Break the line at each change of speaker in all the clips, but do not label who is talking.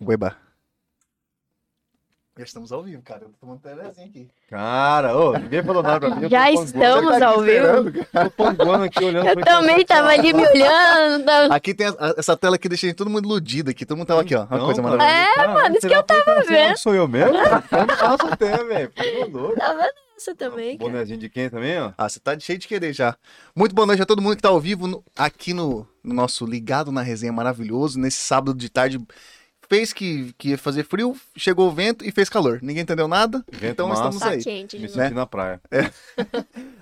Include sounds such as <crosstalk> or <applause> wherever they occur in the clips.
Gueba. Já estamos ao vivo, cara. Eu tô tomando terezinha aqui.
Cara, ô, ninguém falou nada pra mim. eu tô
Já
panguando.
estamos
tá
ao vivo.
vivo.
Tô panguando aqui, olhando
Eu
pra
também tava ali
<laughs>
me olhando. tava-
Aqui tem a- essa tela aqui deixa todo mundo iludido aqui. Todo mundo tava aqui, ó. Uma coisa maravilhosa.
É, mano, isso que
eu tava
vendo.
Sou eu mesmo? Eu não faço até, velho. Pô, louco.
Tava nessa também, cara.
Bonezinho de quem também, ó?
Ah, você tá cheio de querer já. Muito boa noite a todo mundo que tá ao vivo no- aqui no, no nosso Ligado na Resenha maravilhoso. Nesse sábado de tarde, fez que, que ia fazer frio, chegou o vento e fez calor. Ninguém entendeu nada,
Vento
então
massa.
estamos
Tá
aí.
quente
Me
de
senti
novo.
na praia.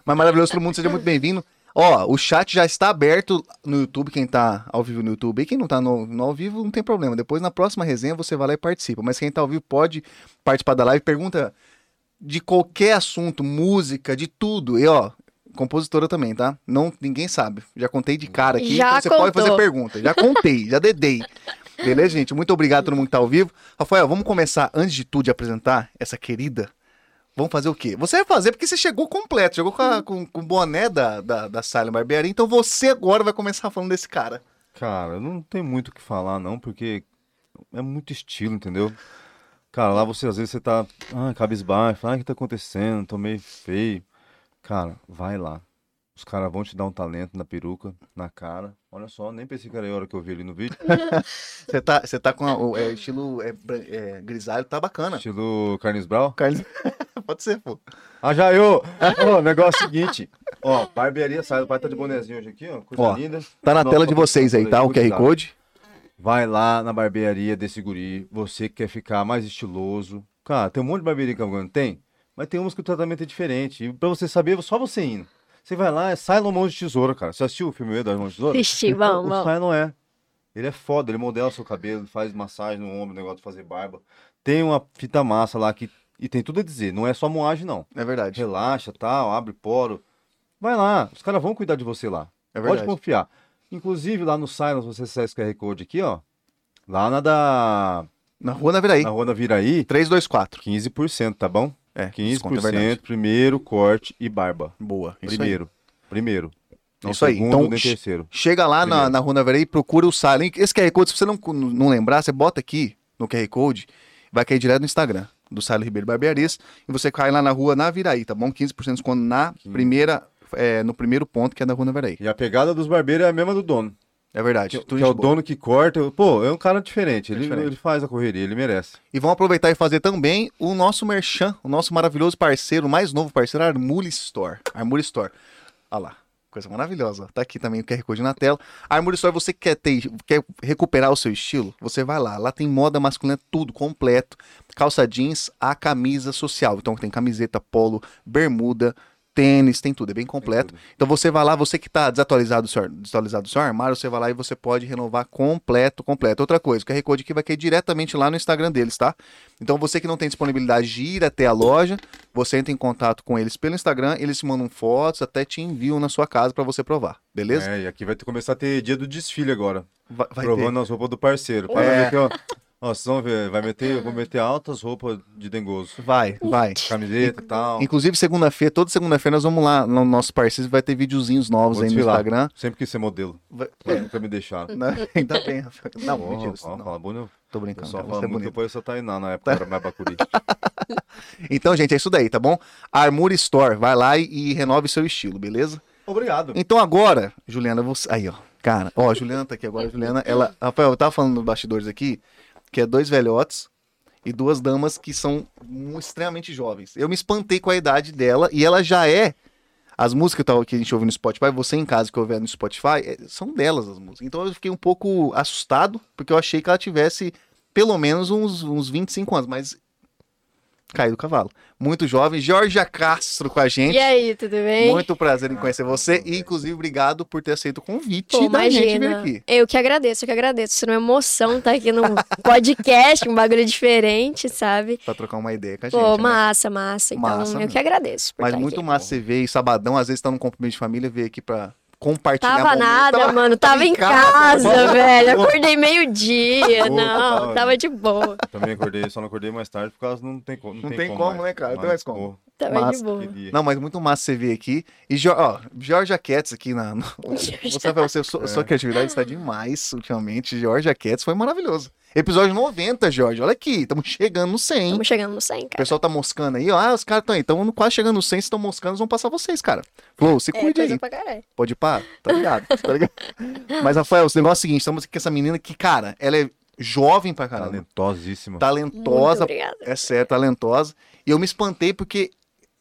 Mas maravilhoso todo mundo, seja muito bem-vindo. Ó, o chat já está aberto no YouTube, quem tá ao vivo no YouTube. E quem não tá no, no ao vivo, não tem problema. Depois, na próxima resenha, você vai lá e participa. Mas quem tá ao vivo pode participar da live. Pergunta de qualquer assunto, música, de tudo. E, ó, compositora também, tá? Não, ninguém sabe. Já contei de cara aqui,
Já
então você pode
contou.
fazer pergunta. Já contei, já dedei. Beleza, gente? Muito obrigado a todo mundo que tá ao vivo. Rafael, vamos começar, antes de tudo, de apresentar essa querida Vamos fazer o quê? Você vai fazer porque você chegou completo, chegou com, a- com- com o boné da, da, da Silent Barbearia, então você agora vai começar falando desse cara.
Cara, não tem muito o que falar, não, porque é muito estilo, entendeu? Cara, lá você às vezes você tá, ah, cabisbaixo, ah, o que tá acontecendo? Tô meio feio. Cara, vai lá. Os caras vão te dar um talento na peruca, na cara. Olha só, nem pensei que era a hora que eu vi ele no vídeo.
Você tá, você tá com a- o é, estilo é, bran- é, grisalho, tá bacana.
Estilo Carnes Brau.
Carlos- <laughs> Pode ser, pô.
Ah, já eu! Ó, negócio é o seguinte. Ó, barbearia sai, o pai tá de bonezinho hoje aqui, ó. Coisa
Ó,
linda.
Tá na
Não,
tela
só
de
pra-
vocês aí, tá? O QR
cuidado.
Code.
Vai lá na barbearia desse guri, você que quer ficar mais estiloso. Cara, tem um monte de barbearia que não tem, mas tem umas que o tratamento é diferente. E pra você saber, é só você indo. Você vai lá, é Cylon Mão de Tesoura, cara. Você assistiu o filme Eduardo Mão de Tesoura?
Assisti, vamos,
O
vamos.
Cylon é. Ele é foda, ele modela seu cabelo, faz massagem no ombro, negócio de fazer barba. Tem uma fita massa lá que... E tem tudo a dizer, não é só moagem, não.
É verdade.
Relaxa, tal, abre poro. Vai lá, os caras vão cuidar de você lá.
É
Pode
verdade.
confiar. Inclusive, lá no Silence, você acessa esse QR Code aqui, ó. Lá na da.
Na rua na Viraí.
Na Rua da Viraí,
324.
15%, tá bom?
É,
15%
desconto, é verdade.
primeiro corte e barba.
Boa. Isso aí.
primeiro. Primeiro. Não
Isso aí,
segundo,
então,
nem
sh-
terceiro.
Chega lá na,
Primeiro.
na Rua Navaré e procura o Silent. Esse QR Code, se você não, não lembrar, você bota aqui no QR Code, vai cair direto no Instagram do Silent Ribeiro Barbearias e você cai lá na Rua Naviraí, tá bom? 15% de desconto na primeira, é, no primeiro ponto que é da Rua Naviraí.
E a pegada dos barbeiros é a mesma do dono.
É verdade.
Que,
tudo
que é
gente
o
boa.
dono que corta. eu- Pô, é um cara diferente.
É
Ele,
diferente.
ele faz a correria, ele merece.
E vão aproveitar e fazer também o nosso merchan, o nosso maravilhoso parceiro, o mais novo parceiro, a Armule Store. Armule Store. Olha lá, coisa maravilhosa. Tá aqui também o QR Code na tela. A Armure Store, você quer, ter, quer recuperar o seu estilo? Você vai lá. Lá tem moda masculina, tudo completo. Calça jeans, a camisa social. Então tem camiseta, polo, bermuda, tênis, tem tudo. É bem completo. Então você vai lá, você que está desatualizado, do seu ar- desatualizado do seu armário, você vai lá e você pode renovar completo, completo. Outra coisa, o QR Code aqui vai cair diretamente lá no Instagram deles, tá? Então você que não tem disponibilidade de ir até a loja, você entra em contato com eles pelo Instagram, eles te mandam fotos, até te enviam na sua casa para você provar, beleza?
É, e aqui vai ter- começar a ter dia do desfile agora.
Vai, vai
provando as roupas do parceiro. Para
É.
meter, ó. Ó, vocês vão ver, vai meter, eu vou meter altas roupas de dengoso.
ter. Vai, vai.
Camiseta e tal.
Inclusive, segunda-feira, toda segunda-feira, nós vamos lá no nosso parceiro, vai ter videozinhos novos
Vou
aí no
desfilar.
Instagram.
Sempre quis ser modelo.
Vai- <laughs>
Mas nunca me deixaram.
Não, Ainda bem, Rafael. Não,
Porra,
mentira,
fala,
não,
fala bonito.
tô
O
brincando.
pessoal
cara,
fala
você é
muito
bonito.
depois eu Tainá na época, era mais
<laughs>
bacuri.
Então, gente, é isso daí, tá bom? Armure Store, vai lá e, e renove seu estilo, beleza?
Obrigado.
Então agora, Juliana, você. Aí, ó. Cara, ó, a Juliana tá aqui agora. a Juliana, ela. Rafael, eu tava falando nos bastidores aqui que é dois velhotes e duas damas que são mu- extremamente jovens. Eu me espantei com a idade dela e ela já é. As músicas que eu tava- que a gente ouve no Spotify, você em casa que ouve no Spotify, é- são delas as músicas. Então eu fiquei um pouco assustado, porque eu achei que ela tivesse pelo menos uns, uns 25 anos, mas caiu do cavalo. Muito jovem. Georgia Castro com a gente.
E aí, tudo bem?
Muito prazer em conhecer você e, inclusive, obrigado por ter aceito o convite
Pô,
da gente um vir
imagina.
aqui.
Eu que agradeço, eu que agradeço. Isso é uma emoção estar aqui num podcast, um bagulho diferente, sabe?
Pra trocar uma ideia com a gente.
Pô,
né?
massa, massa. Então,
Massa
eu
mesmo.
que agradeço. por
Mas
tá
muito
aqui.
massa você ver e sabadão, às vezes tá num compromisso de família, ver aqui pra compartilhar.
Tava
momento.
nada,
né, Tava-
mano. Tava em casa,
<laughs>
Tava-
velho. Acordei meio-dia.
Pô,
Não,
tá
tava-
tava de boa.
Também acordei, só não acordei mais tarde por causa não tem como.
Não tem como, né, cara? Tem mais como.
pô,
Tava
Massa.
de boa.
Queria.
Não, mas muito massa você ver aqui. E, Jo- ó, Georgia Cats aqui na.
<laughs>
no- Você vai você, sua, sua criatividade está demais ultimamente. Georgia Cats foi maravilhoso. Episódio 90, Jorge. Olha aqui, estamos chegando no 100.
Estamos chegando no 100,
O
cara.
pessoal tá moscando aí, ó. Ah, os caras estão aí. Estão quase chegando no 100, se estão moscando, eles vão passar vocês, cara. Flow, se
É,
cuide
coisa
aí.
pra caralho.
Pode pá, tá ligado? Tá
<laughs>
ligado? Mas, Rafael, o negócio é o seguinte: estamos aqui com essa menina que, cara, ela é jovem pra caramba.
Talentosíssima.
tá
Muito
Talentosa,
obrigada.
é certo, talentosa. E eu me espantei porque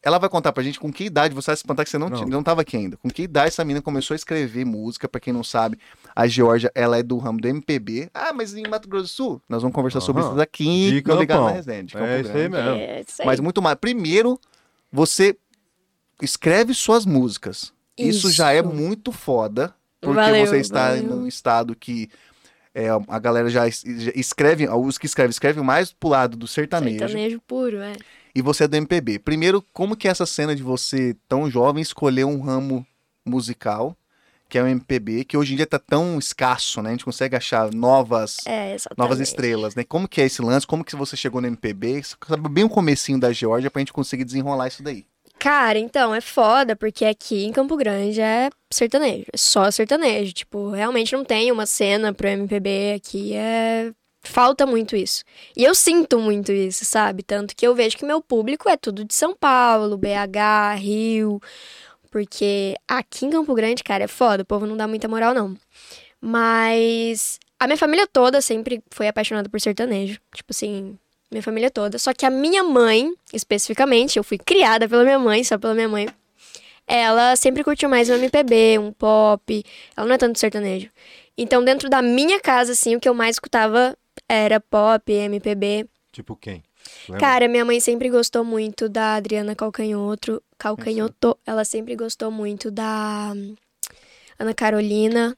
ela vai contar pra gente com que idade, você vai se espantar que você não,
Não.
ti- não tava aqui ainda. Com que idade essa menina começou a escrever música, pra quem não sabe, a Georgia, ela é do ramo do MPB. Ah, mas em Mato Grosso do Sul? Nós vamos conversar sobre
Aham.
isso daqui,
Dica
no
do
Ligado na
Pão.
Resenha, de Campo
É isso aí
Grande.
mesmo.
É, isso aí.
Mas muito mais. Primeiro, você escreve suas músicas. Isso, já é
Isso.
muito foda, porque
Valeu,
você está em
valeu.
um estado que é, a galera já es- já escreve, os que escrevem, escrevem mais pro lado do sertanejo.
Sertanejo puro, é.
E você é do MPB. Primeiro, como que é essa cena de você, tão jovem, escolher um ramo musical, que é o MPB, que hoje em dia tá tão escasso, né? A gente consegue achar novas,
É, exatamente.
novas estrelas, né? Como que é esse lance? Como que você chegou no MPB? Sabe bem o comecinho da Geórgia pra gente conseguir desenrolar isso daí.
Cara, então, é foda, porque aqui em Campo Grande é sertanejo. É só sertanejo. Tipo, realmente não tem uma cena pro MPB aqui. É. Falta muito isso. E eu sinto muito isso, sabe? Tanto que eu vejo que meu público é tudo de São Paulo, BH, Rio. Porque aqui em Campo Grande, cara, é foda. O povo não dá muita moral, não. Mas a minha família toda sempre foi apaixonada por sertanejo. Tipo assim, minha família toda. Só que a minha mãe, especificamente, eu fui criada pela minha mãe, só pela minha mãe. Ela sempre curtiu mais um MPB, um pop. Ela não é tanto sertanejo. Então, dentro da minha casa, assim, o que eu mais escutava era pop, MPB.
Tipo quem?
né?
Lembra?
Cara, minha mãe sempre gostou muito da Adriana Calcanhoto.
Uhum.
Calcanhoto. Ela sempre gostou muito da hum, Ana Carolina.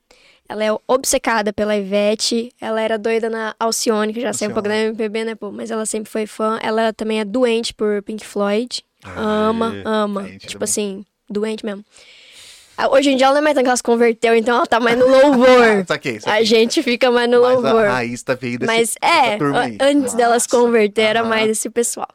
Ela é obcecada pela Ivete. Ela era doida na Alcione, que já saiu um pouco da
Alcione.
MPB, né, pô? Mas ela sempre foi fã. Ela também é doente por Pink Floyd. Ama, ama.
Aí, tira
tipo
bem.
assim, doente mesmo. Ah, Hoje em dia ela não é mais tanto que ela se converteu, então ela tá mais no
<laughs>
louvor.
Ah, Saquei,
A
saquei.
gente fica mais no
Mas
louvor.
a raiz tá veio desse...
Mas
dessa
é,
turma aí.
a- antes delas
Massa.
converter, era
Aham.
mais esse pessoal.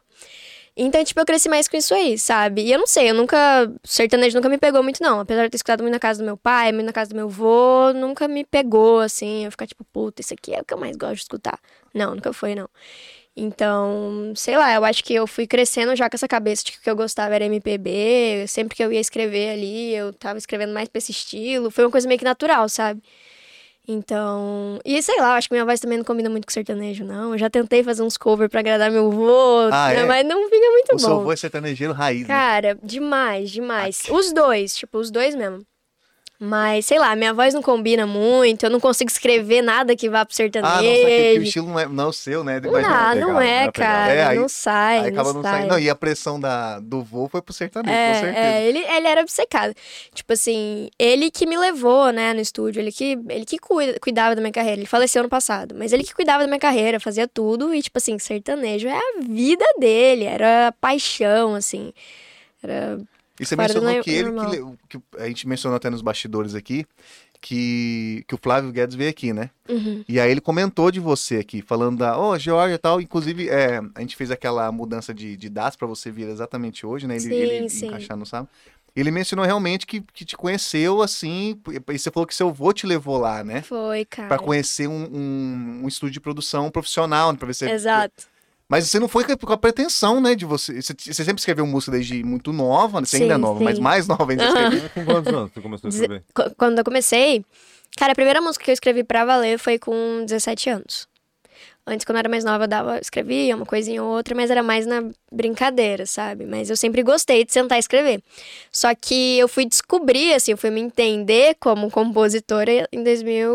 Então, tipo, eu cresci mais com isso aí, sabe? E eu não sei, eu nunca. Sertanejo nunca me pegou muito, não. Apesar de eu ter escutado muito na casa do meu pai, muito na casa do meu avô, nunca me pegou, assim. Eu ficar tipo, puta, isso aqui é o que eu mais gosto de escutar. Não, nunca foi, não. Então, sei lá, eu acho que eu fui crescendo já com essa cabeça de que o que eu gostava era MPB. Sempre que eu ia escrever ali, eu tava escrevendo mais pra esse estilo. Foi uma coisa meio que natural, sabe? Então. E sei lá, eu acho que minha voz também não combina muito com sertanejo, não. Eu já tentei fazer uns covers pra agradar meu vô,
Ah,
né,
é?
mas não fica muito
O seu
bom.
avô é sertanejeiro raiz, né?
Cara, demais, demais. Os dois, tipo, os dois mesmo. Mas, sei lá, minha voz não combina muito, eu não consigo escrever nada que vá pro
Ah, não, saquei que o
sertanejo.
estilo não é, não é o seu, né? Mas-
Ah, não,
pegada, não
é,
é pegada.
cara.
É, aí-
não sai,
Aí
não
acaba não
sai.
saindo. Não, e a pressão da, do voo foi pro sertanejo, com certeza.
É, é, ele, ele era obcecado. Tipo assim, ele que me levou, né, no estúdio, ele que, ele que cuida- cuidava da minha carreira. Ele faleceu ano passado, mas ele que cuidava da minha carreira, fazia tudo. E, tipo assim, sertanejo é a vida dele, era a paixão, assim. Era.
E você
Fora do
mencionou
nor-
que ele, que,
normal.
le- que a gente mencionou até nos bastidores aqui, que, que o Flávio Guedes veio aqui, né?
Uhum.
E aí ele comentou de você aqui, falando da, ó, Georgia e tal. Inclusive, é, a gente fez aquela mudança de, de datas pra você vir exatamente hoje, né? Ele,
Sim,
ele
sim.
encaixar no sábado. Ele mencionou realmente que, que te conheceu, assim, e e você falou que seu avô te levou lá, né?
Foi, cara.
Pra conhecer um, um, um estúdio de produção profissional, né? pra ver se...
Exato.
Mas você não foi com a pretensão, né, de você... Você, você sempre escreveu música desde muito nova, né? você ainda é
Sim,
nova,
sim.
mas mais nova ainda. você
Aham.
escreveu.
Com quantos anos você começou a
Deze-
escrever?
Qu- Quando eu comecei, cara, a primeira música que eu escrevi pra valer foi com 17 anos. Antes, quando eu era mais nova, eu dava, escrevia uma coisinha ou outra, mas era mais na brincadeira, sabe? Mas eu sempre gostei de sentar e escrever. Só que eu fui descobrir, assim, eu fui me entender como compositora em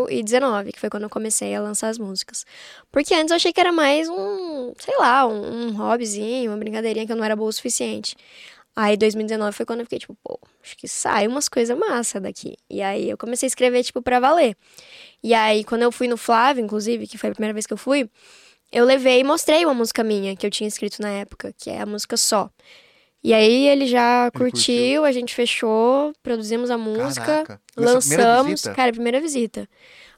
2019, que foi quando eu comecei a lançar as músicas. Porque antes eu achei que era mais um, sei lá, um, um hobbyzinho, uma brincadeirinha que eu não era boa o suficiente. Aí 2019 foi quando eu fiquei tipo, pô, acho que sai umas coisas massa daqui. E aí eu comecei a escrever, tipo, pra valer. E aí quando eu fui no Flávio, inclusive, que foi a primeira vez que eu fui, eu levei e mostrei uma música minha que eu tinha escrito na época, que é a música Só. E aí ele já curtiu, a gente fechou, produzimos a música.
Caraca, nessa primeira
Lançamos,
visita?
cara, primeira visita.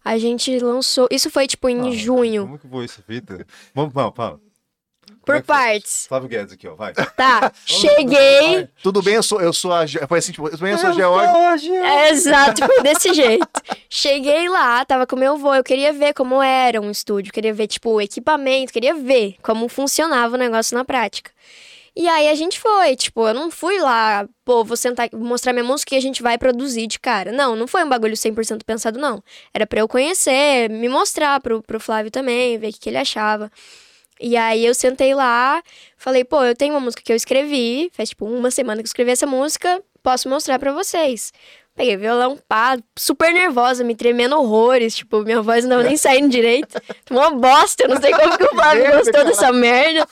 A gente lançou. Isso foi tipo em
Ah,
junho.
Como é que foi essa fita? Vamos, fala, fala.
Por partes.
Flávio Guedes aqui, ó, vai. <laughs>
Tá, cheguei.
Tudo bem, eu sou, eu sou a. Ge- Foi assim, tipo, tudo bem, eu
Ah,
sou a Georgia.
Georgia.
É, exato, foi desse jeito. Cheguei lá, tava com meu avô, eu queria ver como era um estúdio, queria ver, tipo, o equipamento, queria ver como funcionava o negócio na prática. E aí a gente foi, tipo, eu não fui lá, pô, vou sentar, vou mostrar minha música e a gente vai produzir de cara. Não, não foi um bagulho 100% pensado, não. Era pra eu conhecer, me mostrar pro, pro Flávio também, ver o que, que ele achava. E aí eu sentei lá, falei, pô, eu tenho uma música que eu escrevi, faz tipo uma semana que eu escrevi essa música, posso mostrar pra vocês. Peguei violão, pá, super nervosa, me tremendo horrores, tipo, minha voz não tava nem saindo <laughs> direito. Tomou uma bosta, eu não sei como que o Flávio
merda,
gostou dessa merda,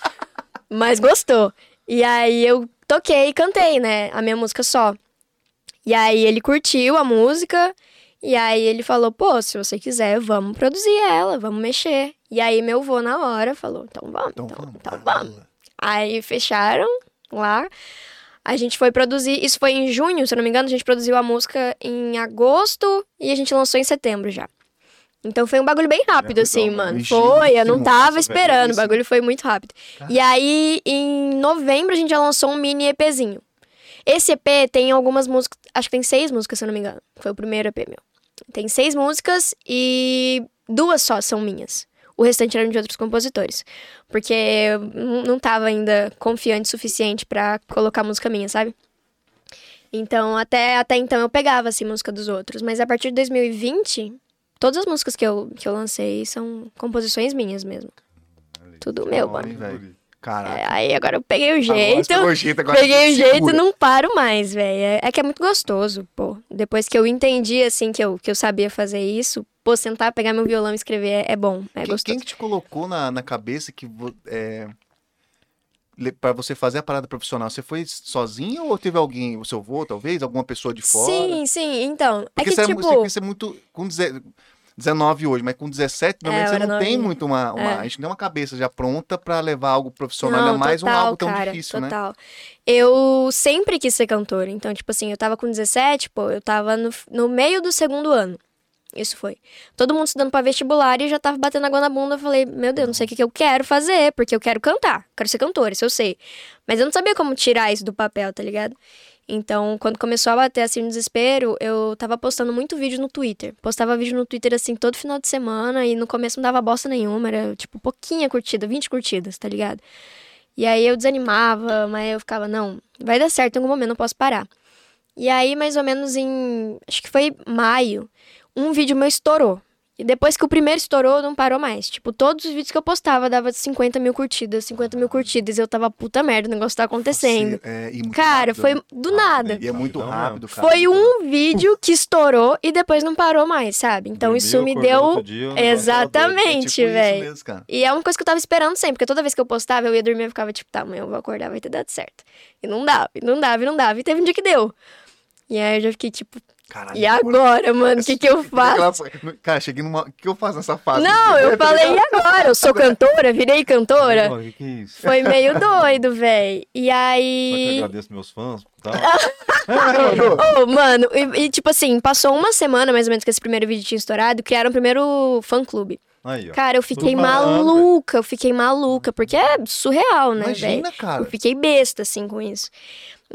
mas gostou. E aí eu toquei e cantei, né, a minha música só. E aí ele curtiu a música, e aí ele falou, pô, se você quiser, vamos produzir ela, vamos mexer. E aí meu vô na hora falou, então vamos, então,
Então vamos.
então
vai,
vamos.
vai.
Aí fecharam lá. A gente foi produzir. Isso foi em junho, se eu não me engano. A gente produziu a música em agosto e a gente lançou em setembro já. Então foi um bagulho bem rápido,
Rapidão,
assim,
né?
mano.
Vixe,
Foi, eu não
nossa,
tava
velho,
esperando. O
isso.
bagulho foi muito rápido. E aí, em novembro, a gente já lançou um mini EPzinho. Esse EP tem algumas músicas. Acho que tem seis músicas, se eu não me engano. Foi o primeiro EP meu. Tem seis músicas e duas só são minhas. O restante eram de outros compositores. Porque eu n- não tava ainda confiante o suficiente pra colocar música minha, sabe? Então, até, até então eu pegava, assim, música dos outros. Mas a partir de 2020, todas as músicas que eu, que eu lancei são composições minhas mesmo.
Então,
Tudo meu, mano.
hein, velho.
É,
Caraca. tá
aí agora eu peguei o
Agora
É, jeito. <laughs>
pegou o jeito, agora
Peguei o
é segura.
jeito e não paro mais, velho. É- É que é muito gostoso, pô. Depois que eu entendi, assim, que eu, que eu sabia fazer isso, pô, sentar, pegar meu violão e escrever é, é bom, é
Quem,
gostoso.
quem que te colocou na, na cabeça que vo- é, le- pra você fazer a parada profissional? Você foi sozinho ou teve alguém, o seu avô, talvez? Alguma pessoa de fora?
Sim, sim, então.
Porque
é que,
você,
tipo...
é, você pensa muito. Com deze- 19 hoje, mas com 17, normalmente
É, eu
você
era
não tem
novinha.
muito uma, uma-
É.
A gente não tem uma cabeça já pronta pra levar algo profissional, ainda mais um algo tão difícil, né?
total. Eu sempre quis ser cantora. Então, tipo assim, eu tava com 17, pô, eu tava no, no meio do segundo ano. Isso foi. Todo mundo estudando pra vestibular e eu já tava batendo água na bunda. Eu falei, meu Deus, não sei o que, que eu quero fazer, porque eu quero cantar. Quero ser cantora, isso eu sei. Mas eu não sabia como tirar isso do papel, tá ligado? Então, quando começou a bater assim no desespero, eu tava postando muito vídeo no Twitter. Postava vídeo no Twitter assim todo final de semana e no começo não dava bosta nenhuma, era tipo pouquinha curtida, 20 curtidas, tá ligado? E aí eu desanimava, mas eu ficava, não, vai dar certo em algum momento, não posso parar. E aí, mais ou menos em. Acho que foi maio, um vídeo meu estourou. E depois que o primeiro estourou, não parou mais. Tipo, todos os vídeos que eu postava dava 50 mil curtidas, 50 mil curtidas. E eu tava puta merda, o negócio tá acontecendo.
Você- é, e muito
Cara,
rápido,
foi
né?
do nada.
E é muito
Rapidão,
rápido, cara.
Foi
muito
um vídeo que estourou e depois não parou mais, sabe? Então
Dormiu,
isso me
acordou outro
deu.
dia, o negócio tava doido.
É
Exatamente,
tipo
velho.
isso mesmo, cara.
E é uma coisa que eu tava esperando sempre, porque toda vez que eu postava, eu ia dormir e ficava tipo, tá, amanhã eu vou acordar, vai ter dado certo. E não dava, e não dava, e não dava. E teve um dia que deu. E aí eu já fiquei tipo,
Caralho, é
e agora, mano, o que que eu faço?
Aquela- Cara, cheguei numa. O que eu faço nessa fase?
Não, eu falei, e agora? Eu sou cantora, virei cantora.
Pô, que que é isso?
Foi meio doido, véi. E Ah,
Só que eu
aí.
agradeço meus fãs e tal.
Oh, mano, e, e, tipo assim, passou uma semana mais ou menos que esse primeiro vídeo tinha estourado, criaram o primeiro fã-clube.
Aí, ó.
Cara, eu fiquei
Tudo malandro.
maluca, eu fiquei maluca, porque é surreal, né, velho?
Imagina,
Eu
cara.
fiquei besta, assim, com isso.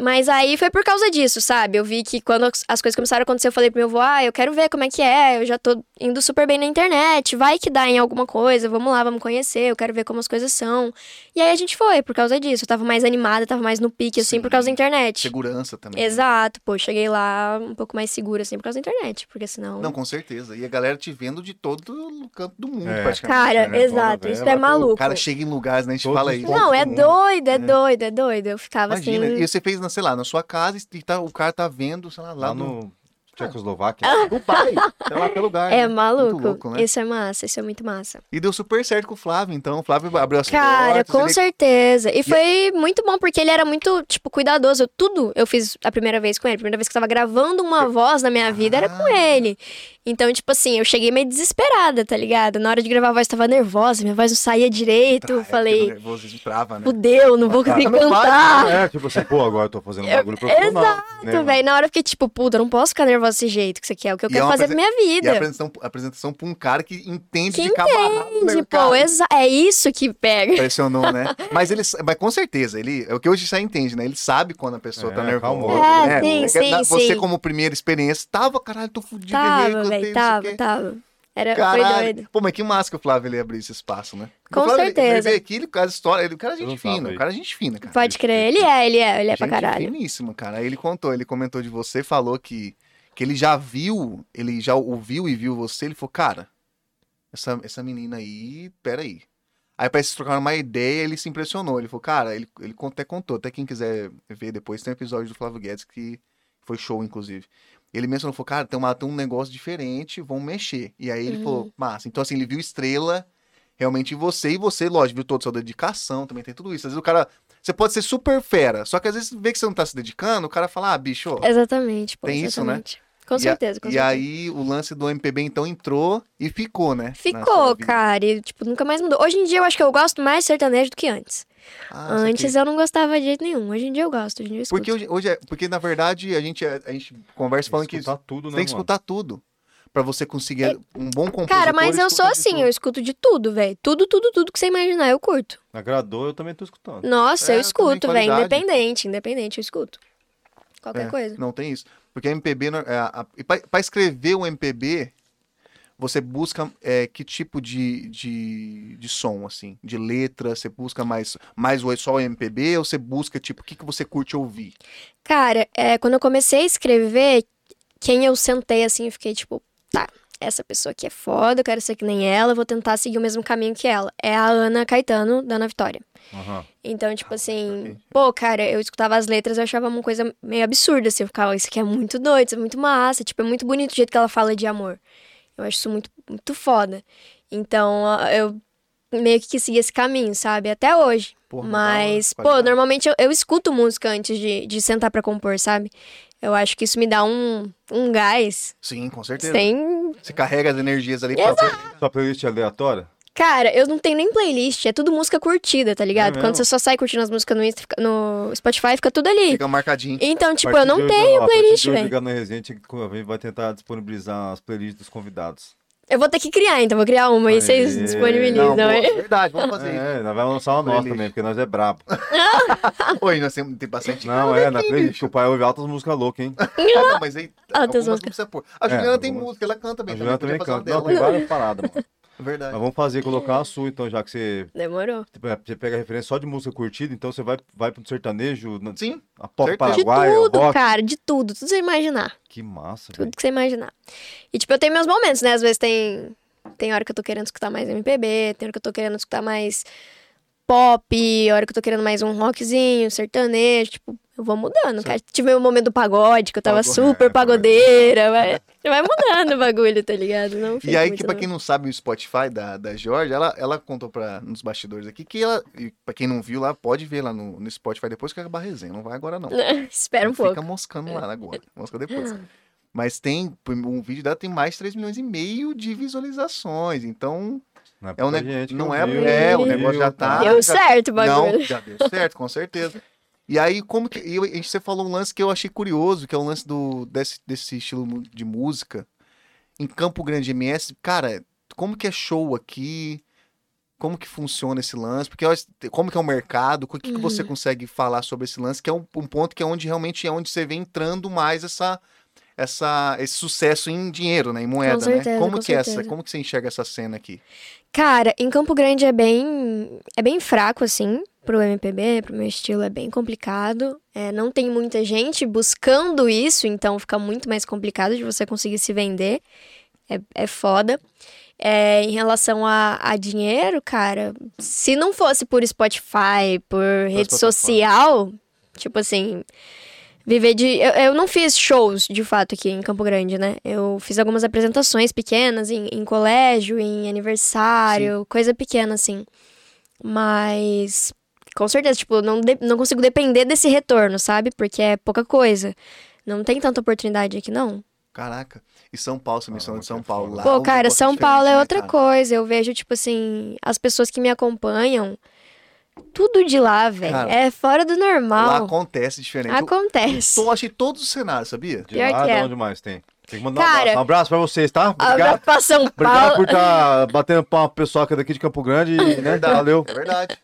Mas aí foi por causa disso, sabe? Eu vi que quando as coisas começaram a acontecer, eu falei pro meu avô, ah, eu quero ver como é que é, eu já tô indo super bem na internet, vai que dá em alguma coisa, vamos lá, vamos conhecer, eu quero ver como as coisas são. E aí a gente foi, por causa disso. Eu tava mais animada, tava mais no pique, assim,
Sim.
por causa da internet.
Segurança também. né?
Exato, pô, cheguei lá um pouco mais segura, assim, por causa da internet, porque senão...
Não, com certeza. E a galera te vendo de todo o canto do mundo,
É.
praticamente.
Cara,
Cara,
exato,
foda,
isso
velho,
é
ela tá-
maluco.
Cara, chega em lugares, né? A gente
Todos
fala
os
isso.
pontos.
Não,
todo
é
mundo,
doido, é
né?
doido, é doido. Eu ficava
Imagina.
assim...
E você fez, na- sei lá, na sua casa e tá- o cara tá vendo, sei lá, lá, <laughs>
Lá
no...
no Tchecoslováquia.
do pai. Tá lá pelo lugar. né?
É maluco.
Muito louco, né?
Isso é massa, isso é muito massa.
E deu super certo com o Flávio, então. O Flávio abriu as
Cara,
portas.
com
ele- é
certeza. E foi muito bom, porque ele era muito, tipo, cuidadoso. Eu- Tudo eu fiz a primeira vez com ele. A primeira vez que eu tava gravando uma voz na minha vida era com
Ah.
ele. Então, tipo assim, eu cheguei meio desesperada, tá ligado? Na hora de gravar a voz, tava nervosa, minha voz não saía direito.
Tá, é
eu falei,
Nervosismo trava, né?
fudeu, não vou conseguir cantar.
É, tipo assim, pô, agora eu tô fazendo um bagulho profissional. né,
Então,
mano?
Ah. velho, na hora eu fiquei tipo, puta, eu não posso ficar nervosa desse jeito que isso aqui é o que eu
E é
quero
uma
fazer pra
E
minha
a
vida.
apresentação, a apresentação pra um cara que entende
Que
de cabaré.
Entende, pô, exa- é isso que pega.
Impressionou,
<laughs>
né? Mas ele, sa- mas com certeza, ele, é o que hoje já entende, né? Ele sabe quando a pessoa tá
É,
nervosa.
calmou.
né?
É, sim,
Porque
sim,
na- Você,
sim.
como primeira experiência, tava, caralho, tô fudido, errei,
<laughs>
cantei, não
Tava, velho,
sei o quê.
tava, tava. Era, foi
Caralho.
É, doido.
Pô, mas que massa que o Flávio ele abriu esse espaço, né?
Com
o Flávio, ele- Ele,
certeza.
veio aqui, ele, o cara história, ele, o cara é
Eu
gente
não tava
fina,
aí.
o cara é gente fina, cara.
Pode crer, ele é, ele é, ele é pra
Gente
caralho.
Finíssimo, cara. Aí ele contou, ele comentou de você, falou que, que ele já viu, ele já ouviu e viu você, ele falou, cara, essa, essa menina aí, peraí. Aí parece que trocaram uma ideia, ele se impressionou. Ele falou, cara, ele, ele con- até contou, até quem quiser ver depois, tem um episódio do Flávio Guedes que foi show, inclusive. Ele mencionou, falou, cara, tem, uma, tem um negócio diferente, vamos mexer. E aí ele
Uhum.
falou, massa. Então, assim, ele viu estrela realmente em você, e você, lógico, viu toda a sua dedicação, também tem tudo isso. Às vezes o cara, você pode ser super fera, só que às vezes vê que você não tá se dedicando, o cara fala, ah, bicho, ó.
Exatamente, pô,
Tem isso, né?
exatamente. Com
E a-
certeza, É, com
E
certeza.
aí o lance do MPB então entrou e ficou, né? na sua
Ficou,
vida.
cara, e, tipo, nunca mais mudou. Hoje em dia eu acho que eu gosto mais sertanejo do que antes.
Ah, isso aqui.
antes eu não gostava de jeito nenhum, hoje em dia eu gosto, hoje em dia eu escuto.
Porque hoje, hoje é, porque na verdade a gente, é- a gente conversa falando que
Escutar tudo,
você
né,
tem que
mano?
escutar tudo pra você conseguir um bom compositor.
Cara, mas eu
escuta
sou
de
assim,
tudo.
eu escuto de tudo, velho. Tudo, tudo, tudo que você imaginar, eu curto.
Agradou, eu também tô escutando.
Nossa,
É, eu
eu
também,
escuto, velho.
qualidade.
Independente, independente, eu escuto. Qualquer
É,
coisa.
Não tem isso. Porque a MPB, não- é, a- e pra pra escrever um MPB, você busca é, que tipo de, de, de som, assim? De letra? Você busca mais, mais o- só o MPB? Ou você busca, tipo, o que, que você curte ouvir?
Cara, é, quando eu comecei a escrever, quem eu sentei assim, eu fiquei tipo, tá, essa pessoa aqui é foda, eu quero ser que nem ela, eu vou tentar seguir o mesmo caminho que ela. É a Ana Caetano, da Ana Vitória.
Aham.
Então, tipo assim,
exatamente.
pô, cara, eu escutava as letras eu achava uma coisa meio absurda, assim, eu ficava, isso aqui é muito doido, isso é muito massa, tipo, é muito bonito o jeito que ela fala de amor. Eu acho isso muito, muito foda. Então, a- eu meio que quis seguir esse caminho, sabe? Até hoje.
Porra, da hora,
Mas, pô,
qualidade.
normalmente eu, eu escuto música antes de, de sentar pra compor, sabe? Eu acho que isso me dá um, um gás.
Sim, com certeza.
Sem.
Você carrega as energias ali pra...
Sua playlist é aleatória?
Cara, eu não tenho nem playlist, é tudo música curtida, tá ligado?
É
mesmo?
Quando você só sai curtindo as músicas no, Insta, fica- no Spotify, fica tudo ali.
Fica marcadinho.
Então,
A
tipo,
partir
eu
de
não
hoje, ó,
tenho
a partir
playlist,
de hoje,
velho.
ligar na Resenha, a gente vai tentar disponibilizar as playlists dos convidados.
Eu vou ter que criar, então, vou criar uma e
Aí.
vocês disponibilizam,
Não, pô,
hein?
é verdade, vamos fazer isso.
É, nós vamos lançar uma nossa
Playlist.
também, porque nós é
<laughs>
brabo.
Oi, nós temos tem bastante...
Não, é, na playlist
bicho.
que o pai ouve altas músicas loucas, hein?
Ah, não, mas aí...
Ah,
algumas
tem as
não
músicas.
precisa pôr. A Juliana tem
algumas-
música, ela canta
A
bem
Juliana
também.
também
podia fazer uma
canta. Não, tem
dela. É
várias paradas, mano.
Verdade.
Nós vamos fazer, colocar a sua, então, já que você,
Demorou.
você pega referência só de música curtida, então você vai, vai pro sertanejo, na-
Sim,
a pop
Certeza.
De
paraguaia, o
tudo,
rock.
cara, de tudo, tudo que você imaginar.
Que massa, velho.
Tudo que você imaginar. E, tipo, eu tenho meus momentos, né? Às vezes tem. Tem hora que eu tô querendo escutar mais MPB, tem hora que eu tô querendo escutar mais pop, hora que eu tô querendo mais um rockzinho, sertanejo, tipo, eu vou mudando, cara. Tive o momento do pagode, que eu tava
Pagode,
super
é, pagode.
pagodeira, vai, vai mudando o bagulho, tá ligado? Não
E
fica
aí,
tipo,
muito,
que pra
não.
é
quem não sabe, o Spotify da, da Georgia, ela, ela contou pra, nos bastidores aqui que ela, e pra quem não viu lá, pode ver lá no, no Spotify depois que acabar a resenha. Não vai agora, não.
<laughs> Espera um
Não
pouco. É. Ah.
Fica moscando lá agora. Mosca depois. Mas tem, um vídeo dela tem mais de 3 milhões e meio de visualizações. Então,
Não
é um
pouca
negócio.
gente
Não é,
que ouviu,
é, o
ouviu,
negócio já tá.
Deu
já-
certo o bagulho.
Não, já deu certo, com certeza. E aí, como que. e eu- a gente, você falou um lance que eu achei curioso, que é um lance do, desse, desse estilo mu- de música. Em Campo Grande MS, cara, como que é show aqui? Como que funciona esse lance? Porque ó, como que é o mercado? O que, que você
Uhum.
consegue falar sobre esse lance? Que é um, um ponto que é onde realmente é onde você vê entrando mais essa, essa, esse sucesso em dinheiro, né? Em moeda,
certeza,
né? Como
com
que é essa?
certeza.
Como que você enxerga essa cena aqui?
Cara, em Campo Grande é bem, é bem fraco, assim, pro MPB, pro meu estilo, é bem complicado. É, não tem muita gente buscando isso, então fica muito mais complicado de você conseguir se vender. É, é foda. É, em relação a, a dinheiro, cara, se não fosse por Spotify, por rede
plataformas.
social, tipo assim, viver de. Eu, eu não fiz shows, de fato, aqui em Campo Grande, né? Eu fiz algumas apresentações pequenas em, em colégio, em aniversário, coisa pequena, assim. Mas. Com certeza, tipo, não, de- não consigo depender desse retorno, sabe? Porque é pouca coisa. Não tem tanta oportunidade aqui, não.
Caraca. E São Paulo, você mencionou
que
de São
é
Paulo
foda.
lá.
Pô,
o
cara,
negócio
São
diferente,
Paulo é
né,
outra
cara?
coisa. Eu vejo, tipo assim, as pessoas que me acompanham, tudo de lá, velho.
Cara,
É fora do
Lá
normal.
acontece diferente. Eu-
Acontece.
Eu achei todos os cenários, sabia?
De
Pior
lá,
que
de
é.
onde mais tem? Tem que mandar um
Cara,
abraço. Um abraço pra vocês, tá?
Abra
Obrigado.
pra São
Obrigado
Paulo.
por estar batendo papo pro pessoal que é daqui de Campo Grande. e, Né? Valeu.
É verdade.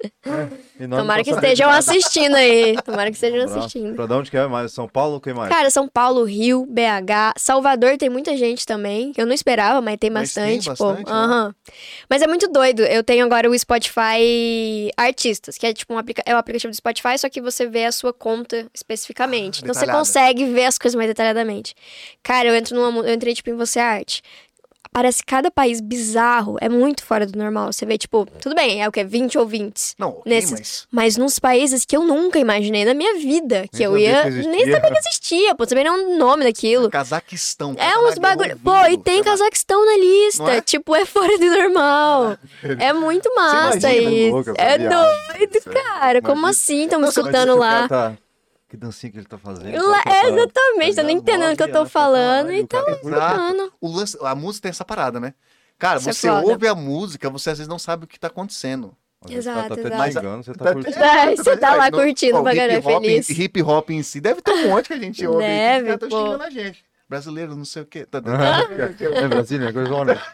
E nós
Tomara que
não sabemos.
estejam assistindo aí. Tomara que estejam
Abraço.
assistindo.
Pra de onde que é mais? São Paulo, quem mais?
Cara, São Paulo, Rio, BH, Salvador tem muita gente também. Eu não esperava, mas tem
Mas tem
bastante, pô.
bastante né? lá.
Aham. Mas é muito doido. Eu tenho agora o Spotify Artistas, que é tipo um aplica- é um aplicativo do Spotify, só que você vê a sua conta
Ah,
especificamente. então você
detalhada.
consegue ver as coisas mais detalhadamente. Cara, eu entro numa, mu- eu entrei tipo em você arte. Parece cada país bizarro, é muito fora do normal. Você vê, tipo, tudo bem, é o quê? 20 ouvintes.
Não, ok,
Nesses-
mas.
Mas nos países que eu nunca imaginei na minha vida, que
Nem
eu
sabia
ia.
que existia.
nem sabia que existia, pô, sabia nem o
<laughs>
nome daquilo.
Cazaquistão.
É
caralho,
uns bagulho.
eu
Pô, e
ouvi, né,
tem
sei lá.
Cazaquistão na lista.
Não é?
Tipo, é fora do normal. É muito massa
imagina,
isso.
louca, essa
é
viagem,
doido,
sério.
cara. Como
Imagina.
assim? Estão me
Nossa, mas
escutando
esse
lá.
cara tá- Que dancinha que ele tá fazendo.
<laughs> Lá-
tá, tá,
é,
tá.
exatamente, eu não
ligado?
entendendo o que eu tô
Mó viagem pra
falando
caralho,
e tá
cara.
Exato.
Mano.
O lance, a música tem essa parada, né? Cara,
Isso é
você
foda.
ouve a música, você às vezes não sabe o que tá acontecendo.
Às vezes tá-
Exato,
tá até
exato.
desligando, você tá
Tá-
<laughs>
curtindo.
É, você tá lá curtindo
Ó,
pra caralho,
hip hop,
feliz.
Hip hop em si deve ter um monte que a gente ouve.
Deve,
que já tá
pô.
xingando a gente. Brasileiro, não sei o quê. Tá-
um
<laughs> É Brasília, coisa honesta.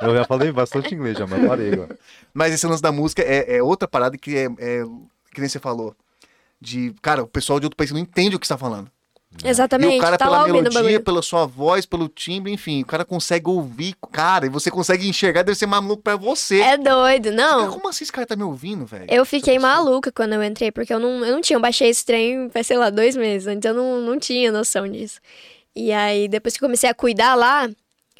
Eu já falei bastante inglês já, mas parei agora.
Mas esse lance da música é, é outra parada que é, é- Que nem você falou. De, cara, o pessoal de outro país não entende o que você tá falando.
Exatamente.
E o cara,
tá
pela
lá ouvindo o
melodia,
bagulho.
pela sua voz, pelo timbre, enfim, o cara consegue ouvir, cara, e você consegue enxergar, deve ser maluco pra você.
É doido, não.
Cara, Como assim esse cara tá me ouvindo, velho?
Eu fiquei
Essa pessoa.
maluca quando eu entrei, porque eu não, eu não tinha, eu baixei esse trem faz, sei lá, dois meses, então eu não, não tinha noção disso. E aí, depois que eu comecei a cuidar lá,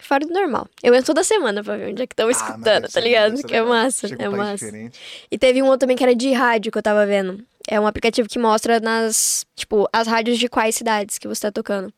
fora do normal. Eu entro toda semana pra ver onde é que estão
Ah, mas
escutando,
deve
tá
ser-
ligado?
deve ser
Que é
legal.
massa,
Chega
é
um país
massa.
diferente.
E teve um outro também que era de rádio que eu tava vendo. É um aplicativo que mostra nas, tipo, as rádios de quais cidades que você tá tocando.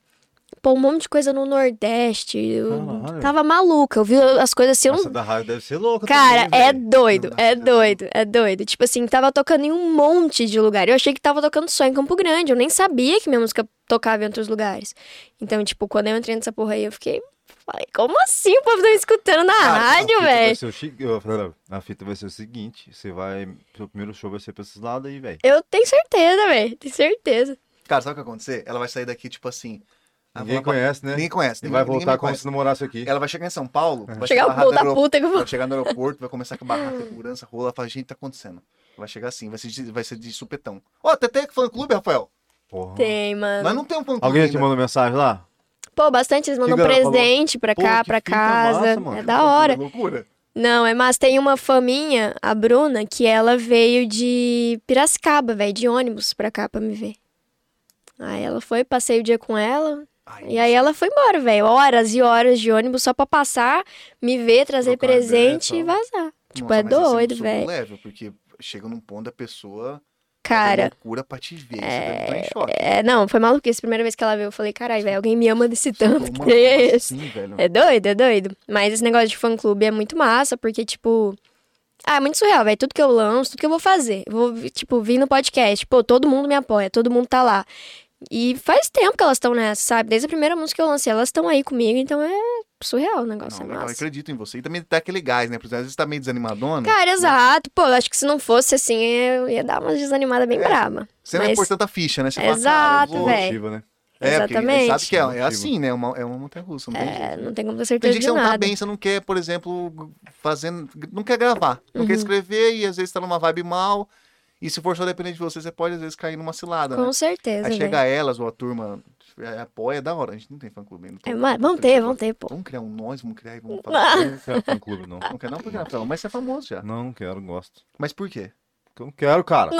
Pô, um monte de coisa no Nordeste. Eu
Caralho.
tava maluca. Eu vi as coisas assim, eu não
Nossa, da rádio deve ser louca.
Cara,
também,
é
velho.
doido,
Não dá
é
pra
doido, é doido. Tipo assim, tava tocando em um monte de lugar. Eu achei que tava tocando só em Campo Grande. Eu nem sabia que minha música tocava em outros lugares. Então, tipo, quando eu entrei nessa porra aí, eu fiquei. Falei, como assim o povo tá me escutando na
Cara, a
rádio,
A fita vai
velho?
ser o chi- eu falei, A fita vai ser o seguinte: você vai. Seu primeiro show vai ser pra esses lados aí, velho.
Eu tenho certeza, velho. Tenho certeza.
Cara, sabe o que vai acontecer? Ela vai sair daqui, tipo assim. ah, vou
Ninguém
lá pra-
conhece, né?
Ninguém conhece.
E vai
ninguém-
voltar É.
ninguém
como
conhece.
se não morasse aqui.
Ela vai chegar em São Paulo, vai
Chegar
chegar,
o
na rádio
povo da
aeroporto-
puta que eu vou.
vai chegar no aeroporto, vai começar com barraca de segurança, rola, fala, gente, tá acontecendo. Vai chegar assim, vai ser de, vai ser de supetão. Ó, até tem fã clube, Rafael.
Porra.
Tem,
Mas
mano.
não tem um fã clube.
Alguém já te
ainda.
mandou mensagem lá?
Pô, bastante, eles mandam um
Que galera
presente pra
Pô,
cá,
que
pra
fita
casa.
massa, mano.
é da hora.
Loucura.
Não, é mas tem uma fã minha, a Bruna, que ela veio de Piracicaba, velho, de ônibus pra cá pra me ver. Aí ela foi, passei o dia com ela,
Ai,
e aí ela foi embora, velho. Horas e horas de ônibus só pra passar, me ver, trazer
Trocar
presente
ideia
e
e tal.
vazar. Tipo,
nossa,
é
mas isso
doido,
muito
velho.
leve, porque chega num ponto da pessoa fazer
Cara,
loucura pra te ver. Você deve estar em choque.
é, não, foi maluquice. Primeira vez que ela veio, eu falei, caralho, velho, alguém me ama desse tanto.
Uma
Que é
coisa
esse?
assim, velho.
É doido, é doido. Mas esse negócio de fã-clube é muito massa, porque, tipo. Ah, é muito surreal, velho. Tudo que eu lanço, tudo que eu vou fazer. Eu Vou, vi- tipo, vir no podcast. Pô, todo mundo me apoia, todo mundo tá lá. E faz tempo que elas estão nessa, sabe? Desde a primeira música que eu lancei, elas estão aí comigo, então é surreal o negócio,
Não,
é
legal, eu
massa.
acredito em você. E também tá aquele gás, né? Porque às vezes tá meio desanimadona.
Cara, exato. Pô, eu acho que se não fosse assim, eu ia dar uma desanimada bem
É,
braba.
você não é
mas-
importante a ficha, né? Você
Exato,
eu vou-
velho.
Motiva,
<laughs>
né?
É, porque a gente sabe
Exatamente.
que é, é
Motivo.
assim, né? Uma, é uma montanha russa. Não tem jeito.
É, não tem como ter
Tem
certeza
dia que
de
você não tá
nada.
bem, você não quer, por exemplo, fazendo. Não quer gravar, não
Uhum.
quer escrever e às vezes tá numa vibe mal. E se for só depender de você, você pode às vezes cair numa cilada. né?
Com certeza,
Aí
velho.
chega elas ou a turma é, apoia, é da hora. A gente não tem fã clube ainda.
É,
Então,
mas vamos ter, vamos ter, pô.
Vamos criar um nós, vamos criar e vamos
<laughs>
falar.
Eu Não quero fã clube, não.
Não quer não, porque não, mas você é famoso já.
Não, não quero, não gosto.
Mas por quê?
Porque eu não quero, cara.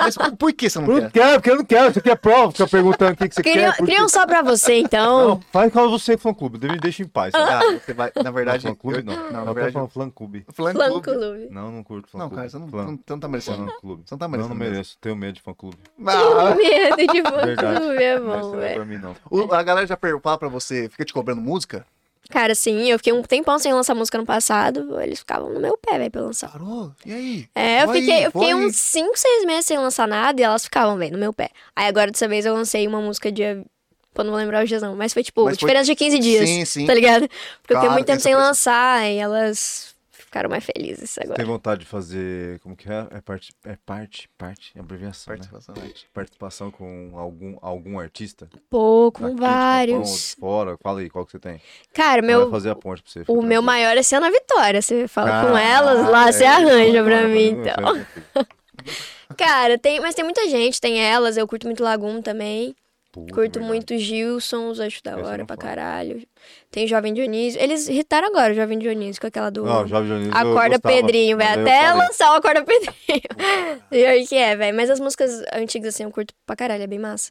Mas por, por que você não
Eu
quer?
não quero, porque eu não quero. Isso aqui é prova. Fica perguntando o que, que você
Queria,
quer. por
queria um
quê.
só pra você, <laughs> então.
Não, faz com você, fã clube. Me deixa em paz. Tá?
Ah, você vai, na verdade,
Não, fã clube,
eu-
não.
não, na
eu
verdade,
tô falando fã clube.
fã
Fã
clube.
clube.
Não, não curto fã
Não,
clube.
cara, você não,
Fã-
não, não tá merecendo.
fã clube.
Você não tá
Não, não
merecendo mesmo.
mereço. Tenho medo de fã clube.
Ah,
Medo é de fã
Verdade.
clube é
Mas
bom,
não é
velho.
pra mim, não.
o- a galera já per- fala pra você, fica te cobrando música?
Cara, sim, eu fiquei um tempão sem lançar música no passado, eles ficavam no meu pé, velho, pra eu lançar.
Parou? E aí?
É, eu
Vai aí,
fiquei, eu fiquei
vai aí.
uns 5, 6 meses sem lançar nada e elas ficavam, velho, no meu pé. Aí agora dessa vez eu lancei uma música dia Pô, não vou lembrar os dias não, mas foi tipo,
Mas foi-
diferença de 15 dias.
Sim, sim.
Tá ligado? Porque eu
Claro,
fiquei muito tempo
essa
sem
coisa.
lançar e elas ficaram mais felizes
Tem
agora.
vontade de fazer. Como que é? É parte. É parte. Parte. É abreviação. né?
Participação.
Participação com algum, algum artista?
Pô, com
Daqui, de São
tá
vários.
Paulo, Fora, fala aí, qual que você tem?
Cara,
Vai
meu,
fazer a ponte pra você. fica
o meu
tranquilo.
maior é ser Ana Vitória. Você fala com
Caraca,
elas lá, você
Então, tá. é,
arranja
eu
pra
falo,
mim,
eu
então. <laughs>
falo contigo.
Cara, tem, mas tem muita gente, tem elas, eu curto muito Lagum também.
Puta,
curto
verdade.
muito Gilsons, acho da
Esse eu
hora
não
pra
falo.
caralho. Tem Jovem Dionísio. Eles irritaram agora o Jovem Dionísio com aquela do.
Não, Jovem Dionísio, eu
Acorda
gostava,
Pedrinho,
mas
velho.
daí eu
Até
parei.
lançar o Acorda Pedrinho. <laughs> e aí que é, velho. Mas as músicas antigas, assim, eu curto pra caralho, é bem massa.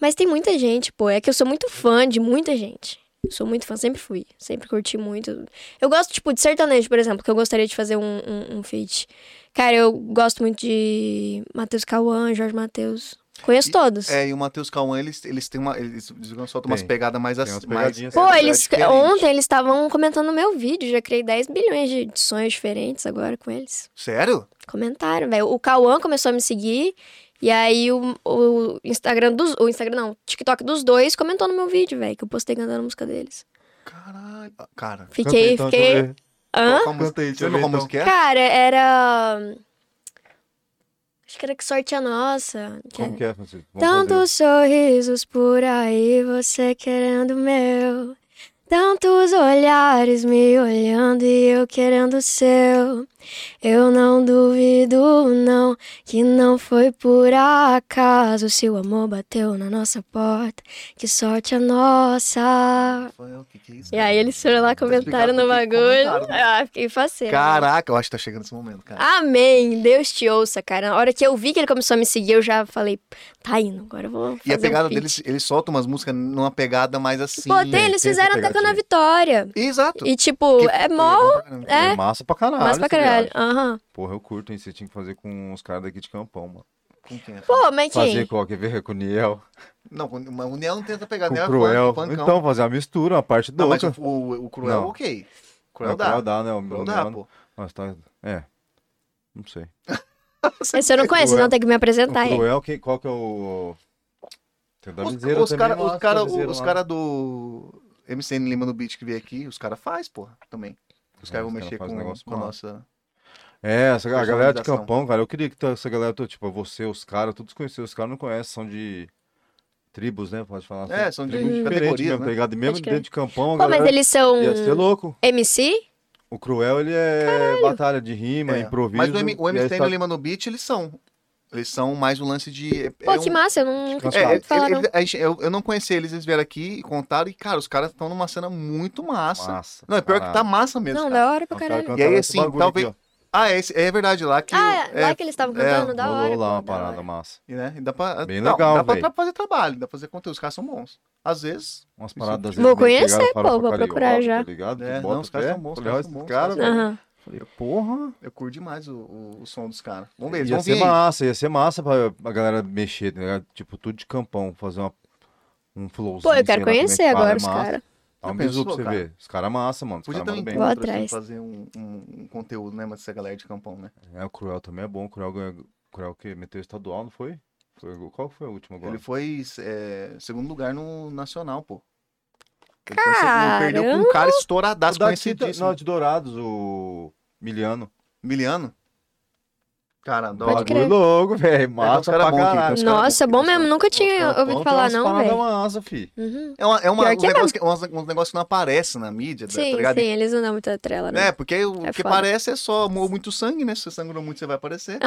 Mas tem muita gente, pô. É que eu sou muito fã de muita gente. Sou muito fã, sempre fui. Sempre curti muito. Eu gosto, tipo, de sertanejo, por exemplo, que eu gostaria de fazer um, um, um feat. Cara, eu gosto muito de Matheus Cauã, Jorge Matheus. Conheço
E-
todos.
É, e o Matheus Cauã, eles, eles têm uma. Eles eles soltam umas
Tem.
pegadas mais
Tem umas
assim.
pegadinhas.
Pô,
É
eles.
diferente.
Ontem eles estavam comentando o meu vídeo. Já criei 10 bilhões de de sonhos diferentes agora com eles.
Sério?
Comentaram, velho. O Cauã começou a me seguir. E aí o, o Instagram dos. O Instagram, não, o TikTok dos dois comentou no meu vídeo, velho. Que eu postei cantando a música deles.
Caralho. Ah, Cara.
Canta
Fiquei,
aí, então,
fiquei.
deixa eu ver.
Hã?
Qual música?
Canta aí, deixa
Você
eu
lembra
ver,
qual
então.
música é?
Cara, era. Acho que era que sorte a nossa. Que-
Como que é, Francisco? Vamos fazer.
Tantos sorrisos por aí, você querendo o meu. Tantos olhares me olhando e eu querendo o seu. Eu não duvido, não, que não foi por acaso. Se o amor bateu na nossa porta, que sorte a nossa.
Foi, o que que é isso?
E aí eles foram lá, comentaram no
explicado porque
bagulho.
comentaram, né?
Ah, fiquei faceira.
Caraca, eu acho que tá chegando esse momento,
Ah,
cara.
Amém, Deus te ouça, cara. Na hora que eu vi que ele começou a me seguir, eu já falei, tá indo, agora eu vou fazer
e a pegada
um feat.
deles, eles soltam umas músicas numa pegada mais assim.
Pô, tem, eles
tem essa
fizeram até com a Ana
pegadinha.
Vitória.
Exato.
E, tipo,
Que-
é mó...
É
É,
massa pra caralho.
mas pra
essa viagem.
caralho. Aham.
Porra, eu curto, hein? Você tinha que fazer com os caras daqui de Campão, mano.
Com quem? é?
Pô, mas
Fazer
quem?
com, quer ver, com o Niel,
Não, com- mas o Neo não tenta pegar
com
Neo
o
é
Cruel.
funk, funkão.
Então, fazer uma mistura, uma parte da
não, mas
outra.
o, o, o Cruel, é
Não.
ok.
Não,
Cruel
o
dá.
Cruel dá, né? O
Cruel
o
dá,
Neo-
pô.
Nossa, tá... É. Não sei.
Esse eu não conheço,
Cruel.
então tem que me
O
apresentar Então aí.
Cruel, quem, qual que é o... Tem o da
Os,
Viseira
os
também,
caras
lá,
os cara,
Viseira
os
lá.
cara do MCN Lima no Beat que veio aqui, os caras faz, porra, também. Os
É,
caras vão
os cara
mexer
faz
com,
um negócio
com a
massa.
nossa...
É, essa, a galera de
Personalização.
Campão, cara, eu queria que essa galera, toda, tipo, você, os caras, todos conhecidos, os caras não conhecem, são de tribos, né? Pode falar assim.
É, são de
tribos diferentes
categorias,
mesmo,
né?
tá ligado? E mesmo
Pode crer.
dentro de Campão, a
é. Pô, mas
galera
eles são
ia ser louco.
MC?
O Cruel, ele é batalha de rima,
É.
improviso.
Mas o, M, o
e aí
MCN
tá-
Lima no Beat, eles são. Eles são mais um lance de... é-
Pô,
é
que
um-
massa, eu não nunca
Descansado.
tinha
É,
ouvido falar,
ele-
não.
ele- a gente- eu, eu não conheci eles, eles vieram aqui e contaram, e, cara, os caras estão numa cena muito massa.
Massa.
Não, é pior que tá
caralho.
massa mesmo.
Não,
cara.
da hora pra
Os caras
caralho.
E aí,
cantaram esse
assim,
bagulho
talvez-
aqui,
Ah, é, esse- é verdade, lá que.
Ah,
o-
é, lá que eles estavam cantando,
ó.
da hora.
Rolou lá
pô,
uma
da hora.
parada massa.
E, né? E dá pra,
Bem
não,
legal,
dá pra,
véi.
pra fazer trabalho, dá pra fazer conteúdo. Os caras são bons. Às vezes.
Umas
Isso.
paradas...
Vou conhecer, pô, vou procurar já.
Tá ligado?
tipo É,
Tu
não,
bota
os caras
fé,
são bons, os
olha
caras
esse
são né? bons,
cara,
os caras são
velho.
Aham.
Falei, porra...
Eu curto demais o, o, o som dos caras. Vamos ver, eles
Ia
vão
ser
vir. aí.
massa, ia ser massa pra a galera mexer, tá ligado? Tipo, tudo de campão, fazer uma, um flowzinho.
Pô, eu
sei
quero
lá como é que
conhecer
fala,
agora
é
os
massa.
caras.
Dá um
Já pensou,
bizu pra você
cara?
ver. Os caras é massa, mano. Os
Podia
caras
ter um
mandam bem.
Vou
encontro assim,
atrás.
fazer um, um, um conteúdo, né? Mas essa galera de campão, né?
É, o Cruel também é bom. O Cruel ganhou. o Cruel que meteu estadual, não foi? Foi o- Qual foi o último agora?
Ele foi é, segundo lugar no Nacional, pô. Ele foi segundo,
Caramba!
perdeu pra um cara estouradaço,
o daqui, tá-
conhecidíssimo.
não, de Dourados, o Miliano.
Miliano? Cara, da hora.
Pode crer.
Bagulho louco, velho.
É, uns
Massa
cara
pra
bom aqui, então.
caralho.
Os caras
Nossa,
vão
bom
querer
mesmo, nunca tinha ouvido falar, não,
É
velho.
uma asa, fi.
Uhum.
É, uma, é, uma,
Pior
uns
que é
negócios que, uns, uns negócios que não aparece na mídia, tá- tá
Sim,
ligado?
sim, eles não dão muita trela, né?
É, porque o
É
que
foda.
parece é só mu- muito sangue, né? Se você sangrou muito, você vai
<laughs>
aparecer.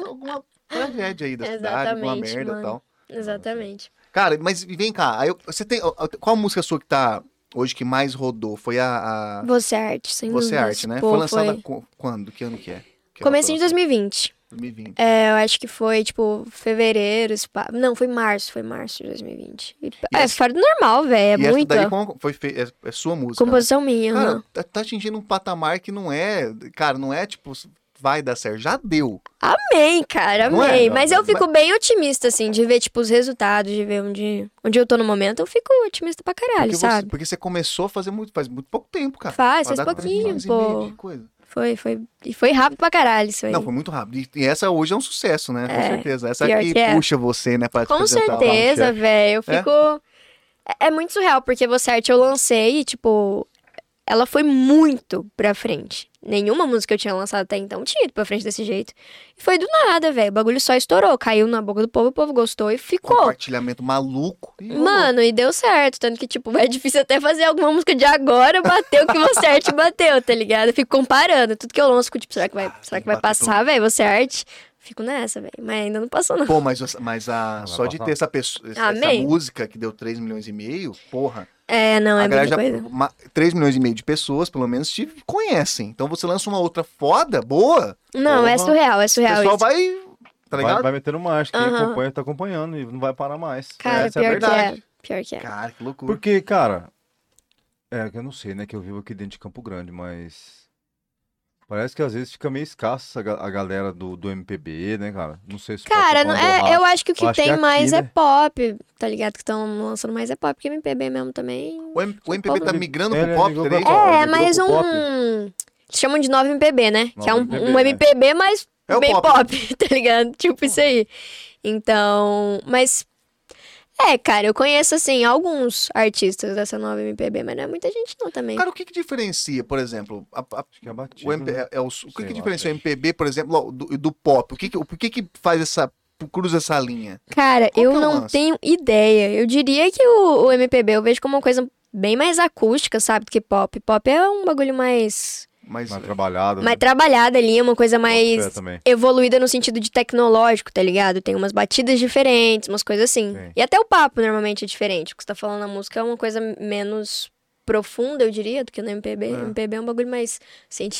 Ou alguma tragédia aí da cidade, alguma
Exatamente,
merda e
mano.
tal.
Exatamente.
Cara, mas vem cá, aí eu- você tem. ó, ó, Qual a música sua que tá hoje que mais rodou? Foi a. a-
Você é arte, sem
Tá. Você é
dúvidas.
Arte, né?
Pô,
foi lançada
foi.
co- quando? Que ano que é? Que ela
Comecinho de
foi lançada?
2020.
2020.
É, eu acho que foi, tipo, fevereiro, esse pa- não, foi março, foi março de 2020. E, é,
essa-
fora do normal, velho,
e
é
essa daí
muita
como foi fe... é, é sua música. né?
composição minha.
Cara,
aham.
tá, tá atingindo um patamar que não é. Cara, não é tipo. Vai dar certo. Já deu.
Amei, cara,
Não é?
amei. Mas eu
Mas-
fico bem otimista, assim, de ver, tipo, os resultados, de ver onde, onde eu tô no momento, eu fico otimista pra caralho,
Porque você,
sabe?
porque você começou a fazer muito. Faz muito pouco tempo, cara.
Faz,
Vai
faz
dar três
pouquinho,
anos e meio
pô.
de coisa.
Foi, foi, e foi rápido pra caralho isso aí.
Não, foi muito rápido. E- E essa hoje é um sucesso, né? Com
É,
certeza. Essa
pior
que
que é.
puxa você, né? Pra te
Com
apresentar lá.
um
certeza,
chefe.
velho, eu
É?
fico... É- É muito surreal, porque Você Arte eu lancei e, tipo, ela foi muito pra frente. Nenhuma música que eu tinha lançado até então tinha ido pra frente desse jeito. E foi do nada, velho. O bagulho só estourou, caiu na boca do povo, o povo gostou e ficou.
Compartilhamento maluco. E rolou.
Mano, e deu certo. Tanto que, tipo, <laughs> é difícil até fazer alguma música de agora bater o que você arte <laughs> bateu, tá ligado? Eu fico comparando. Tudo que eu lanço, fico, tipo, será que vai, será que vai
bateu
passar, velho? Você arte? Fico nessa, velho. Mas ainda não passou, não.
Pô, mas, essa- mas a,
vai
só de
passar.
ter essa, pessoa, essa
Amém.
música que deu 3 milhões e meio, porra.
É, não, é
a galera
muita
já.
coisa.
ma- 3 milhões e meio de pessoas, pelo menos, te conhecem. Então você lança uma outra foda, boa.
Não, é
Porra.
surreal, é
O
surreal
pessoal
isso.
vai. Tá
vai,
ligado?
vai metendo marcha. Quem
Aham.
acompanha, tá acompanhando e não vai parar mais.
Cara,
Essa é a
pior que é.
verdade.
Pior que é.
Cara, que loucura.
Porque, cara, é que eu não sei, né, que eu vivo aqui dentro de Campo Grande, mas parece que às vezes fica meio escassa a, ga- a galera do, do MPB, né, cara? Não sei se o pessoal
Cara, não-
tá falando do
é, eu
rato.
acho que o que
acho que
tem
aqui,
mais é
né?
pop, tá ligado? Que estão lançando mais é pop, porque MPB mesmo também.
O, M- o MPB tá
né?
Ele-
migrando
ele
pro pop
migrou
também?
né, pra pop.
É,
ele
mais um.
virou pop.
Eles chamam de 9 MPB, né? que é um,
Nova MPB,
um
é.
MPB, mas
É o
bem
pop.
pop. <laughs> tá ligado? Tipo isso aí. Então. Mas. É, cara, eu conheço, assim, alguns artistas dessa nova MPB, mas não é muita gente, não, também.
Cara, o que que diferencia, por exemplo, a- a-
Acho que é batida.
o, MP,
né?
é, é o, o que
Sei
que
lá,
diferencia o
velho.
MPB, por exemplo, do, do pop? O que que, o que que faz essa... cruza essa linha?
Cara,
Qual
eu
que é o
não
lance?
tenho ideia. Eu diria que o, o MPB eu vejo como uma coisa bem mais acústica, sabe? Do que pop. Pop é um bagulho mais.
Mas,
Mais trabalhado.
mais trabalhada ali, é uma coisa
É,
mais
né? também.
evoluída no sentido de tecnológico, tá ligado? Tem umas batidas diferentes, umas coisas assim.
Sim.
E até o papo normalmente é diferente. O que você tá falando na música é uma coisa menos profunda, eu diria, do que no MPB.
É.
MPB é um bagulho mais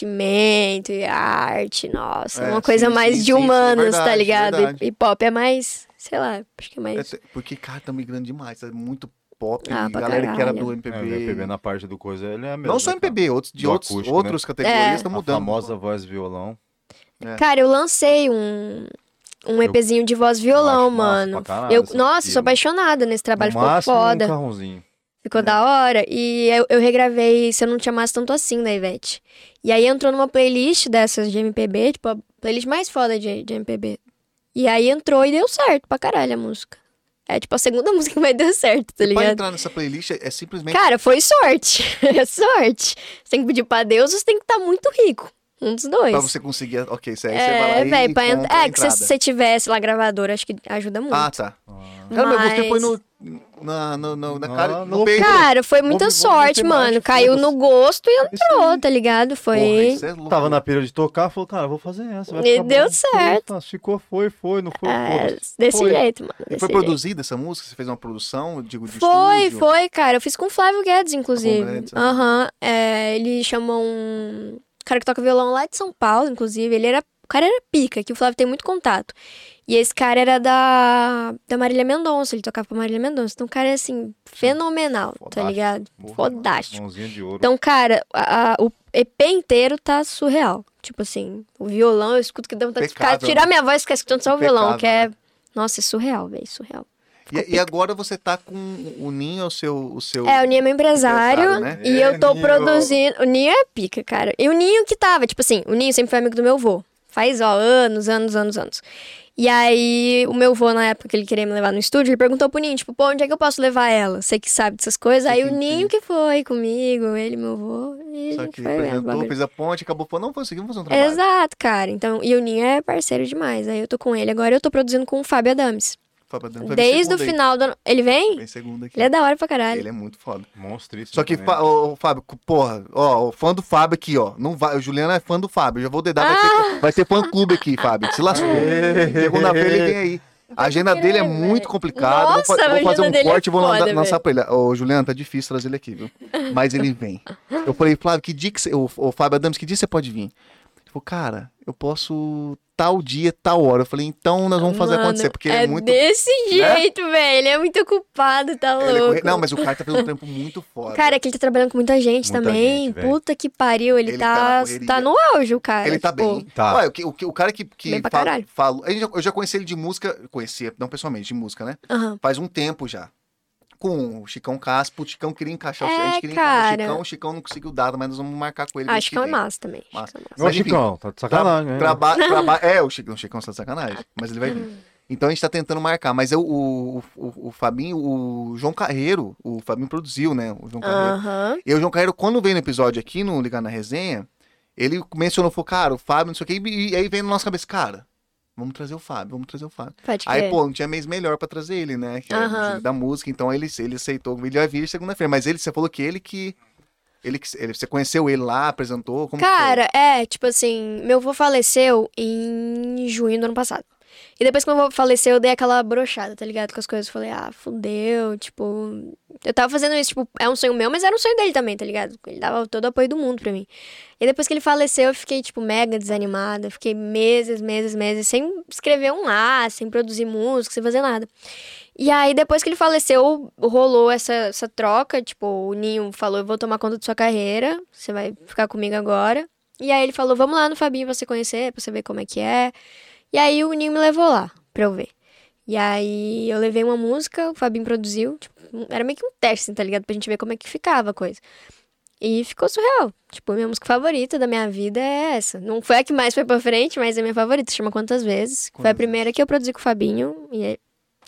sentimento e arte, nossa.
É,
uma coisa
sim,
mais
sim,
de
sim, sim,
humanos,
verdade,
tá ligado? E-
verdade.
E, pop é mais, sei lá, acho que é mais...
É, te- porque, cara, tá migrando demais. É muito pop.
Ah,
e
pra
galera que era
caralho.
do
É, o
MPB.
MPB na parte do coisa, ele é a mesma.
não só
cara.
MPB, outros, de
Do
outros,
acústico, né?
outras categorias
É.
estão
A
tá mudando.
famosa voz violão.
Cara, eu lancei um, um EPzinho de voz e
Eu
violão,
acho massa
mano.
pra caralho
Eu,
essa
nossa, eu sou
pira. né?
apaixonada nesse trabalho,
No
ficou
máximo,
foda.
um carrãozinho.
Ficou da hora. E eu, eu regravei Se Eu Não Te Amasse Tanto Assim, da Ivete. E aí entrou numa playlist dessas de MPB, tipo, a playlist mais foda de, de MPB. E aí entrou e deu certo pra caralho a música. É tipo a segunda <laughs> música que mais deu certo, tá
Pra
então,
ligado?
entrar nessa playlist é, é simplesmente.
Cara, foi sorte. <laughs> é sorte. Você tem que pedir pra Deus ou você tem que estar muito rico. Um dos dois.
Pra você conseguir. Ok, isso aí você vai lá.
é,
e-
velho,
e
pra
compra
entrar.
a
É, que se
entrada.
você tivesse lá gravadora, acho que ajuda muito.
Ah, tá. Cara, mas você foi no. Na, no, no- na
Na-
cara.
no
No peito.
Cara, foi muita
Vamos- vamos
sorte,
ter
mano.
mais,
Caiu no
foda-se.
gosto e
isso
entrou, tá ligado? Foi.
Porra, isso é louco.
Tava na pira de tocar, falou, cara, vou fazer essa. vai
E
ficar
deu
bom.
certo.
Puta, Ficou, foi, foi, não foi,
É,
foda-se.
desse
Foi.
jeito, mano.
E
desse
foi
jeito.
produzida essa música? Você fez uma produção? eu Digo, de
Foi,
estúdio?
foi, cara. Eu fiz com o Flávio Guedes, inclusive.
Guedes, né?
Aham. É, ele chamou um cara que toca violão lá de São Paulo, inclusive. Ele era. O cara era pica, que o Flávio tem muito contato. E esse cara era da, da Marília Mendonça, ele tocava pra Marília Mendonça. Então o cara é assim, fenomenal, tá
Fodástico.
ligado?
Porra,
Fodástico.
Mãozinha de ouro.
Então, cara, a- a- o EP inteiro tá surreal. Tipo assim, o violão, eu escuto que dá vontade de
Impecável, né?
ficar. Tirar minha voz e ficar escutando só o violão,
Impecável, né?
que é. Nossa, é surreal, velho, surreal.
E, e agora você tá com o Ninho, o seu. O seu...
É, o Ninho é meu empresário.
Empresário, né?
E
É,
eu tô
Ninho.
produzindo. O Ninho é pica, cara. E o Ninho que tava, tipo assim, o Ninho sempre foi amigo do meu avô. Faz, ó, anos, anos, anos, anos. E aí, o meu avô, na época que ele queria me levar no estúdio, ele perguntou pro Ninho, tipo, pô, onde é que eu posso levar ela? Você que sabe dessas coisas. Aí o Ninho que foi comigo, ele, meu avô, e a
Só
gente
que
foi vendo o
apresentou,
bagulho.
fez a ponte, acabou. Pô, não conseguimos fazer um trabalho.
Exato, cara. Então, e o Ninho é parceiro demais. Aí eu tô com ele. Agora eu tô produzindo com o Fábio Adams.
Fábio Adams vai vir
Desde o
segunda aí.
final do ano. Ele vem?
Vem segunda aqui.
Ele é da hora pra caralho.
Ele é muito foda.
Monstríssimo.
Só que,
é também.
Fá- ô, ô, Fábio, cu- porra, ó, o fã do Fábio aqui, ó. Não vai, o Juliano é fã do Fábio. eu Já vou dedar, vai,
Ah!
ter, vai ter fã clube aqui, Fábio. Se lascou. Segunda-feira ele vem aí. A agenda
crer,
dele é
velho.
muito complicada. Vou, fa- vou
Nossa, a
fazer
agenda
um
dele é
corte e vou
foda,
lançar, lançar pra ele. Ô, Juliano, tá difícil trazer ele aqui, viu? Mas ele vem. Eu falei, Flávio, que dia que você. Ô, ô, Fábio Adams, que dia você pode vir? Ele falou, cara, eu posso tal dia, tal hora. Eu falei, então nós vamos fazer
Mano,
acontecer, porque ele é muito.
desse
né?
jeito, velho. Ele é muito ocupado, tá
ele é corre-
louco.
Não, mas o cara tá fazendo um trampo muito foda.
Cara, é que ele tá trabalhando com muita gente
Muita
também.
gente, velho.
Puta que pariu. Ele,
Ele tá
tá,
na correria.
tá no auge, o cara.
Ele tá
tipo,
bem.
Tá.
Ué, o, que- o que- o cara que, que
Bem pra
fala-
caralho.
falou- eu já- Eu já conheci ele de música. Conhecia, não pessoalmente, de música, né?
aham.
Faz um tempo já. Com o Chicão Caspo, o Chicão queria encaixar o Chicão. A
É,
gente queria encaixar o
cara.
Chicão, o Chicão não conseguiu data, mas nós vamos marcar com ele. mês
Acho que é
vem.
massa também. acho que é massa.
Mas
Ô,
enfim,
Chicão, tá de
Tra
<laughs>
sacanagem, né?
é, traba- traba- é, o Chicão, o Chicão está de sacanagem, tá mas ele vai vir. Então a gente tá tentando marcar, mas eu, o, o, o Fabinho, o João Carreiro, o Fabinho produziu, né? O João Carreiro.
Aham.
E o João Carreiro, quando veio no episódio aqui, no Ligar na Resenha, ele mencionou, falou, cara, o Fábio, não sei o quê, e, e aí vem na nossa cabeça, cara, vamos trazer o Fábio, vamos trazer o Fábio.
Pode crer.
Aí, pô, não tinha mês melhor pra trazer ele, né? Que é o
é. Aham.
dia da música, então ele, ele aceitou, ele vai vir segunda-feira, mas ele, você falou que ele que... Ele, que- ele- você conheceu ele lá, apresentou, como que foi?
Cara, é, tipo assim, meu avô faleceu em junho do ano passado. E depois que meu avô faleceu, eu dei aquela brochada, tá ligado? Com as coisas. Eu Falei, ah, fudeu, tipo. Eu tava fazendo isso, tipo, é um sonho meu, mas era um sonho dele também, tá ligado? Ele dava todo o apoio do mundo pra mim. E depois que ele faleceu, eu fiquei, tipo, mega desanimada. Fiquei meses, meses, meses, sem escrever um A, sem produzir música, sem fazer nada. E aí, depois que ele faleceu, rolou essa, essa troca. Tipo, o Ninho falou: Eu vou tomar conta de sua carreira, você vai ficar comigo agora. E aí ele falou: Vamos lá no Fabinho pra você conhecer, pra você ver como é que é. E aí o Ninho me levou lá pra eu ver. E aí eu levei uma música, o Fabinho produziu. Tipo, um- era meio que um teste, assim, tá ligado? Pra gente ver como é que ficava a coisa. E ficou surreal. Tipo, minha música favorita da minha vida é essa. Não foi a que mais foi pra frente, mas é a minha favorita. Chama Quantas Vezes. foi a
Quantas
primeira que eu produzi com o Fabinho. E é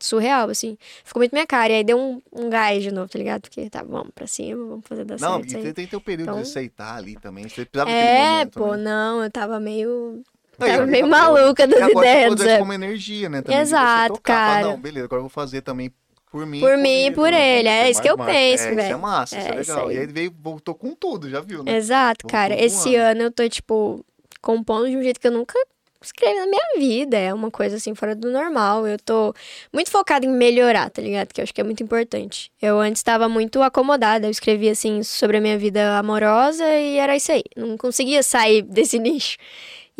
surreal, assim. Ficou muito minha cara. E aí deu um, um gás de novo, tá ligado? Porque tá, vamos pra cima, vamos fazer dar
Não,
certo.
e
isso aí.
tem, tem que ter um período
Então-
de aceitar ali também. Você precisava daquele
É,
momento,
pô,
né?
não, eu tava meio.
Aí,
Tava
ó,
meio
e
Tá maluca das
agora você
ideias.
pôs isso
é.
como energia, né? Também de você
Exato,
tocar, falar,
cara.
não, beleza, agora eu vou fazer também por mim. e
é. Por mim e por
né?
ele. É
Tem
isso que eu
mais
É,
penso,
isso é
velho.
massa, isso é
É, isso
legal.
aí. É.
E aí veio, voltou com tudo, já viu, né?
Exato,
Voltou
cara.
com um
Esse ano eu tô, tipo, compondo de um jeito que eu nunca escrevi na minha vida. É uma coisa, assim, fora do normal. Eu tô muito focada em melhorar, tá ligado? Que eu acho que é muito importante. Eu antes tava muito acomodada. Eu escrevia, assim, sobre a minha vida amorosa e era isso aí. Não conseguia sair <laughs> desse nicho.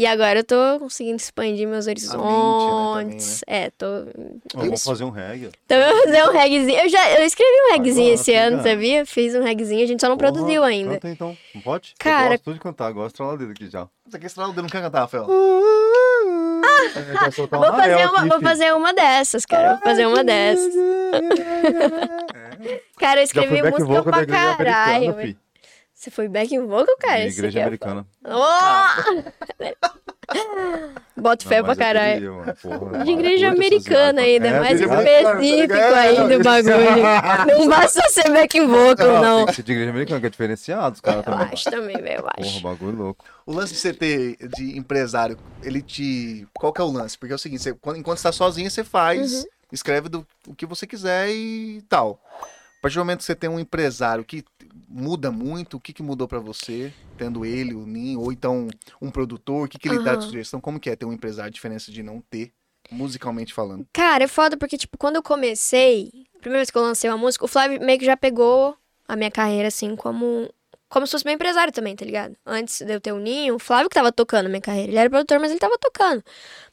E agora eu tô conseguindo expandir meus
né,
horizontes. É, tô.
Ó, vamos fazer um reggae.
Então eu vou fazer um reggazinho. Eu já eu escrevi um
Vai,
reggazinho
vai,
esse
vai,
ano,
vai.
sabia? Fiz um reggazinho, a gente só não
Porra,
produziu ainda.
Canta então, não pode?
Cara-
Eu gosto tudo de cantar, gosto da dele aqui já.
Você quer estralar o dedo, não quer cantar, Rafael?
É, vai soltar um
Ah! Vou
amarelo
fazer, uma,
aqui,
vou
filho.
fazer uma dessas, cara. Vou fazer uma dessas. Cara, eu
Já
escrevi
foi back
música
vocal da
pra
igreja
caralho.
americana,
velho.
filho.
Você foi back vocal, cara?
Da
Isso
igreja
aqui é-
americana.
Oh! Bota fé
Não,
pra
mas é eu
caralho.
queria, mano, é porra,
De igreja
curta essas
americana
imagens.
ainda,
É,
mais
tá ligado?
específico
É,
ainda o bagulho. Não basta ser back vocal, não.
Tem que ser de igreja americana, que é diferenciado, os caras
Eu
também.
acho também, velho, eu
Porra,
acho.
bagulho louco.
O lance de você ter de empresário, ele te. Qual que é o lance? Porque é o seguinte, você, quando- enquanto você tá sozinho, você
Uhum.
faz, escreve do, o que você quiser e tal. A partir do momento que você tem um empresário que muda muito, o que, que mudou pra você, tendo ele, o Ninho, ou então um produtor, o que, que ele dá de
Aham.
sugestão? Como que é ter um empresário, a diferença de não ter, musicalmente falando?
Cara, é foda porque, tipo, quando eu comecei, a primeira vez que eu lancei uma música, o Flávio meio que já pegou a minha carreira, assim, como. Como se fosse meu empresário também, tá ligado? Antes de eu ter o Ninho, o Flávio que tava tocando a minha carreira. Ele era produtor, mas ele tava tocando.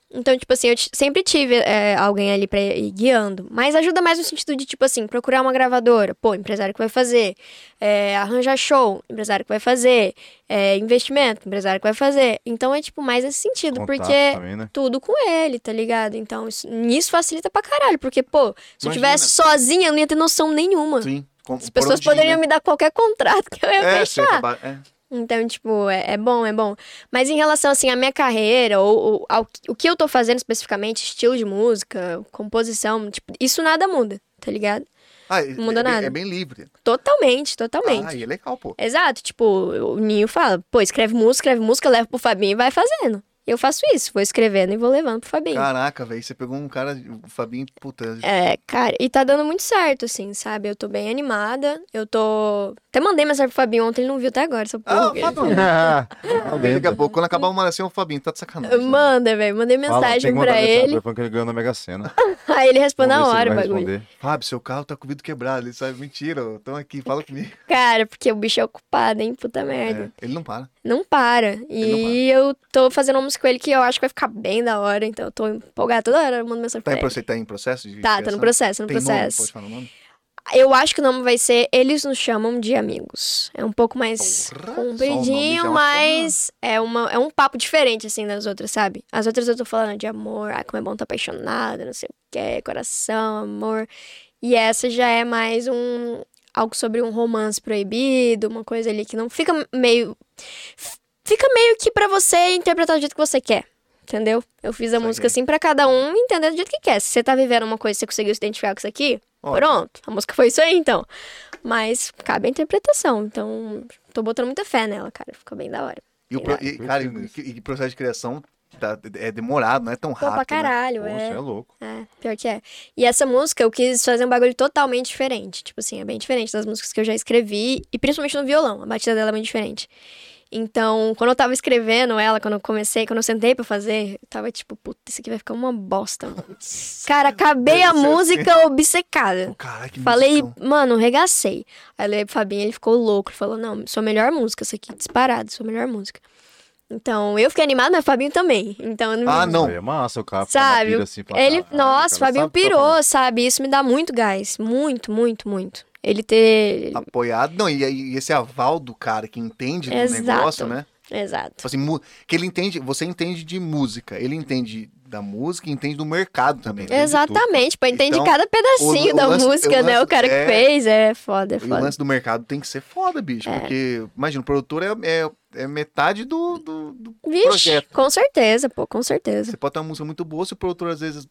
Então, tipo assim, eu ti- sempre tive é, alguém ali pra ir guiando. Mas ajuda mais no sentido de, tipo assim, procurar uma gravadora. Pô, empresário que vai fazer. É, arranjar show, empresário que vai fazer. É, investimento, empresário que vai fazer. Então é, tipo, mais nesse sentido.
Contato
porque
também,
<laughs>
né?
tudo com ele, tá ligado? Então, isso, nisso facilita pra caralho, porque, pô, se eu
Imagina.
tivesse sozinha, eu não ia ter noção nenhuma.
Sim. com-
As
por
pessoas
onde ir,
poderiam
né?
me dar qualquer contrato que eu ia
É, você
fechar.
acaba- é.
Então, tipo, é, é bom, é bom. Mas em relação, assim, à minha carreira, ou, ou ao, que- o que eu tô fazendo especificamente, estilo de música, composição, tipo, isso nada muda, tá ligado?
Ah, é-
Não muda
é bem-
nada.
É bem livre.
Totalmente, totalmente.
Ah, e é legal, pô.
Exato, tipo, o Ninho fala, pô, escreve música, escreve música, leva pro Fabinho e vai fazendo. Eu faço isso, vou escrevendo e vou levando pro Fabinho.
Caraca, velho, você pegou um cara, o Fabinho, puta,
É, cara, e tá dando muito certo, assim, sabe? Eu tô bem animada. Eu tô. Até mandei mensagem pro Fabinho ontem, ele não viu até agora, só
Ah,
porra.
Fabinho.
Tá
Daqui a
lendo.
pouco, quando acabar o Maracinho, o Fabinho tá de sacanagem.
Eu-
né?
Manda, velho. Mandei
Fala, tem
mensagem
que mandar
pra
mensagem
ele.
pra ele que ele ganhou na Mega Sena.
<laughs> Aí ele responde na
Vamos ver se
hora
ele
o
vai
bagulho.
responder.
Fábio, seu carro tá com o vidro quebrado, ele sabe, mentira, estão aqui, fala comigo.
Cara, porque o bicho é ocupado, hein? Puta merda.
É, ele não para.
Não para.
Ele
E eu tô fazendo uma música com ele que eu acho que vai ficar bem da hora. Então eu tô empolgada toda hora, eu mando mensagem
Tá
pra
em,
ele.
proce- tá em processo de
É. Tá, tá no
criação?
processo, no
Tem nome,
processo.
pode falar o nome?
Eu acho que o nome vai ser Eles Nos Chamam de Amigos. É um pouco mais
Porra, só o nome já é
compridinho,
uma
mas é, uma, é um papo diferente, assim, das outras, sabe? As outras eu tô falando de amor, ai, como é bom tá apaixonada, não sei o quê, coração, amor. E essa já é mais um... Algo sobre um romance proibido, uma coisa ali que não fica meio... Fica meio que pra você interpretar do jeito que você quer, Entendeu? Eu fiz a
Saquei.
música assim pra cada um entender do jeito que quer. Se você tá vivendo uma coisa e você conseguiu se identificar com isso aqui,
Ótimo.
pronto. A música foi isso aí, então. Mas cabe a interpretação. Então, tô botando muita fé nela, cara. Ficou bem da hora.
E, o pro- e, cara, e, e- e processo de criação tá- é demorado, não é tão
Pô,
rápido.
pra caralho,
Poxa,
é.
é louco.
É, pior que é. E essa música, eu quis fazer um bagulho totalmente diferente. Tipo assim, é bem diferente das músicas que eu já escrevi, e principalmente no violão. A batida dela é muito diferente. Então, quando eu tava escrevendo ela, quando eu comecei, quando eu sentei pra fazer, eu tava tipo, puta, isso aqui vai ficar uma bosta, mano. Cara, acabei a
Deve ser
música obcecada.
né? Caralho, que
Falei,
musicão.
mano, regacei. Aí eu liguei pro Fabinho, ele ficou louco. Ele falou, não, sua melhor música, isso aqui, disparado, sua melhor música. Então, eu fiquei animada, mas o Fabinho também. Então, eu
Ah, não.
Aí é massa, o cara fica na
Sabe,
pira assim, fala,
ele,
"Caralho,
nossa,
cara
o Fabinho
tá
sabe tocar
pirou, sabe? Isso me dá muito gás. Muito, muito, muito. Ele ter.
Tá Apoiado. Não, e, e esse aval do cara que entende do
Exato.
negócio, né? Tipo
Exato.
assim, mu- que ele entende, você entende de música, ele entende da música e entende do mercado também.
É,
Exatamente, pô, entende
Então,
cada pedacinho
o- o
da
lance-
música,
o
né?
lance-
O cara
é.
que fez, é foda,
E
é
o
foda.
lance do mercado tem que ser foda, bicho.
É.
Porque, imagina, o produtor é, é, é metade do, do, do
Vixe,
projeto.
com certeza, pô, com certeza.
Você pode ter uma música muito boa, se o produtor às vezes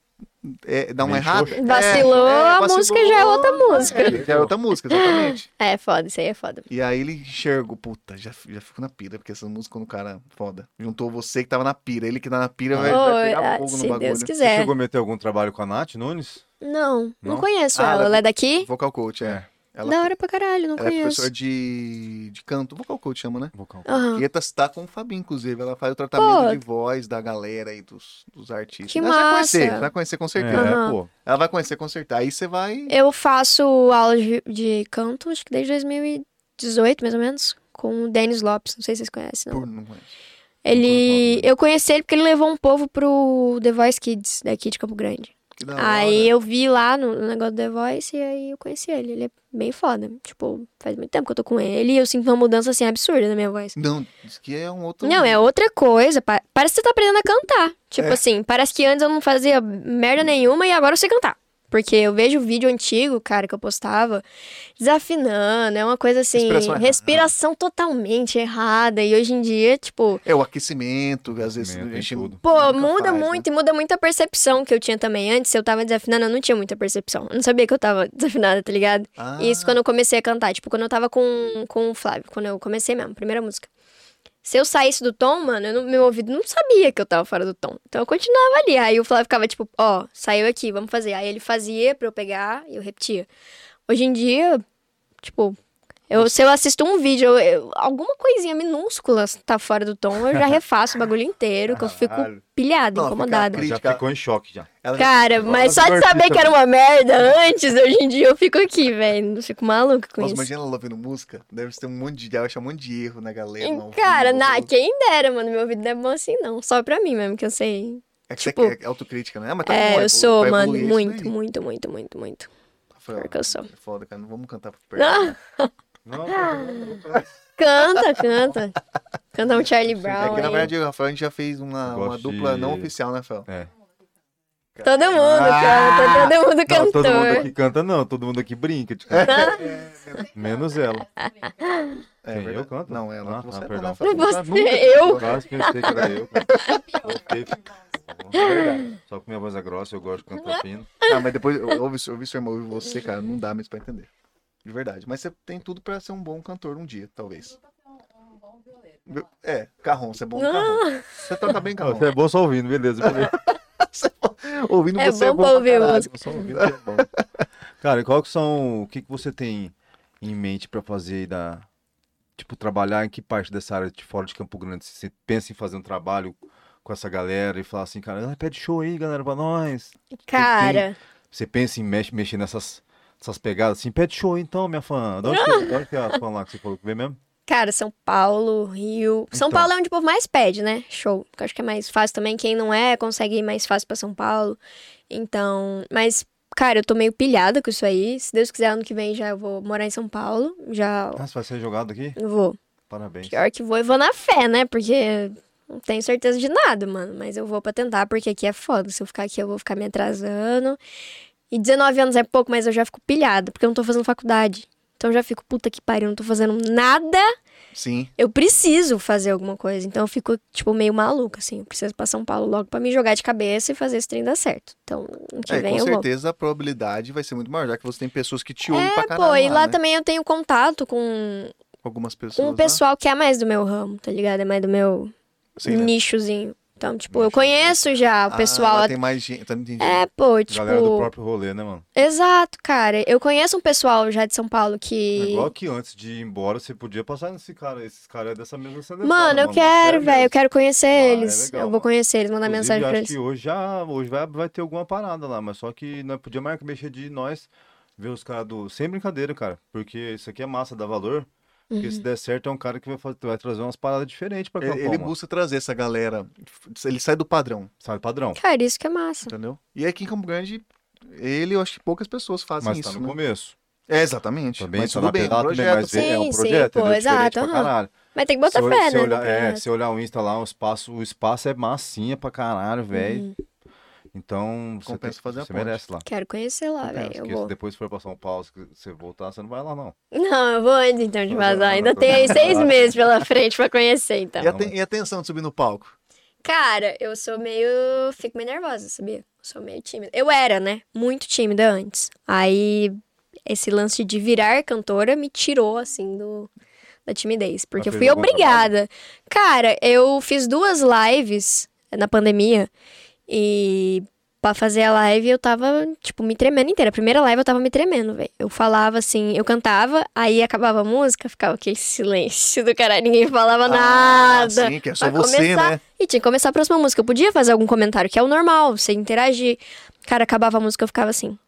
é, dá uma
Meio
errada.
xoxo.
Vacilou, a música já é outra música.
É, já é outra música, exatamente.
É foda, isso aí é foda.
E aí ele enxergou, puta, já, já fico na pira, porque essa música quando o cara foda. Juntou você que tava na pira, ele que tá na pira vai, vai
Ô,
pegar
ah,
fogo
se
no bagulho.
Deus
Você
quiser.
chegou a meter algum trabalho com a Nath Nunes?
Não, não,
Não?
conheço
Ah,
ela.
ela-
Ela é daqui?
Vocal coach, é. Ela,
da hora pra caralho, não
ela é
conheço.
professora de, de canto, vocal coach chama, né?
Vocal.
Aham.
E ela tá com o Fabinho, inclusive. Ela faz o tratamento
Ah. Pô.
de voz da galera aí, dos, dos artistas.
Que
ela vai conhecer,
massa.
vai conhecer com
É,
certeza.
Aham.
pô.
Ela vai conhecer com certeza. Aí você vai.
Eu faço aula de, de canto, acho que desde 2018, mais ou menos, com o Denis Lopes. Não sei se vocês conhecem, não.
Por... não é.
Ele. Eu conheci ele porque ele levou um povo pro The Voice Kids, daqui de Campo Grande.
Que Ah, da
aí
hora.
eu vi lá no, no negócio do The Voice e aí eu conheci ele. Ele é bem foda. Tipo, faz muito tempo que eu tô com ele e eu sinto uma mudança assim absurda na minha voz.
Não, isso que é um outro.
Não, é outra coisa. pa- Parece que você tá aprendendo a cantar.
É.
Tipo assim, parece que antes eu não fazia merda nenhuma e agora eu sei cantar. Porque eu vejo vídeo antigo, cara, que eu postava, desafinando, é uma coisa assim,
Respiração errada.
respiração totalmente errada. E hoje em dia, tipo,
É o aquecimento, às vezes.
Aquecimento,
a gente
tem tudo.
Pô,
nunca
muda
faz, né?
muito, e muda muito a percepção que eu tinha também. Antes, eu tava desafinando, eu não tinha muita percepção. Eu não sabia que eu tava desafinada, tá ligado?
Ah.
E Isso quando eu comecei a cantar, tipo, quando eu tava com, com o Flávio, quando eu comecei mesmo, primeira música. Se eu saísse do tom, mano, eu não- meu ouvido não sabia que eu tava fora do tom. Então eu continuava ali. Aí o Flávio ficava tipo, ó, saiu aqui, vamos fazer. Aí ele fazia pra eu pegar e eu repetia. Hoje em dia, tipo, eu, se eu assisto um vídeo, eu- eu- alguma coisinha minúscula tá fora do tom, eu
<laughs>
já refaço o bagulho inteiro, que eu fico
Caralho.
pilhada,
Não,
incomodada.
fica
Já
Crítica.
ficou em choque já.
Ela-
Cara, mas só de saber que era uma merda antes, hoje em dia eu fico aqui, velho. Eu Fico maluca com
Nossa,
isso.
imagina ela ouvindo música. Deve ter um monte de. Deve achar um monte de erro na galera.
Em-
no ao
Cara,
vivo.
na, tipo quem dera, mano. Meu ouvido não é bom assim, não. Só pra mim mesmo, que eu sei.
É que você
tipo-
é é autocrítica, né? Ah, Mas tá bom,
É,
vai
eu sou,
evolu- vai
mano.
evoluir isso
Muito,
daí.
muito, muito, muito, muito.
Rafael,
pior que eu sou.
é Foda, cara. Não vamos cantar por perto. É
Ah,
Não,
canta, canta. Canta um Charlie
É
Brown.
que, na
aí.
verdade, o Rafael, a gente já fez uma, uma
Gosto
dupla
de-
não oficial, né, Rafael?
é.
Todo mundo
Ah!
canta, todo mundo
Não, todo mundo
cantor.
aqui canta, não. Todo mundo aqui brinca. de cantar. Menos ela. Quem, eu
É verdade.
canto?
Não, ela.
Ah,
você
tá,
não,
perdão.
né,
Não,
Rafael?
Você,
Eu
eu.
quase pensei que era eu. cara. Eu fiquei-
<laughs>
Só que minha voz é grossa, eu gosto de cantar fino.
Ah, mas depois eu ouvi, eu ouvi seu irmão ouvir você, cara, não dá mais pra entender. De verdade. Mas você tem tudo pra ser um bom cantor um dia, talvez. Vi- É, carrom, você é
Ah!
bom no carrom. Você toca bem
Não,
carrom.
Você é bom só ouvindo, beleza.
<laughs> Ouvindo
É
você é
bom
bom
pra ouvir
caralho.
música.
Só ouvindo que é bom. Cara, e qual que são. O que, que você tem em mente pra fazer aí da. Tipo, trabalhar em que parte dessa área de fora de Campo Grande? Você pensa em fazer um trabalho com essa galera e falar assim, cara, "Ah, pede show aí, galera, pra nós.
um
Cara,
Você pensa em mex- mexer nessas, nessas pegadas assim, pede show aí então, minha fã. De onde,
Ah.
que, de onde que é a fã lá que você falou que veio mesmo?
cara, São Paulo, Rio. São
Então.
Paulo é onde o povo mais pede, né? Show. Eu acho que é mais fácil também. Quem não é, consegue ir mais fácil pra São Paulo. Então, mas. Cara, eu tô meio pilhada com isso aí. Se Deus quiser, ano que vem já eu vou morar em São Paulo. Já
Ah, você vai ser jogado aqui?
eu vou.
Parabéns.
Pior que vou e vou na fé, né? Porque não tenho certeza de nada, mano. Mas eu vou pra tentar, porque aqui é foda. Se eu ficar aqui, eu vou ficar me atrasando. E 19 anos é pouco, mas eu já fico pilhada, porque eu não tô fazendo faculdade. Então eu já fico, puta que pariu, não tô fazendo nada.
<laughs> Sim.
Eu preciso fazer alguma coisa. Então eu fico, tipo, meio maluca, assim. Eu preciso pra São Paulo logo pra me jogar de cabeça e fazer esse trem dar certo. Então, ano que
É,
vem
com
eu vou.
certeza a probabilidade vai ser muito maior, já que você tem pessoas que te olham pra
É,
caralho.
pô, e lá
né?
também eu tenho contato com,
Algumas pessoas.
com o
lá.
pessoal que é mais do meu ramo, tá ligado? É mais do meu
Sim, né?
nichozinho. Então, tipo, eu conheço já o
Ah,
pessoal.
lá tem mais gente. Então, entendi.
É, pô, tipo.
Galera do próprio rolê, né, mano?
Exato, cara. Eu conheço um pessoal já de São Paulo
É
que.
Igual que antes de ir embora, você podia passar nesse cara, esses caras dessa mesma seleção.
Mano, eu quero, velho. Eu quero conhecer
Ah, é
eles.
legal,
eu vou
mano.
conhecer eles, mandar mensagem
acho
pra eles.
que hoje já, hoje vai, vai ter alguma parada lá, mas só que nós podia marcar mexer de nós ver os caras do sem brincadeira, cara, porque isso aqui é massa, dá valor. Porque
Uhum.
se der certo é um cara que vai, fazer- vai trazer umas paradas diferentes pra
Ele,
Capão,
ele
mano.
busca trazer essa galera. Ele sai do padrão,
Sabe padrão.
Cara, isso que é massa.
entendeu? E aqui em Campo Grande, ele, eu acho que poucas pessoas fazem
Mas
isso.
tá no
né?
começo.
É, exatamente.
Também
mas
tá
tudo
na
bem, é um
pegada também,
projeto.
mas é é
Sim,
um projeto,
sim, pô,
entendeu? Diferente
exato,
pra
aham.
caralho.
Mas tem que botar
se,
fé,
se
né?
olhar, é,
Porque-
se olhar o Insta lá, o espaço, o espaço é massinha pra caralho, velho.
Uhum.
Então, você,
Compensa
tem-
fazer a
você
ponte.
merece lá.
Quero conhecer lá,
Compensa,
velho. Eu
que
vou.
se depois for pra São Paulo, se você voltar, você não vai lá, não.
Não, eu vou antes então de
Não,
vazar.
não,
Ainda
não,
tem aí
não.
seis meses pela frente pra conhecer, então.
E, a ten- e a tensão de subir no palco?
Cara, eu sou meio. Fico meio nervosa, sabia? Eu sou meio tímida. Eu era, né? Muito tímida antes. Aí, esse lance de virar cantora me tirou, assim, do. Da timidez, porque eu
fez
fui
algum
obrigada. Cara, eu fiz duas lives na pandemia e pra fazer a live eu tava, tipo, me tremendo inteira. A primeira live eu tava me tremendo, velho. Eu falava assim, eu cantava, aí acabava a música, ficava aquele <laughs> silêncio do caralho, ninguém falava
Ah,
nada.
sim, que é só
Pra
você,
começar.
né?
E tinha que começar a próxima música. Eu podia fazer algum comentário, que é o normal, você interagir. Cara, acabava a música, eu ficava assim.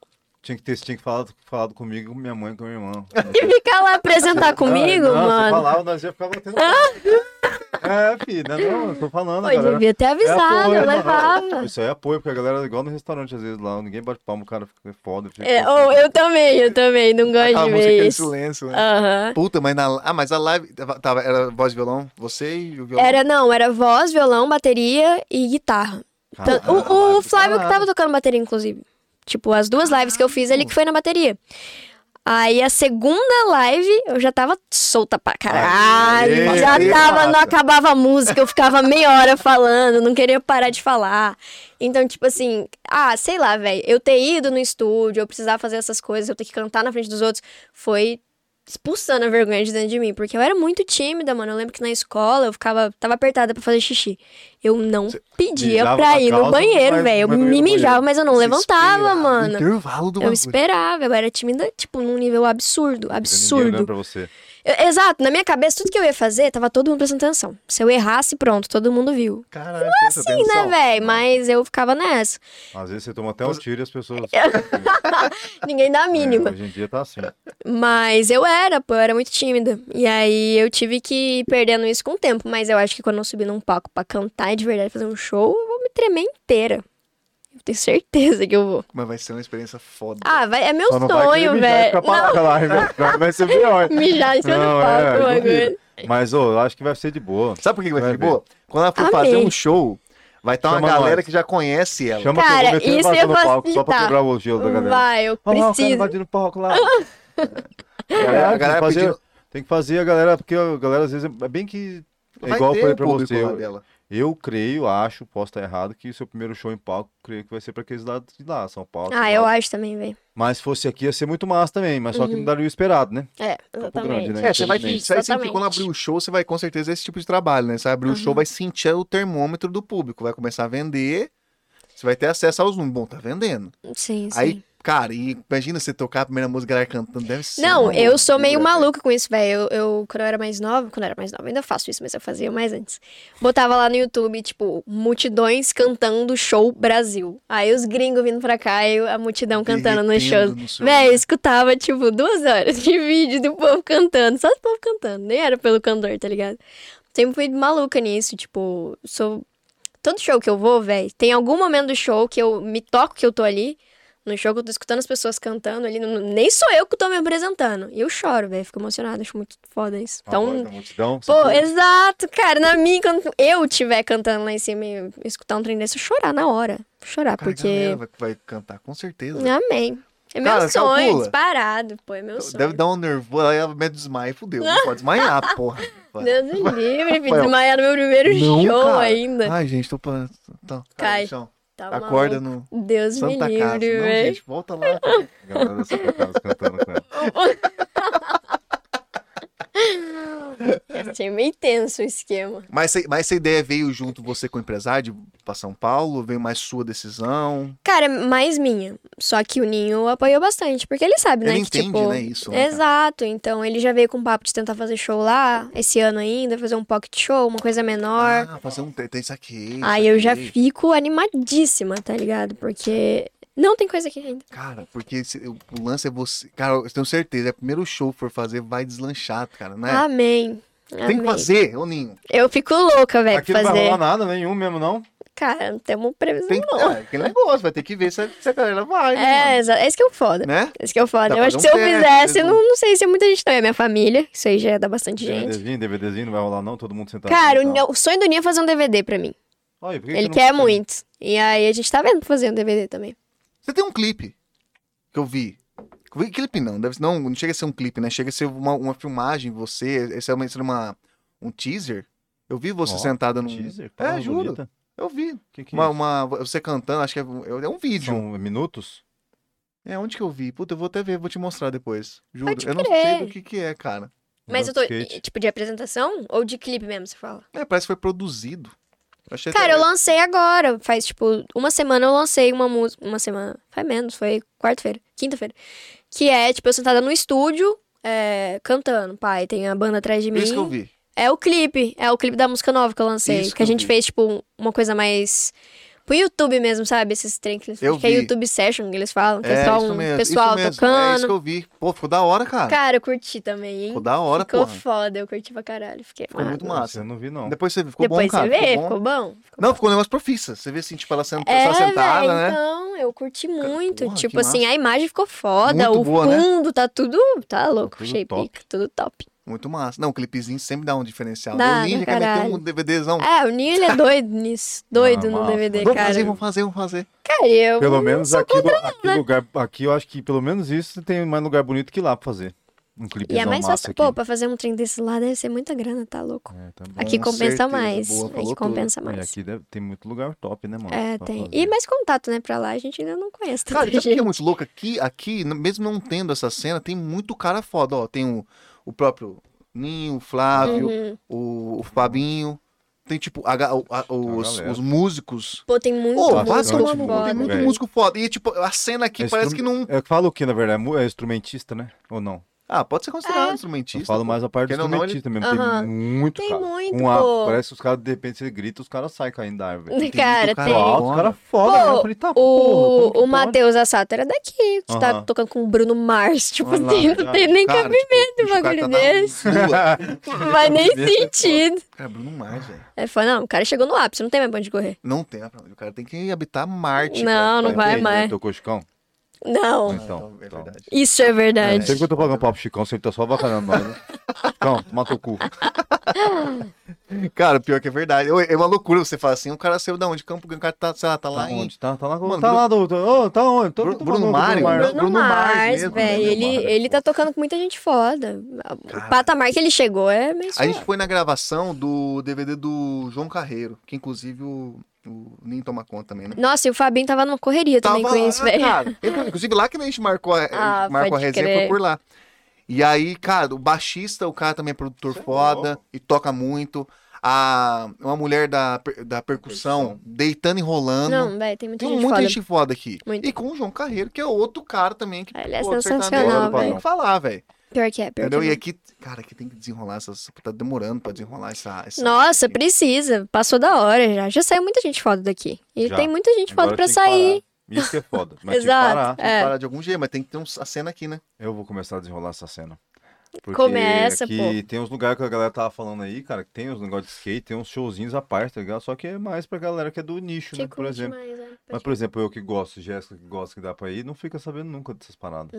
Tinha que ter, você tinha que falar falado comigo, com minha mãe e com minha irmã.
E ficar lá
<laughs>
apresentar É comigo,
não, Você
mano. Ah!
falava, nós ia ficar batendo. é, filho, não, é não, eu tô falando,
Pô,
galera.
devia
É
ter avisado,
apoio, mano.
eu
né?
levava.
Isso aí é apoio, porque a galera é igual no restaurante, às vezes, lá, ninguém bate palma, o cara fica foda. Fica
É, ou eu também, eu também, não gosto
Aquela
de
Ah, música,
ver
aquele
isso.
silêncio, né?
Aham.
Puta, mas na. Ah, mas a live. tava- Tava, era voz e violão? Você e o violão?
Era, não, era voz, violão, bateria e guitarra. Tan-
Caralho,
Então, o, o
caralho,
Flávio que
caralho.
tava tocando bateria, inclusive. Tipo, as duas lives que eu fiz, ele que foi na bateria. Aí a segunda live eu já tava solta pra caralho.
Aê,
já
aê,
tava, não
massa.
acabava a música, eu ficava meia hora falando, não queria parar de falar. Então, tipo assim, ah, sei lá, velho, eu ter ido no estúdio, eu precisar fazer essas coisas, eu ter que cantar na frente dos outros, foi expulsando a vergonha de dentro de mim, porque eu era muito tímida, mano. Eu lembro que na escola eu ficava, tava apertada pra fazer xixi. Eu não pedia
mijava
pra
na
ir no
calça,
banheiro,
mas-
velho. Eu
mas não ia
me
no
mijava,
banheiro.
mas eu não
Você
levantava,
esperava o
mano.
Intervalo do
Eu
bagulho.
esperava, eu era tímida, tipo, num nível absurdo,
né, Ninguém olhando
absurdo.
pra você.
Eu- exato, na minha cabeça, tudo que eu ia fazer, tava todo mundo prestando atenção. Se eu errasse, pronto, todo mundo viu.
Caralho, não assim,
Sim, né, velho? Mas eu ficava nessa. <laughs>
Às vezes você toma até um tiro e as pessoas.
É Ninguém dá a mínima.
É, hoje em dia tá assim.
Mas eu era, pô, eu era muito tímida. E aí eu tive que ir perdendo isso com o tempo. Mas eu acho que quando eu subir num palco pra cantar e de verdade fazer um show, eu vou me tremer inteira. Eu tenho certeza que eu vou.
Mas vai ser uma experiência foda.
Ah, vai, é meu
Só não vai querer
sonho,
mijar e
velho.
ficar parada lá,
<laughs>
né? Vai ser pior.
Não, <laughs> mijar em cima do palco,
eu duvido.
bagulho.
Mas, ô, eu acho que vai ser de boa.
Sabe por que que vai
Vai
ser
ver.
boa? Quando ela for fazer
Amei.
um show, vai estar uma
Chama
galera
nós.
que já conhece ela.
Chama
Cara,
que eu vou meter
isso
vazão
eu
no
vou
palco, só pra
aceitar.
quebrar o gelo da galera.
Vai, eu
Olha lá, o cara
preciso.
invadindo o palco lá.
A
Caralho,
<laughs>
tem,
galera
que fazer,
pedindo-
tem que fazer a galera, porque a galera às vezes é bem que. É
Vai
igual
ter
eu falei
o
pra
público
você.
lá
eu-
dela.
Eu creio, acho, posso estar errado, que o seu primeiro show em palco, creio que vai ser pra aqueles lados de lá, São Paulo.
Ah,
São
eu
Paulo.
acho Uhum. também, velho.
Mas se fosse aqui ia ser muito massa também, mas só que não daria o esperado, né?
É,
grande,
exatamente.
né?
É, você vai,
Infelizmente.
você vai sentir que quando
Exatamente.
abrir o show, você vai com certeza esse tipo de trabalho, né? Você vai abrir o show, vai sentir o termômetro do público, vai começar a vender, você vai ter acesso aos números. Bom, tá vendendo.
Sim, sim.
Aí, cara, e imagina você tocar a primeira música, a galera cantando, deve ser.
Não,
uma
eu sou
loucura,
meio
velho.
maluca com isso, velho. Eu, eu, quando eu era mais nova, quando eu era mais nova, ainda faço isso, mas eu fazia mais antes. Botava lá no YouTube, tipo, multidões cantando show Brasil. Aí os gringos vindo pra cá e a multidão cantando nos
Derretendo
shows.
no seu-
Véi, eu escutava, tipo, duas horas de <laughs> vídeo do povo cantando, só do povo cantando. Nem era pelo cantor, tá ligado? Sempre fui maluca nisso, tipo, sou. Todo show que eu vou, véi, tem algum momento do show que eu me toco que eu tô ali. No show que eu tô escutando as pessoas cantando ali. não- Nem sou eu que tô me apresentando. E eu choro, velho. Fico emocionada, acho muito foda isso.
A voz
Então.
né?
da multidão, você
Pô,
pô,
exato, cara. Na minha, quando eu estiver cantando lá em cima e eu escutar um trem desse, eu chorar na hora. Chorar,
Cara, a
porque.
galera vai, vai cantar, com certeza.
Amém. É meu
é Cara,
sonho,
calcula.
disparado, pô, é meu sonho.
Deve dar um nervoso, aí ela me desmaia, fudeu. Não pode
<laughs>
desmaiar, porra.
Deus
<laughs>
me livre, filho,
Rafael.
desmaiar no meu primeiro
Não,
show
cara.
ainda.
Ai, gente, tô pra... Tá,
Cai.
no chão.
Tá
Acorda
maluco.
no
Deus me
Santa
livre,
Casa. Não,
velho.
gente, volta
<laughs>
lá.
A galera da Santa Casa cantando com ela.
<laughs> Achei meio tenso o esquema.
Mas, essa- mas essa ideia veio junto você com o empresário de- pra São Paulo? Veio mais sua decisão?
Cara, é mais minha. Só que o Ninho apoiou bastante, porque ele sabe, né?
Ele
que,
entende,
tipo,
né, isso, né, cara?
Exato. Então, ele já veio com o papo de tentar fazer show lá, esse ano ainda, fazer um pocket show, uma coisa menor.
Ah, fazer um... Tem tem isso aqui. isso
Aí Ah, eu já
aqui.
fico animadíssima, tá ligado? Porque não tem coisa aqui ainda.
Cara, porque esse- o o lance é você... Cara, eu tenho certeza, é o primeiro show que for fazer, vai deslanchar, cara, né?
Ah, Amém.
Tem
Amém.
que fazer, ô Ninho.
Eu fico louca, velho,
Aqui
pra
não vai
É, fazer.
rolar nada, nenhum mesmo, não.
Cara, não temos previsão,
Tem que...
não.
É, aquele negócio, vai ter que ver se a, se a galera vai,
É,
né?
exa- é isso que é o foda.
mano? Né?
Esse que eu
Dá
foda. Eu
pra
acho que se
fazer
eu
um teste,
fizesse,
né?
não, não sei se é muita gente não. É minha família, isso aí já dá bastante gente.
DVDzinho, DVDzinho, não vai rolar não, todo mundo sentado.
Cara,
e
o,
tal.
o sonho do Ninho é fazer um DVD pra mim.
Olha, tá por que que você
Ele
não
quer
fez?
muito. E aí a gente tá vendo pra fazer um DVD também.
Você tem um clipe que eu vi. Eu vi clipe não, deve, não, não chega a ser um clipe, né? Chega a ser uma, uma filmagem, você. Esse é uma, esse é uma- um teaser. Eu vi você
Ó, um
sentada num.
Teaser,
é,
porra,
juro.
bonita.
Eu vi.
Que que é
Uma,
isso?
uma- você cantando, acho que é, um- é um vídeo.
São minutos?
É onde que eu vi? Puta, eu vou até ver, vou te mostrar depois. Juro.
Pode
Eu não
crer.
sei do que, que é, cara.
Mas eu tô.
Andando de skate.
Tipo, de apresentação? Ou de clipe mesmo, você fala?
É, parece que foi produzido. Eu achei
Cara, eu
até...
lancei agora. Faz, tipo, uma semana eu lancei uma música. Uma semana. Faz menos, foi quarta-feira, quinta-feira. Que é, tipo, eu sentada no estúdio, é, cantando. Pai, tem a banda atrás de mim.
Isso que eu vi.
É o clipe. É o clipe da música nova que eu lancei.
Isso
que
que
a
eu
gente
vi.
fez, tipo, uma coisa mais. Pro YouTube mesmo, sabe? Esses trem que eles
Eu
acho que é
vi.
YouTube Session que eles falam, que é,
É,
só
isso
um
mesmo.
pessoal
isso mesmo. É isso
tocando.
que eu vi. Pô, ficou da hora, cara.
Cara, eu curti também, hein?
Ficou da hora, pô.
Ficou foda, eu curti pra caralho. Fiquei
Ficou muito
mal.
massa.
Eu não vi não.
Depois você vê, ficou
Depois
bom, cara.
você vê,
bom.
ficou bom? Ficou
Não, ficou um negócio profissa. Você vê assim, tipo, ela senta,
É,
só sentada,
véi,
né?
então, eu curti muito.
porra, que
tipo assim, a imagem ficou foda,
Muito
o
boa, né?
fundo tá tudo. Tá louco,
tudo
shape,
top.
tudo top.
Muito massa. Não, o clipezinho sempre dá um diferencial. o
Dá,
Ninja
pra
quer meter
caralho.
um DVDzão.
É, o Ninho ele é doido nisso. Doido
Ah,
no
massa.
DVD,
vamos
cara.
fazer, vamos fazer, vamos fazer.
Cara, eu.
Pelo
não
menos
sou
aqui,
contra
lu- aqui lugar, aqui eu acho que pelo menos isso tem mais lugar bonito que lá pra fazer. Um
E
clipezão
é mais
massa
fácil.
aqui.
Pô, pra fazer um trem desse lá deve ser muita grana, tá louco?
É, tá bom.
Aqui
Com
compensa
certeza,
mais.
boa, falou
aqui
tudo.
compensa
E
mais.
aqui deve- tem muito lugar top, né, mano?
É,
pra
tem.
fazer.
E mais contato, né, pra lá. A gente ainda não conhece tanta
Cara, isso
gente.
aqui é muito louco. Aqui, aqui, n- mesmo não tendo essa cena, tem muito cara foda. Ó, tem o, o próprio Ninho, o Flávio,
Uhum.
o, o Fabinho. Tem, tipo, a ga- o- a- os,
galera.
os músicos.
Pô, tem muito
Ô,
bastante
músico
basicamente,
músico,
é tipo, tem
foda. <laughs>
muito
velho.
músico foda. E, tipo, a cena aqui
É
parece
instrum-
que não...
Eu falo o que, na verdade? É mu- É instrumentista, né? Ou não?
Ah, pode ser considerado
É.
instrumentista.
Eu falo mais a parte do
Querendo ou não, ele-
instrumentista mesmo.
Aham.
Tem muito,
Tem
cara.
muito,
um ar-
pô.
Parece que os caras, de repente, você grita, os caras saem caindo da árvore.
muito
Cara,
cara
tem.
lá.
Ó, os caras foda,
Pô,
né? Eu falei, tá, porra, como que
O, o
pode?
Matheus Assato era daqui, que tá
Aham.
tocando com o Bruno Mars. <laughs> Tipo,
Olha lá,
tem- não
verdade.
tem nem
Cara,
cabimento
tipo,
um
bicho, o cara
bagulho
tá na
desse.
lua.
Não faz nem sentido.
Cara, Bruno Mars, velho.
É, foi, não, o cara chegou no ápice, não tem mais pra onde correr.
Não tem, né, pra onde. o cara tem que habitar Marte.
Não,
cara.
<laughs> não vai
Entende, né,
mais.
Teu coxicão?
Não,
Então,
é
então.
verdade.
isso é verdade.
Sempre que eu tô pagando pau pro Chicão, você tá só abacanando nós, né? Chicão, mata o
Tá
cu.
Cara, pior que é verdade. Eu- É uma loucura você falar assim, o cara saiu da onde? Campo Grande, o cara tá, sei lá, tá lá
Tá
em...
onde? Tá, tá lá,
Mano,
tá lá do... Ô, tá onde? Tô,
Bruno-
tô
Bruno
falando do
Mário,
Mário.
Bruno
Bruno
Mars
Mars,
mesmo,
velho,
né,
ele,
Mara?
ele tá tocando com muita gente foda.
Cara.
O patamar que ele chegou é meio
A gente
suave.
foi na gravação do DVD do João Carreiro, que inclusive o, o Ninho toma conta também, né?
Nossa, e o Fabinho tava numa correria também
Tava
com isso,
lá,
velho.
cara. Ele- Inclusive lá que a gente marcou a,
Ah,
a gente marcou a
pode
resenha,
crer.
foi por lá. E aí, cara, o baixista, o cara também é produtor
Cê é
foda
louco.
e toca muito. A, uma mulher da, per- da percussão, deitando e rolando.
Não, velho, tem muita
Tem
gente
muita
foda.
gente foda aqui.
Muito.
E com o João Carreiro, que é outro cara também que
Ele é
pô, não tem
sensacional,
o
velho.
que falar, velho.
Pior que é, pior
Entendeu?
que
E
é.
aqui, cara, aqui tem que desenrolar essas. Tá demorando pra desenrolar essa. essa-
Nossa, precisa. Passou da hora já. Já saiu muita gente foda daqui. E
Já.
tem muita gente foda
Agora
pra
tinha que
sair.
parar. Isso que é
<laughs>
foda. Mas
Exato.
Exato. Parar.
tem que
É.
parar de algum jeito, mas tem que ter um, a cena aqui, né?
Eu vou começar a desenrolar essa cena. Porque
Começa,
aqui tem uns lugares que a galera tava falando aí, cara, que tem uns negócios de skate, tem uns showzinhos à parte, tá ligado? Só que é mais pra galera que é do nicho, né? Por exemplo. Mas, por exemplo, eu que gosto, Jéssica que gosta que dá pra ir, não fica sabendo nunca dessas paradas.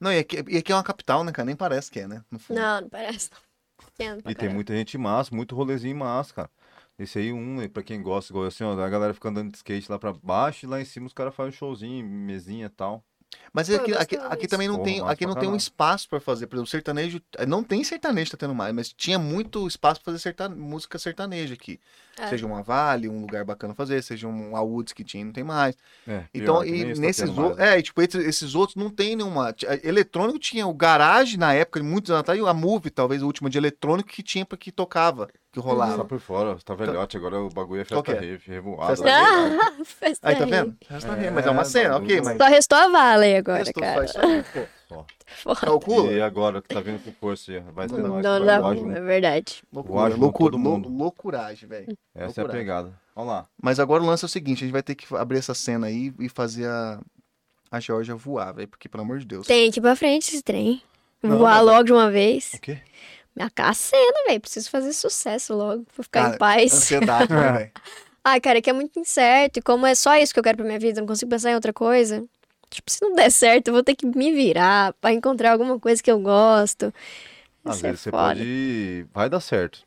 Não, e aqui, e aqui é uma capital, né, cara? Nem parece que é, né? No fundo.
Não, não parece não. Pequeno pra
É.
E tem
caralho.
muita gente massa, muito rolezinho massa, cara. Esse aí, um, né, pra quem gosta, igual assim, ó, a galera fica andando de skate lá pra baixo e lá em cima os caras fazem um showzinho, mesinha e tal.
Mas
Pô, é eu
aqui, aqui,
gostava
aqui
disso.
também não
Pô,
tem,
massa
aqui não
pra
tem um
caralho.
espaço pra fazer. Por exemplo, sertanejo. eh, Não tem sertanejo, tá tendo mais, mas tinha muito espaço pra fazer serta- música sertaneja aqui.
É.
Seja uma Vale, um lugar bacana fazer, seja um a Woods que tinha, não tem mais.
É,
Então,
pior, que nem
e
isso tá
nesses
tendo mais,
outros.
né?
É, e, tipo, esses, esses outros não tem nenhuma. t- é, Eletrônico tinha o garage na época, muitos anos atrás, e a Move, talvez a última de eletrônico, que tinha pra que tocava, que rolava.
Tá por fora, tá velhote, agora o bagulho é
Então, Qual que
festa
é?
rave, revoada.
Festa
né?
Ah, <laughs> festa
Aí, tá
aí.
vendo?
É,
mas é uma cena, ok, mas.
Só restou a Valley agora,
Restou
cara.
só isso aí, pô. Calcula?
E agora que tá vindo com força, aí, vai ter mais,
Não,
vai né?
dá
mais
né?
junto.
é verdade.
Loucura,
Guajo,
loucura,
todo mundo.
lou- loucuragem, velho.
Essa é a
Loucura.
pegada. Olha lá.
Mas agora o lance é o seguinte, a gente vai ter que abrir essa cena aí e fazer a, a Georgia voar, velho, porque pelo amor de Deus.
Tem que ir pra frente esse trem.
Não,
é
Voar
mas-
logo de uma vez.
quê?
Minha cacena, velho. Preciso fazer sucesso logo pra ficar
Cara,
em paz.
Ansiedade, né, velho?
Ai, cara, que é muito incerto. E como é só isso que eu quero pra minha vida, eu não consigo pensar em outra coisa. Tipo, se não der certo, eu vou ter que me virar pra encontrar alguma coisa que eu gosto.
Às
Isso é
vezes você
foda.
pode. Vai dar certo.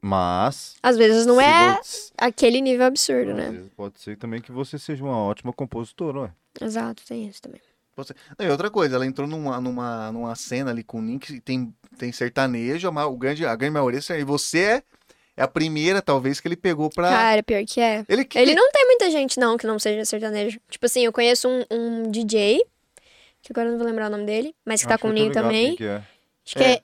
Mas.
Às vezes não
se
é
você-
aquele nível absurdo,
Às
né?
vezes pode ser também que você seja uma ótima compositora, ué.
Exato, tem isso também.
Não, e outra coisa, ela entrou numa, numa, numa cena ali com o Link, que tem, tem sertanejo, mas o grande, a grande maioria é sertanejo. E você é- é a primeira, talvez, que ele pegou pra...
Cara, pior que é.
ele Ah. que...
Ele não tem muita gente, não, que não seja sertanejo. Tipo assim, eu conheço um, um DJ, que agora eu não vou lembrar o nome dele, mas que tá
Acho
com o
eu tô
Ninho
ligado quem
também.
que é.
Acho que é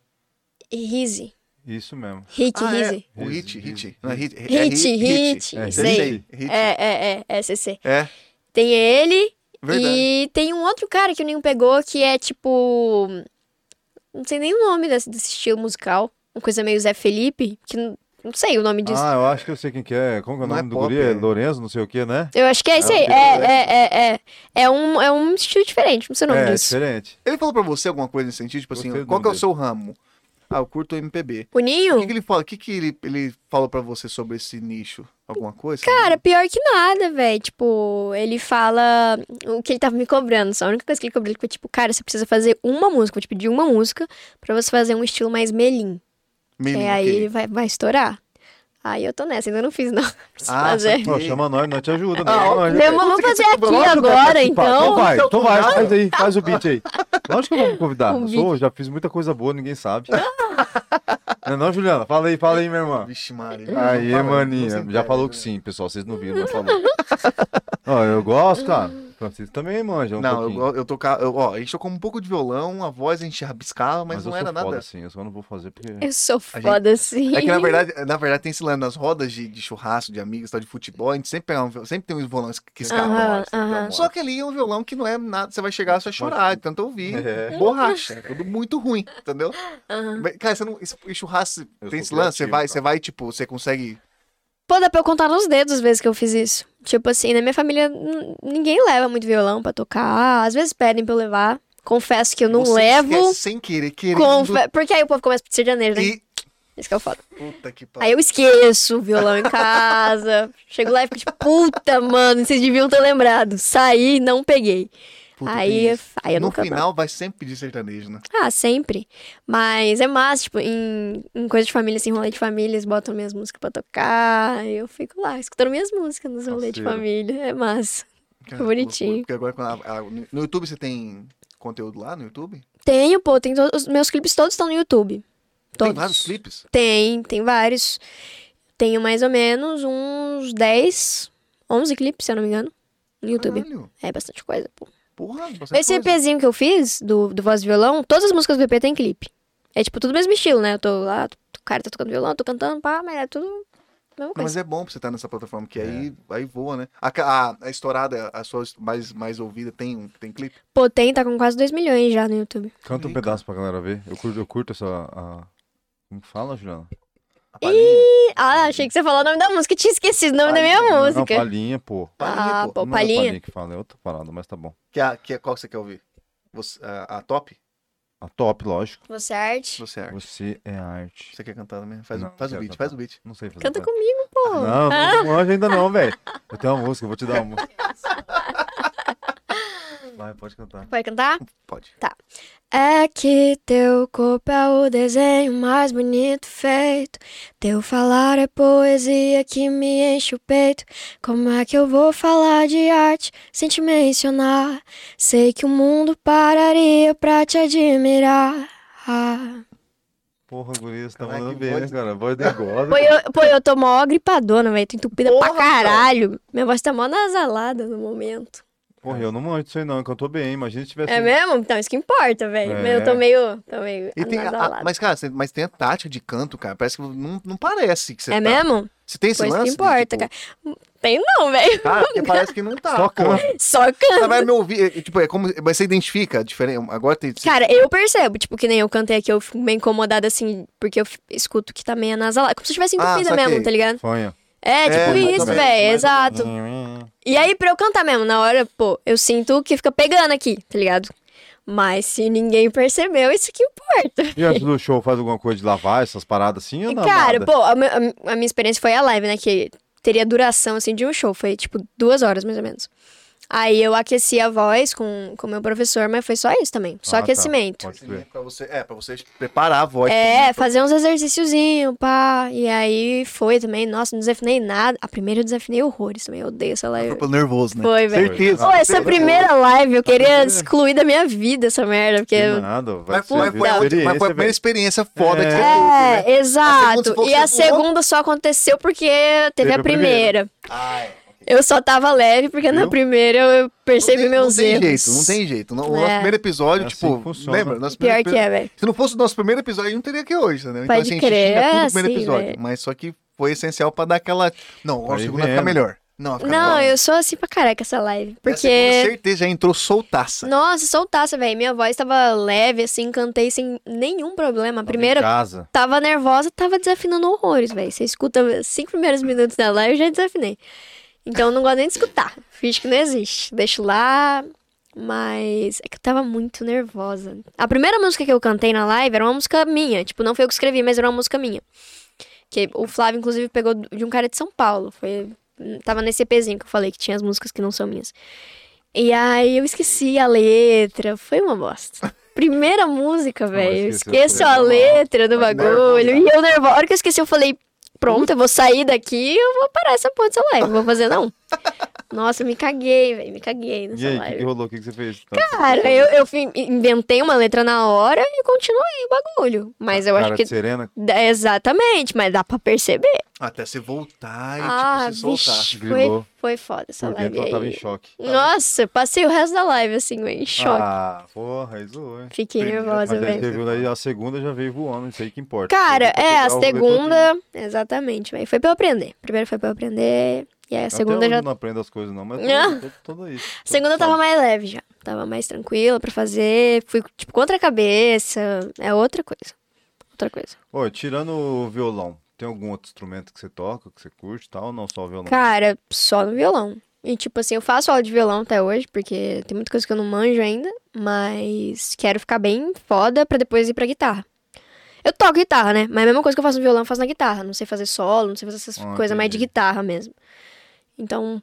Rizzi.
Isso mesmo.
Hit,
Ah,
Rizzi.
é. O Hit,
Hit,
Hit. Não, é Hit, é
Hit,
Hit.
Hit.
É,
Isso
É,
aí.
Hit. Hit.
É, é, é, é, CC.
É,
Tem ele,
verdade.
E tem um outro cara que o Ninho pegou que é tipo. Não sei nem o nome desse, desse estilo musical. Uma coisa meio Zé Felipe, que não, não sei o nome disso.
Ah, eu acho que eu sei quem que é. Como que é o
Não é
nome do
pop,
guri? É
é.
Lorenzo, não sei o que, né?
Eu acho que é isso
Ah,
aí.
ok,
É,
beleza.
é, é, é. É um, é um estilo diferente, não sei o nome
É,
disso.
diferente.
Ele falou pra você alguma coisa nesse sentido? Tipo assim,
Gostei do
qual que é o
nome
seu ramo? Ah, eu curto MPB.
O
O que,
Ninho?
que ele fala? O que, que ele, ele falou pra você sobre esse nicho? Alguma coisa?
Cara, pior que nada, velho. Tipo, ele fala o que ele tava me cobrando. Só a única coisa que ele cobrou ele foi tipo, cara, você precisa fazer uma música. Vou te pedir uma música pra você fazer um estilo mais melim.
Meio
é, aí ele vai, vai estourar. Aí eu tô nessa, ainda não fiz, não. <laughs> Preciso
Ah,
fazer.
saquei.
Ó, chama nós, nós te ajuda.
Ah,
nós,
ok.
né?
Meu, vamos
Você quer
fazer
ser
aqui
cobrado,
agora,
Participar. Então
então.
vai,
Então,
então vai,
convidado.
faz aí, faz o beat aí. Lógico que eu vou me convidar.
<laughs> Um
Eu sou, já fiz muita coisa boa, ninguém sabe. Não é não, Juliana? Fala aí, fala aí, minha irmã.
Vixe, Maria.
Aí,
Não fala, não
maninha.
se
Já
perde,
falou
né?
que sim, pessoal. Vocês não viram, mas falou. Ó, eu gosto, cara. Francisco também manja um
não,
pouquinho.
eu, eu tocava. Eu, ó, a gente tocou um pouco de violão, a voz a gente rabiscava, mas,
eu
não
sou
era
foda,
nada.
Assim, eu só não vou fazer porque...
Eu sou
gente-
foda assim.
É
<laughs>
que na verdade, na verdade tem esse lance nas rodas de, de churrasco, de amigos, tal, de futebol, a gente sempre, pega um viol- sempre tem uns violões que, que escapam.
Aham,
assim,
aham.
então, Só que ali é um violão que não é nada, você vai chegar, você vai chorar, de tanto ouvir.
<laughs> É.
Borracha, é tudo muito ruim, entendeu?
Aham.
Mas, Cara, você não. esse- esse Churrasco,
Eu
tem
sou
esse lance, você
criativo, tá?
vai,
cara.
você vai, tipo, você consegue.
Pô, dá pra eu contar nos dedos as vezes que eu fiz isso. Tipo assim, na minha família, n- ninguém leva muito violão pra tocar. Às vezes pedem pra eu levar. Confesso que eu não
você
levo.
esquece Sem querer, querendo.
Confe... Porque aí o povo começa a ser janeiro, né?
E.
Isso que eu falo.
Puta que pariu.
Aí eu esqueço o violão em casa. <laughs> Chego lá e fico tipo, puta, mano, vocês deviam ter lembrado. Saí, não peguei.
Puta, tem
aí,
isso.
aí eu
no
nunca
final vai sempre pedir sertanejo, né?
Ah, sempre. Mas é massa, tipo, em, em coisa de família, assim, rolê de família, eles botam minhas músicas pra tocar. Eu fico lá, escutando minhas músicas nos rolês de
Parceiro.
família. É massa.
Cara,
Foi bonitinho.
loucura, Porque agora quando a- a- no- no YouTube você tem conteúdo lá no YouTube?
Tenho, pô, tem todos. os Meus clipes todos estão no YouTube. Todos.
Tem vários clipes?
Tem, tem vários. Tenho mais ou menos uns 10, 11 clipes, se eu não me engano. No YouTube.
Caralho.
É bastante coisa, pô.
Porra, bastante
Esse
coisa.
EPzinho que eu fiz, do, do Voz e Violão, todas as músicas do EP tem clipe. É tipo tudo mesmo estilo, né? Eu tô lá, o cara tá tocando violão, eu tô cantando, pá, mas é tudo a mesma
Não,
coisa.
mas é bom pra você estar nessa plataforma, que
É.
aí, aí voa, né? A, ca- a, a estourada, a sua mais, mais ouvida, tem, um- tem clipe?
Pô, tem, tá com quase 2 milhões já no YouTube.
Canta um
Rica.
pedaço pra galera ver. Eu curto, eu curto essa... a- Como que fala, Juliana?
A palhinha?
Ih, Ah, achei que você falou o nome da música, eu tinha esquecido o nome da minha
Palhinha, não,
Não,
música.
palhinha, pô.
Ah,
Palhinha, pô.
pô,
Não é
palhinha.
que fala, é outra parada, mas tá bom.
Que é a, que a, qual que você quer ouvir? Você, a, a top?
A top, lógico.
Você é arte.
Você, acha?
Você é arte.
você quer cantar também? Faz, o-
Não,
faz o
quero
beat,
cantar.
faz o beat.
Não sei fazer.
Canta
palhinha.
comigo, pô. <laughs>
Não, não manjo ainda não, velho. Eu tenho uma música, eu vou te dar uma. Vai, pode cantar.
Vai cantar?
Pode.
É que teu corpo é o desenho mais bonito feito. Teu falar é poesia que me enche o peito. Como é que eu vou falar de arte sem te mencionar? Sei que o mundo pararia pra te admirar. Ah.
Porra, guria, você tá
Caraca,
um
mandando
que
bem, né,
voz-
cara? Voz nervosa.
Pô, eu, pô, eu tô mó gripadona, velho. Tô entupida pra
Porra, então.
caralho. Minha voz tá mó nasalada no momento.
Porra, eu não manjo disso aí não, é que eu tô bem. Imagina se tivesse...
É mesmo? Então, isso que importa, velho.
É.
Eu tô meio, tô meio
E tem a- a-
anasalada.
mas, cara, você- mas tem a tática de canto, cara. Parece que não, não parece que você tá.
É mesmo?
Você tem esse
Pois
lance?
que
de,
importa,
tipo,
cara. Tem não, velho.
Cara,
<laughs>
porque parece que não tá.
Só
pô.
canta.
Só
Ela
canto.
vai me ouvir. é, Tipo, é como. Mas você identifica diferente. Agora tem.
Cara, eu percebo, tipo, que nem eu cantei aqui, eu fico meio incomodada, assim, porque eu f- escuto que tá meio anasalada. Como se eu tivesse
Ah,
entupida
saquei.
mesmo, tá ligado?
Fanha.
É, tipo
mais ou
isso,
menos,
velho,
mais ou
exato. E aí, pra eu cantar mesmo, na hora, pô, eu sinto que fica pegando aqui, tá ligado? Mas se ninguém percebeu, isso que importa.
E antes do show, faz alguma coisa de lavar essas paradas assim ou não?
É Cara,
nada?
pô, a, mi- a mi- a minha experiência foi a live, né? Que teria duração, assim, de um show. Foi, tipo, duas horas, mais ou menos. Aí eu aqueci a voz com o meu professor, mas foi só isso também. Só
Ah, tá.
aquecimento.
Pode crer.
Pra você, é, pra você preparar a voz.
É, fazer uns exercíciozinhos, pá. E aí foi também. Nossa, não desafinei nada. A primeira eu desafinei horrores também. Eu odeio essa live.
Foi nervoso, né?
Foi, velho.
Certeza.
Pô, essa é
Certeza.
primeira live eu queria
né? primeira-
excluir da minha vida essa merda. Porque.
Que
eu-
nada, vai
Mas foi, mas
servir
foi a
de
última- mas foi a
experiência,
primeira
velho.
experiência foda que
É.
você teve, né?
É, exato.
você
e a
voou.
segunda só aconteceu porque teve,
Teve
a
a
primeira.
Ah, é.
Eu só tava leve porque na
Viu?
primeira eu- eu
não
percebi
tem,
meus
não tem
erros.
jeito, não tem jeito. No- O nosso
É.
primeiro episódio,
É assim
tipo,
que funciona.
lembra? Nosso
Pior
primeiro
que é, velho.
Se não fosse o nosso primeiro episódio, não teria aqui hoje, entendeu?
Pode
assim, a gente
crer, Ah,
xinga tudo no primeiro
sim,
episódio.
velho.
Mas só que foi essencial pra dar aquela. Não, agora
Aí
a segunda vai
vem
ficar
ela.
melhor. Não, vai ficar
Não,
bom. É,
eu sou assim pra careca essa live.
E a segunda,
Porque.
certeza já entrou soltaça.
Nossa, soltaça, velho. Minha voz tava leve, assim, cantei sem nenhum problema. A
Tava em
primeira
casa.
Tava nervosa, tava desafinando horrores, velho. Você escuta os cinco primeiros minutos da live, eu já desafinei. Então eu não gosto nem de escutar. Finge que não existe. Deixo lá, mas é que eu tava muito nervosa. A primeira música que eu cantei na live era uma música minha. Tipo, não foi eu que escrevi, mas era uma música minha. Que o Flávio, inclusive, pegou de um cara de São Paulo. Foi... Tava nesse EPzinho que eu falei, que tinha as músicas que não são minhas. E aí eu esqueci a letra. Foi uma <laughs> bosta. Primeira música, velho. Eu
esqueceu tudo,
esqueço a
normal.
letra do
Mas
é
bagulho.
nervosa.
E eu nervosa. A hora que eu esqueci, eu falei: pronto, eu vou sair daqui eu vou parar essa porra dessa live. Não vou fazer, não. Nossa, eu me caguei, velho. Me caguei nessa
E aí, o que,
live.
que rolou? O que, que você fez? Tá
Cara, eu, eu fin- inventei uma letra na hora e continuei o bagulho. Mas eu
Cara
acho que.
de Serena,
dá- Exatamente, mas dá pra perceber.
Até você voltar e,
ah,
tipo, se soltar.
vixe, foi,
Grilou.
foi foda essa
por
live.
dentro ela tava em
Aí.
choque.
Nossa, passei o resto da live assim, velho, em choque.
Ah, porra, isso hein?
Fiquei
primeira-
Mas é
nervosa,
aí
velho.
teve aí a segunda já veio voando, isso aí que importa.
Cara,
Teve que
é, a
pegar o rolê todinho.
segunda. Exatamente, velho. Foi pra eu aprender. Primeiro foi pra eu aprender. E aí a segunda
Até hoje
já.
eu não aprendo as coisas
<laughs>
não, mas
Não.
tô, tô, tô aí.
A segunda tava mais leve já. Tava mais tranquila pra fazer. Fui, tipo, contra a cabeça. É outra coisa. Outra coisa.
Ô, tirando o violão, tem algum outro instrumento que você toca, que você curte e tal, ou não só o violão?
Cara, só no violão. E, tipo assim, eu faço aula de violão até hoje, porque tem muita coisa que eu não manjo ainda, mas quero ficar bem foda pra depois ir pra guitarra. Eu toco guitarra, né? Mas a mesma coisa que eu faço no violão, eu faço na guitarra. Não sei fazer solo, não sei fazer essas
Ah,
coisas mais de
entendi.
guitarra mesmo. Então,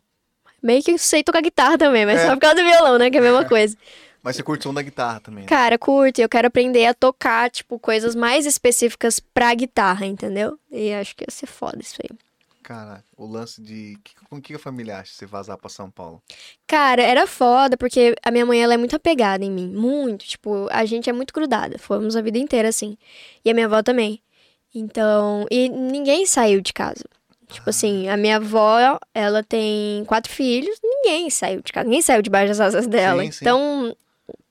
meio que eu sei tocar guitarra também, mas só por causa do violão, né? Que é
<laughs>
a mesma coisa.
Mas você curte o som da guitarra também. né?
Cara, curto. e Eu quero aprender a tocar, tipo, coisas mais específicas pra guitarra, entendeu? E acho que ia ser foda isso aí.
Cara, o lance de. que- Com que a família acha você vazar pra São Paulo?
Cara, era foda, porque a minha mãe, ela é muito apegada em mim. Muito. Tipo, a gente é muito grudada. Fomos a vida inteira, assim. E a minha avó também. Então. E ninguém saiu de casa. Tipo
Ah.
assim, a minha avó, ela tem quatro filhos, ninguém saiu de casa. Ninguém saiu debaixo das asas dela.
Sim, sim.
Então.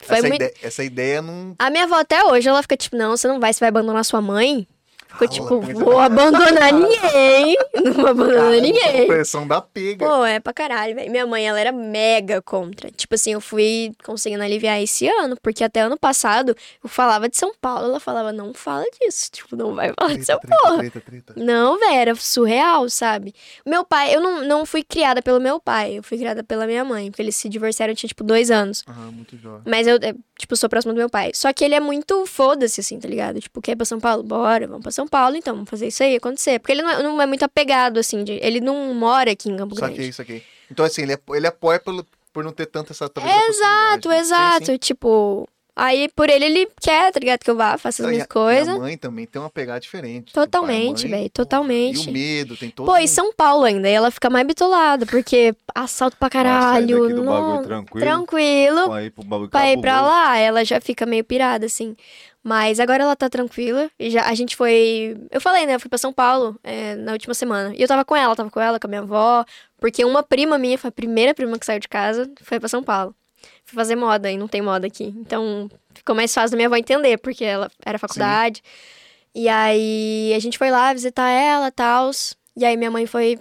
Foi
essa,
muito.
ideia, essa ideia não.
A minha avó até hoje, ela fica tipo, não, você não vai, você vai abandonar sua mãe? Ficou
Fala,
tipo,
coisa <laughs>
vou abandonar ninguém, não vou abandonar
Caramba,
ninguém.
Pressão da pega.
Pô, é pra caralho, velho. Minha mãe, ela era mega contra. Tipo assim, eu fui conseguindo aliviar esse ano, porque até ano passado eu falava de São Paulo, ela falava, não fala disso, <laughs> tipo, não vai falar de São
treta, treta,
Paulo.
treta, treta.
Não, velho, era surreal, sabe? Meu pai, eu não, não fui criada pelo meu pai, eu fui criada pela minha mãe, porque eles se divorciaram, eu tinha, tipo, dois anos.
Ah, muito jovem.
Mas eu, é, tipo, sou próxima do meu pai. Só que ele é muito foda-se, assim, tá ligado? Tipo, quer ir pra São Paulo? Bora, vamos pra São Paulo, então, vamos fazer isso aí acontecer. Porque ele não é, não é muito apegado, assim, de- ele não mora aqui em Campo Grande.
Saquei, isso aqui. Então, assim, ele, apo- ele apoia pelo, por não ter tanto essa. talvez, essa
Ah, Exato,
proximidade. Sim,
exato.
sim.
Tipo, Aí, por ele, ele quer, tá ligado? Que eu vá, faça as
E a-
minhas
E a
coisas.
mãe também tem uma pegada diferente. tipo,
Totalmente,
Pai, mãe,
velho,
E o
totalmente.
medo, tem todo
Pô, e
um-
São Paulo ainda, e ela fica mais bitolada, porque assalto pra caralho,
daqui do bagulho
não-
tranquilo.
tranquilo,
Pra ir pro bagulho tá
pra ir pra
cabuloso.
lá, ela já fica meio pirada, assim. Mas agora ela tá tranquila, e já, a gente foi... Eu falei, né, eu fui pra São Paulo é, na última semana, e eu tava com ela, tava com ela, com a minha avó, porque uma prima minha, foi a primeira prima que saiu de casa, foi pra São Paulo. Fui fazer moda, e não tem moda aqui, então ficou mais fácil da minha avó entender, porque ela era faculdade. E aí a gente foi lá visitar ela, tal. E aí minha mãe foi.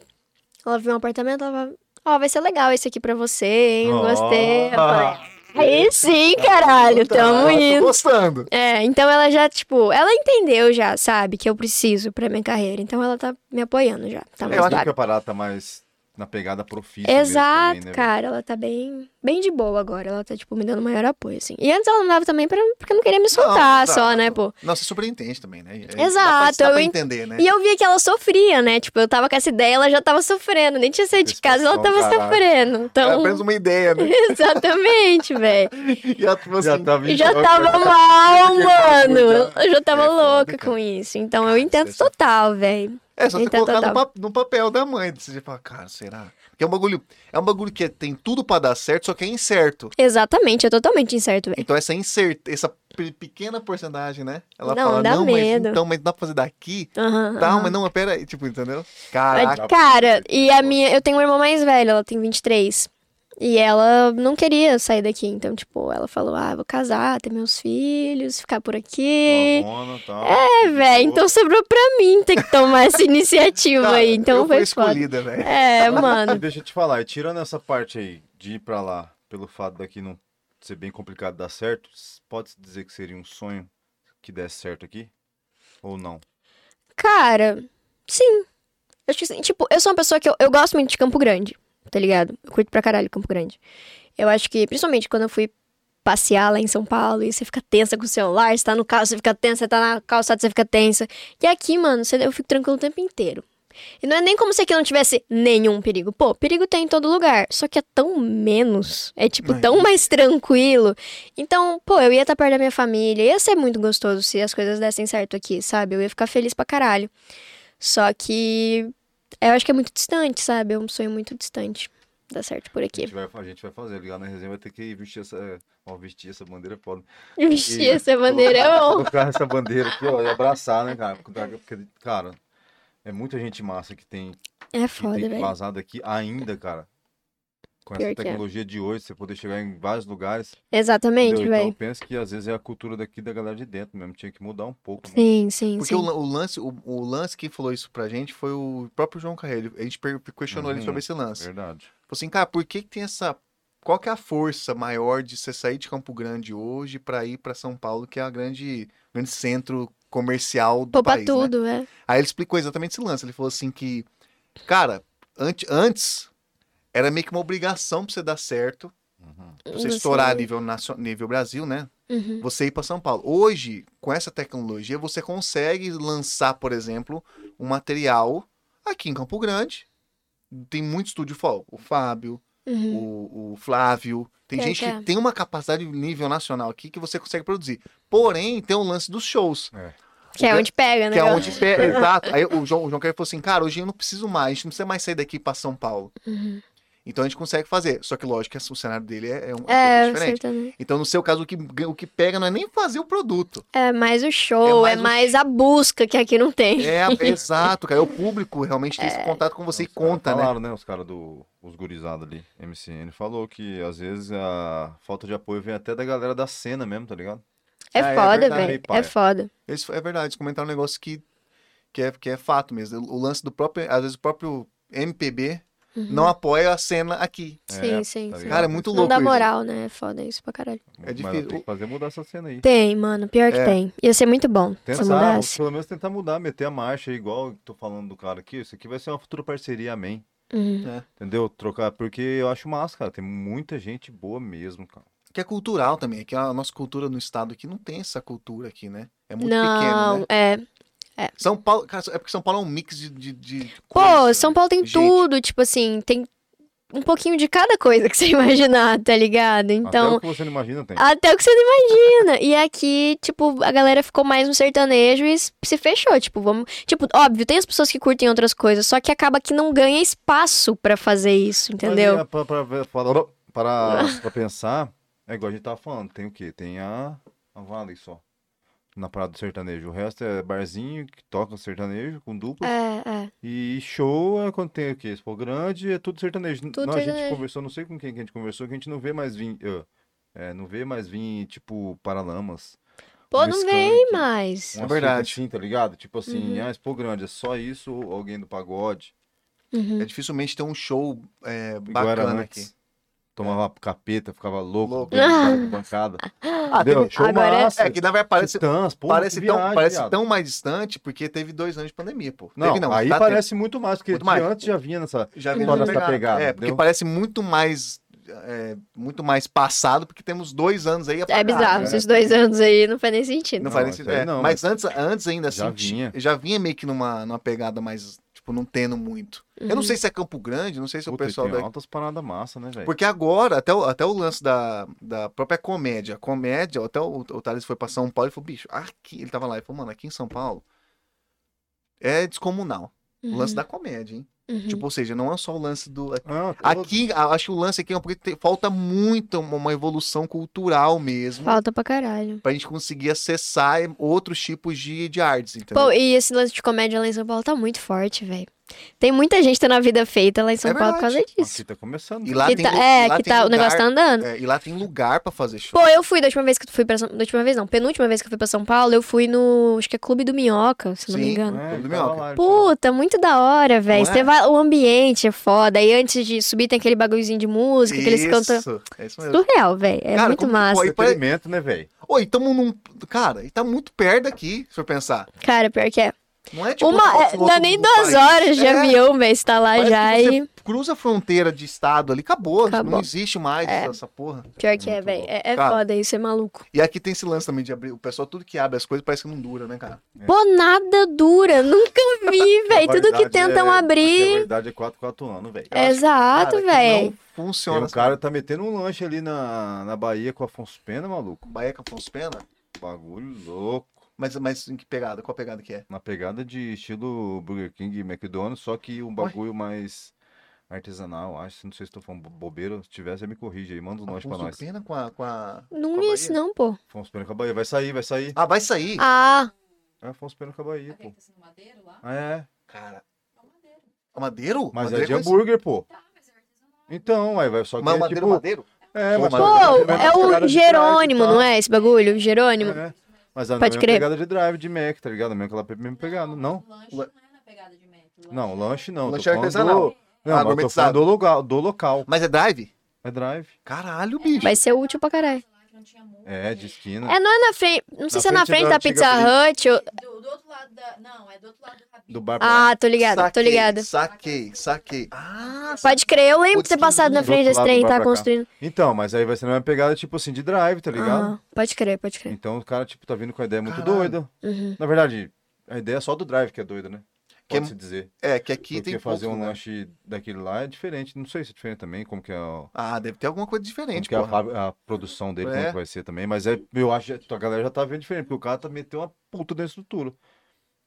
Ela viu um apartamento, ela falou: Ó, vai ser legal esse aqui pra você, hein? Eu Gostei. Eu falei, aí sim,
tá
caralho,
Puta,
tamo
Ah, eu Tô
indo.
gostando.
É, então ela já, tipo, ela entendeu já, sabe, que eu preciso pra minha carreira. Então ela tá me apoiando já. Tá
Eu
mais
acho
vaga.
que a parada tá mais na pegada profícia. mesmo
Exato,
também, né,
cara. Ela tá bem, bem de boa agora. Ela tá, tipo, me dando maior apoio, assim. E antes ela não dava também pra, porque eu não queria me soltar
tá.
só, né, pô.
Não, você superentende também, né? É, dá pra-
Exato,
Dá pra
eu en-
entender, né?
E eu via que ela sofria, né? Tipo, eu tava com essa ideia, ela já tava sofrendo. Nem tinha saído de casa, ela tava
Disfunção, caralho. um-
sofrendo.
É
Então. <laughs>
apenas uma ideia, né?
Exatamente, velho.
E ela, tipo, assim,
tava
Eu
em
já tá
choque,
tava
né?
mal,
Porque tava
mano.
muito-
Eu já tava
É foda,
louca
cara.
com isso. Então eu
Cara,
entendo
isso é-
total, velho.
É, só você
Então,
colocar no,
total.
pa- no papel da mãe. Você fala, cara, será? Porque é um bagulho. É um bagulho que é- tem tudo pra dar certo, só que é incerto.
Exatamente, é totalmente incerto, velho.
Então essa incerta, essa pe- pequena porcentagem, né? Ela
Não,
fala,
dá
não,
medo."
mas então, mas dá pra fazer daqui?
Aham.
Tá,
aham.
mas não, mas pera aí, tipo, entendeu?
Mas, tipo,
Caraca.
Cara, e a minha. Eu tenho uma irmã mais velha, ela tem 23. E ela não queria sair daqui. Então, tipo, ela falou: ah, vou casar, ter meus filhos, ficar por aqui.
Hormônio e tal.
É, velho, então sobrou pra mim ter que tomar
<laughs>
essa iniciativa
Cara,
aí. Então
eu
foi
fui
foda.
escolhida, velho.
É,
E <laughs>
mano.
deixa eu te falar, e tirando essa parte aí de ir pra lá, pelo fato daqui não ser bem complicado dar certo, s- pode-se dizer que seria um sonho que desse certo aqui? Ou não?
Cara, sim. Eu acho que assim, tipo, eu sou uma pessoa que eu, eu gosto muito de Campo Grande, tá ligado? Eu curto pra caralho Campo Grande. Eu acho que, principalmente quando eu fui passear lá em São Paulo e você fica tensa com o celular, você tá no carro, você fica tensa, você tá na calçada, você fica tensa. E aqui, mano, você- eu fico tranquilo o tempo inteiro. E não é nem como se aqui não tivesse nenhum perigo. Pô, perigo tem em todo lugar. Só que é tão menos. É, tipo,
Ai.
tão mais tranquilo. Então, pô, eu ia estar perto da minha família. Ia ser muito gostoso se as coisas dessem certo aqui, sabe? Eu ia ficar feliz pra caralho. Só que. Eu acho que é muito distante, sabe? É um sonho muito distante. Dar certo por
A
aqui. <laughs>
gente vai, a gente vai fazer, ligar na resenha vai ter que vestir essa, ó, vestir essa bandeira é foda.
Vestir essa bandeira é
<laughs>
bom.
Colocar essa bandeira aqui, ó, e abraçar, né, cara? Porque, cara, é muita gente massa que tem
É
que
foda,
tem
velho.
vazado aqui ainda, cara. Com
Pior
essa
que é.
tecnologia de hoje, você poder chegar em vários lugares.
Exatamente,
entendeu? Então eu
velho.
penso que às vezes é a cultura daqui da galera de dentro mesmo. Tinha que mudar um pouco. mano.
Sim, sim,
Porque
sim.
o, lan- o lance, o, o lance que falou isso pra gente foi o próprio João Carreiro. A gente per- questionou ele
Uhum.
sobre esse lance. Falou
Verdade.
assim, cara, por que, que tem essa. Qual que é a força maior de você sair de Campo Grande hoje pra ir pra São Paulo, que é a grande, grande centro comercial do
Poupa
país, né?
tudo, é.
Aí ele explicou exatamente esse lance. Ele falou assim que, cara, ante- antes era meio que uma obrigação pra você dar certo,
Uhum.
pra
Você-
você estourar a nível, nacio- nível Brasil, né?
Uhum.
Você ir pra São Paulo. Hoje, com essa tecnologia, você consegue lançar, por exemplo, um material aqui em Campo Grande. Tem muito estúdio, fo- o Fábio,
Uhum.
o, o Flávio. Tem
É,
gente
é.
que tem uma capacidade nível nacional aqui que você consegue produzir. Porém, tem o lance dos shows.
Que é
o-
onde pega, né?
Que é onde pega, <laughs> exato. Aí o João, o João Carreiro falou assim, cara, hoje eu não preciso mais, a gente não precisa mais sair daqui pra São Paulo.
Uhum.
Então a gente consegue fazer. Só que lógico que o cenário dele é, é um é um
É,
pouco diferente.
certamente.
Então, no seu caso, o que, o que pega não é nem fazer o produto.
É mais o show, é
É mais
mais,
o-
a busca que aqui não tem.
É,
<laughs>
a- exato, cara. É o público realmente tem
É.
esse contato com você e
Os caras
conta, né?
falaram, né? Os caras do. Os gurizada ali, MCN, falou que às vezes a falta de apoio vem até da galera da cena mesmo, tá ligado?
É,
Ah, é
foda,
verdade,
velho. É
paia.
foda.
Isso é verdade, eles comentaram um negócio que, que, é, que é fato mesmo. O lance do próprio, às vezes, o próprio MPB não apoia a cena aqui.
Sim, sim,
tá
sim.
ligado?
Cara, é muito
Uhum. Não
louco
dá
isso.
moral, né? É foda isso pra caralho.
É
Mas
difícil.
tem que fazer mudar essa cena aí.
Tem, mano. Pior
É.
que tem. Ia ser muito bom se
Tentar,
mudasse.
pelo menos tentar mudar, meter a marcha aí, igual eu tô falando do cara aqui. Isso aqui vai ser uma futura parceria, amém.
Uhum.
Entendeu? Trocar, porque eu acho massa, cara. Tem muita gente boa mesmo, cara.
Que é cultural também, é que a nossa cultura no estado aqui não tem essa cultura aqui, né? É muito pequeno, né?
Não, é.
São Paulo, cara, é porque São Paulo é um mix de, de, de
Pô,
coisa,
São
né?
Paulo tem
Gente.
tudo, tipo assim, tem um pouquinho de cada coisa que você <laughs> imaginar, tá ligado?
Até
Então,
o que você não imagina tem.
até o que você não imagina. E aqui, tipo, a galera ficou mais no sertanejo e s- se fechou. Tipo, vamos. Tipo, óbvio, tem as pessoas que curtem outras coisas, só que acaba que não ganha espaço pra fazer isso, entendeu?
Mas, é, pra- pra ver- para, para- pra pensar, é igual a gente tava falando, tem o quê? Tem a, a Vale só. Na parada do sertanejo. O resto é barzinho que toca sertanejo com dupla.
É, é.
E show é quando tem o quê? Expo Grande, é tudo sertanejo.
Tudo
não, a gente
sertanejo.
conversou, não sei com quem que a gente conversou, que a gente não vê mais vir. ah, é, não vê mais vir, tipo, Paralamas.
Pô,
Um
não
Skank.
vem mais.
umas
É verdade.
fitas Assim, tá ligado? Tipo assim,
Uhum.
ah, Expo Grande, é só isso ou alguém do pagode.
Uhum.
É dificilmente ter um show é,
Igual era
bacana
antes.
aqui. É.
Tomava capeta, ficava louco,
Louco.
dentro
<laughs>
da bancada.
Ah,
Entendeu?
teve-
Show
Agora é-
massa.
É que na verdade parece,
Titãs, porra,
parece,
que
tão,
viagem,
parece
viado.
tão mais distante porque teve dois anos de pandemia, pô.
Não,
teve, não
aí
tá
parece muito mais, porque
Muito mais.
antes já vinha nessa...
tendo- já
muito
nessa
mais
essa pegada,
É, porque
entendeu?
parece muito mais é, muito mais passado porque temos dois anos aí
É
apagados,
bizarro,
né?
esses dois anos aí não faz nem sentido.
Não,
Não,
faz nem
isso
sentido.
aí
é,
não,
mas antes, antes ainda assim,
Já vinha.
já vinha meio que numa, numa pegada mais, tipo, não tendo muito. Eu
Uhum.
não sei se é Campo Grande, não sei se
Puta,
o pessoal
tem
da,
altas paradas massa, né, velho?
Porque agora, até o, até o lance da, da própria comédia, a comédia, até o, o Thales foi pra São Paulo e falou, bicho, aqui, ele tava lá, ele falou, mano, aqui em São Paulo é descomunal. O
Uhum.
lance da comédia, hein? Tipo, ou seja, não é só o lance do.
Ah, todo-
Aqui, a- acho que o lance aqui é um pouquinho. tem- Falta muito uma uma evolução cultural mesmo.
Falta pra caralho.
Pra gente conseguir acessar outros tipos de, de artes, entendeu?
Pô, e esse lance de comédia lá em São Paulo tá muito forte, velho. Tem muita gente tendo a vida feita lá em São
É
Paulo por causa
verdade.
disso.
Aqui tá começando.
E lá
Que
tem
tá-
lu-
é,
lá
que
tem
tá, o
lugar-
negócio tá andando.
é, tipo e lá tem lugar pra fazer show.
Pô, eu fui da última vez que tu fui pra São Da última vez não, penúltima vez que eu fui pra São Paulo, eu fui no. Acho que é Clube do Minhoca, se não
Sim.
me engano.
É,
Tudo
tá
minhoca.
lá,
Puta, muito da hora, velho.
Não é?
Você vai- O ambiente é foda. E antes de subir tem aquele bagulhozinho de música, que eles cantam.
Isso, é isso mesmo.
Surreal, velho. É
Cara,
muito
como que
massa.
foi?
Experimento, né, velho?
Oi, tamo num. Cara, e tá muito perto daqui, se for pensar.
Cara, pior que é.
Não é tipo.
Uma, é,
outro- outro
dá nem
país.
duas horas de
É,
avião, velho. Você tá lá
parece
já
que
e.
Você cruza a fronteira de estado ali, acabou.
Acabou. É.
Não existe mais essa, essa porra.
Pior que é,
Muito
velho.
louco.
É, é
Cara.
foda isso, é maluco.
E aqui tem esse lance também de abrir. O pessoal, tudo que abre as coisas parece que não dura, né, cara?
Pô, nada É. dura. Nunca
<laughs>
vi, velho. Tudo que
Barbaridade
tentam
é- aqui A
abrir.
verdade é 4, 4 anos, velho.
Exato,
Cara, que
velho.
Não
Tem
funciona.
um cara tá metendo um lanche ali na, na Bahia com o Afonso Pena, maluco.
Bahia com Afonso Pena?
Bagulho louco.
Mas, mas em que pegada? Qual pegada que é?
Na pegada de estilo Burger King e McDonald's, só que um bagulho mais artesanal, acho. Não sei se tô falando bobeira. Se tiver, você me corrige aí. Manda um lanche pra
Afonso
nós.
Pena com a, com a-
Não
Com a
vi isso,
Bahia?
não, pô.
Afonso Pena com a Bahia. Vai sair, vai sair.
Ah, vai sair.
Ah,
É Afonso Pena com a Bahia, pô.
Tá sendo madeiro lá?
Ah, é.
Cara. É Madeiro?
Mas
Madeiro
é de
coisa-
hambúrguer, pô.
Tá, é
Então, aí vai. Só que
Mas
é
madeiro,
tipo.
madeiro?
É, mas
Pô,
pô, é o Jerônimo, não é esse bagulho? Jerônimo.
É. Mas a
Pode
mesma
crer.
pegada de drive, de Mac, tá ligado? A mesma aquela mesma pegada, não?
O lanche não é na pegada de Mac. o lanche
Não, lanche não.
Lanche
tô falando
artesanal.
Do...
Ah,
Não, mas eu tô falando
gourmetizado.
do local, do local.
Mas é drive?
É drive.
Caralho, bicho.
Vai ser útil pra caralho.
lá que não tinha muro.
É, de esquina.
É, não é na frente. Não sei
Na
se é na
frente
frente
da
da
antiga Tá
Pizza Hut. ou-
Do, do outro lado da. Não, é do outro lado do Rabinho.
Do bar.
Ah, tô ligada, tô
Saquei,
ligada.
Saquei, saquei. Ah,
Pode crer, eu lembro de
Putz,
ter
que
passado na
do
frente
outro
desse
lado
trem e
do bar
tá
pra cá.
construindo.
Então, mas aí vai ser a mesma pegada, tipo assim, de drive, tá ligado?
Aham, pode crer, pode crer.
Então o cara, tipo, tá vindo com a ideia muito
Caralho.
doida.
Uhum.
Na verdade, a ideia é só do drive que é doida, né?
Que é-
Pode-se dizer.
É, que aqui
Porque
tem
fazer
poucos,
um
né?
lanche daquele lá é diferente. Não sei se é diferente também, como que é o...
Ah, deve ter alguma coisa
Como
diferente,
que é a,
porra.
fábrica- a produção dele,
É.
como que vai ser também. Mas é, eu acho que a galera já tá vendo diferente, porque o cara tá meteu uma puta da estrutura.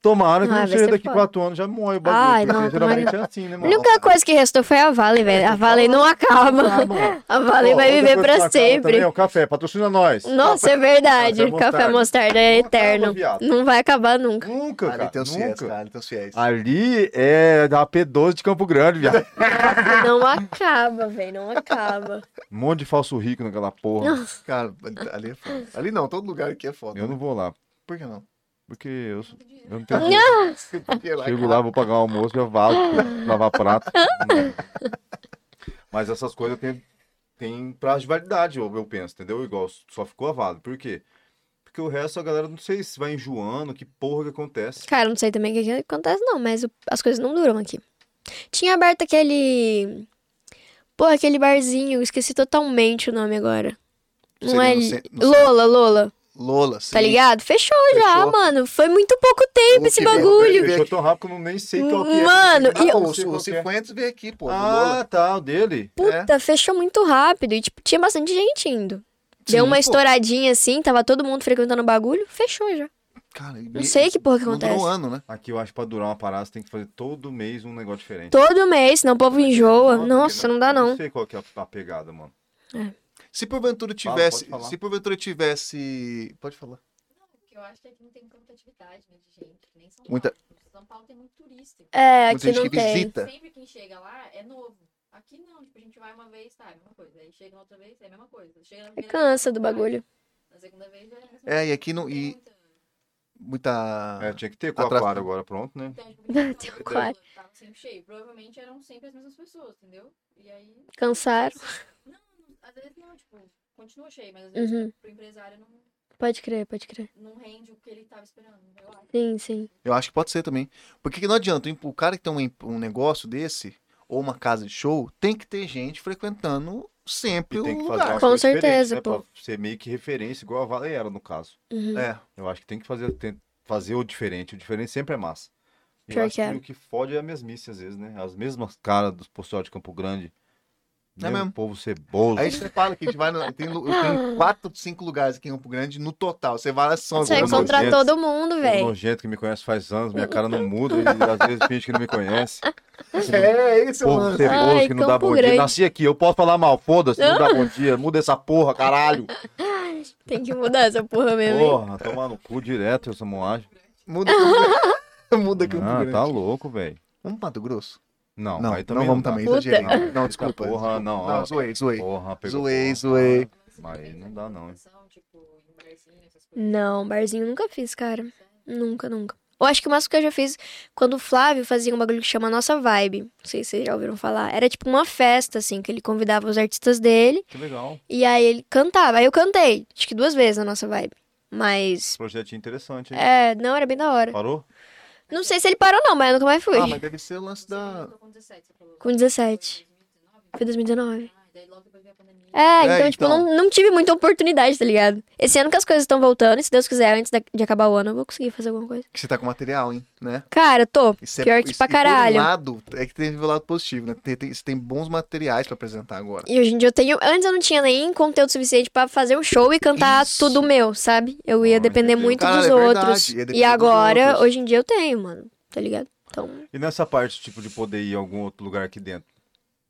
Tomara que
Ah,
não
vai
seja
ser
daqui
foda.
quatro anos, já morre o bagulho.
Ai,
porque
não,
geralmente é assim, né,
A
mano?
única coisa que restou foi a Vale, velho. A Vale não acaba. <laughs>
mano.
A Vale
Ó, outra
vai viver
coisa que
pra
acaba Também, é
sempre.
o café, patrocina nós.
Nossa, é verdade.
Café mostarda.
Café mostarda é
Não acaba,
eterno.
viado.
Não vai acabar <laughs> nunca.
Nunca,
Ah, ali
cara.
tem os fiéis,
nunca. Ah.
cara, ali tem os fiéis.
Ali é da P12 de Campo Grande, viado.
Não acaba, velho. Não acaba.
Um monte de falso rico naquela porra.
Cara, ali- ali é foda. Ali não, todo lugar aqui é foda.
Eu não vou lá,
Por que não?
porque eu, sou- eu não tenho.
Não,
Porque lá-
Chego lá, vou pagar o almoço, já <laughs> vazo, lavar prato. Mas essas coisas tem, tem prazo de validade, eu, eu penso, entendeu? Igual só ficou a vaga. Por quê? Porque o resto a galera não sei se vai enjoando, que porra que acontece.
Cara, não sei também o que que acontece, não, mas o- as coisas não duram aqui. Tinha aberto aquele. Pô, aquele barzinho, eu esqueci totalmente o nome agora. Não
Seria
é.
no
li-
cen- no
Lola, Lola.
Lola, sim.
Tá ligado? Fechou, já,
Fechou. mano.
mano. Foi muito pouco tempo
Como
esse
que vem?
bagulho.
Veio
Fechou
aqui.
tão rápido que eu nem sei qual que é.
Mano,
Ah,
Ah,
e-
eu
o,
sei
o
qual que é.
Cifuentes veio aqui, pô. do Lola.
Ah, tá, o dele.
Puta, fechou muito rápido. E, tipo, tinha bastante gente indo. Deu
Sim,
uma
pô.
estouradinha assim, tava todo mundo frequentando o bagulho, fechou já.
Cara,
Não sei que porra que
não durou
acontece.
um ano, né?
Aqui eu acho que pra durar uma parada você tem que fazer todo mês um negócio diferente.
Todo mês, senão o povo enjoa. Nossa, não dá
Eu
não.
Não sei qual que é a- a pegada, mano.
Se porventura
Fala,
tivesse.
pode falar.
se porventura tivesse. Pode falar.
Porque eu acho é que aqui não tem tanta atividade, né, de gente. que Nem São
Muita-
Paulo. São Paulo tem muito turista.
É,
Muita
aqui
gente
não
que
tem.
visita.
Sempre quem chega lá é novo. Aqui não, tipo, a gente vai uma vez, tá, é a mesma coisa. Aí chega na outra vez, é a mesma coisa. Chega na
É
primeira
cansa
vez,
do
vai.
bagulho.
Na segunda vez já é a mesma
É, e
coisa.
aqui não-
tem
e-
muita-
Muita.
É, tinha que ter com o
Atração.
aquário agora, pronto, né?
<laughs>
Então, tipo, quando
Tem
tava
aquário.
lotado, Tava sempre cheio. Provavelmente eram sempre as mesmas pessoas, entendeu? E aí,
Cansaram.
às vezes não, tipo, continua cheio, mas às vezes
Uhum.
pro empresário não,
Pode crer, pode crer.
não rende o que ele tava esperando, eu acho.
Sim, sim.
Eu acho que pode ser também. Porque não adianta, o imp- o cara que tem um, imp- um negócio desse, ou uma casa de show, tem que ter gente frequentando sempre
E
o
tem que fazer
lugar.
uma
Com
coisa diferente,
certeza,
né?
pô.
Pra ser meio que referência, igual a Vale era, no caso.
Uhum.
É,
Eu acho que tem que fazer, tem- fazer o diferente. O diferente sempre é massa. E eu
Pior
acho
que é.
o que fode é a mesmice, às vezes, né? As mesmas caras dos postal de Campo Grande.
É
Mesmo
mesmo.
povo ceboso.
Aí você fala que a gente vai. No, tem, lu- eu tenho quatro, cinco lugares aqui em Campo Grande no total. Você vai lá só.
Você
Algum
encontrar
nojento.
todo mundo,
Um
velho.
nojento que me conhece faz anos, minha cara não muda, ele às vezes finge que não me
<laughs>
conhece.
um.
É, esse é o
Povo
lance.
ceboso
Ai,
que não dá
Campo
bom
Grande.
dia. Nasci aqui, eu posso falar mal, foda-se, não
<laughs>
dá bom dia, muda essa porra, caralho.
Tem que mudar essa porra mesmo. hein?
Porra, tomar no cu direto essa moagem.
Muda Campo Grande. Muda Campo
Ah,
Grande.
tá louco, velho.
Vamos pro Mato Grosso?
Não,
não,
aí também
vamos
dá.
também,
Puta.
exagerei. Não,
Não,
desculpa.
porra, não,
Não,
ó.
zoei, zoei.
Porra, pegou
Zoei,
porra.
zoei.
Mas aí não dá, não, hein?
Tipo, em Barzinho, essas coisas.
Não, barzinho nunca fiz, cara. Nunca, nunca. Eu acho que o máximo que eu já fiz quando o Flávio fazia um bagulho que chama Nossa Vibe. Não sei se vocês já ouviram falar. Era tipo uma festa, assim, que ele convidava os artistas dele
Que legal.
e aí ele cantava. Aí eu cantei, acho que duas vezes na Nossa Vibe. Mas.
Projetinho interessante, hein?
É, não, era bem da hora.
Parou?
Não sei se ele parou, não, mas eu nunca mais fui.
Ah, mas deve ser o lance da.
Tô com 17, você falou.
Com 17. Foi
2019?
2019.
Ah, e daí logo depois veio a pandemia.
É, então,
É,
tipo,
então.
Não, não tive muita oportunidade, tá ligado? Esse ano que as coisas estão voltando, e se Deus quiser, antes da- de acabar o ano, eu vou conseguir fazer alguma coisa.
Que você tá com material, hein? Né?
Cara, tô.
Isso é-
Pior que
isso-
pra
e por um
caralho.
lado, é que tem um lado positivo, né? Tem, tem- você tem bons materiais pra apresentar agora.
E hoje em dia eu tenho. Antes eu não tinha nem conteúdo suficiente pra fazer um show e cantar
Isso.
tudo meu, sabe? Eu ia
Ah,
depender
entendi.
muito
Cara,
dos
é verdade,
outros.
ia depender
E
dos
agora,
outros.
hoje em dia eu tenho, mano. Tá ligado? Então.
E nessa parte, tipo, de poder ir a algum outro lugar aqui dentro?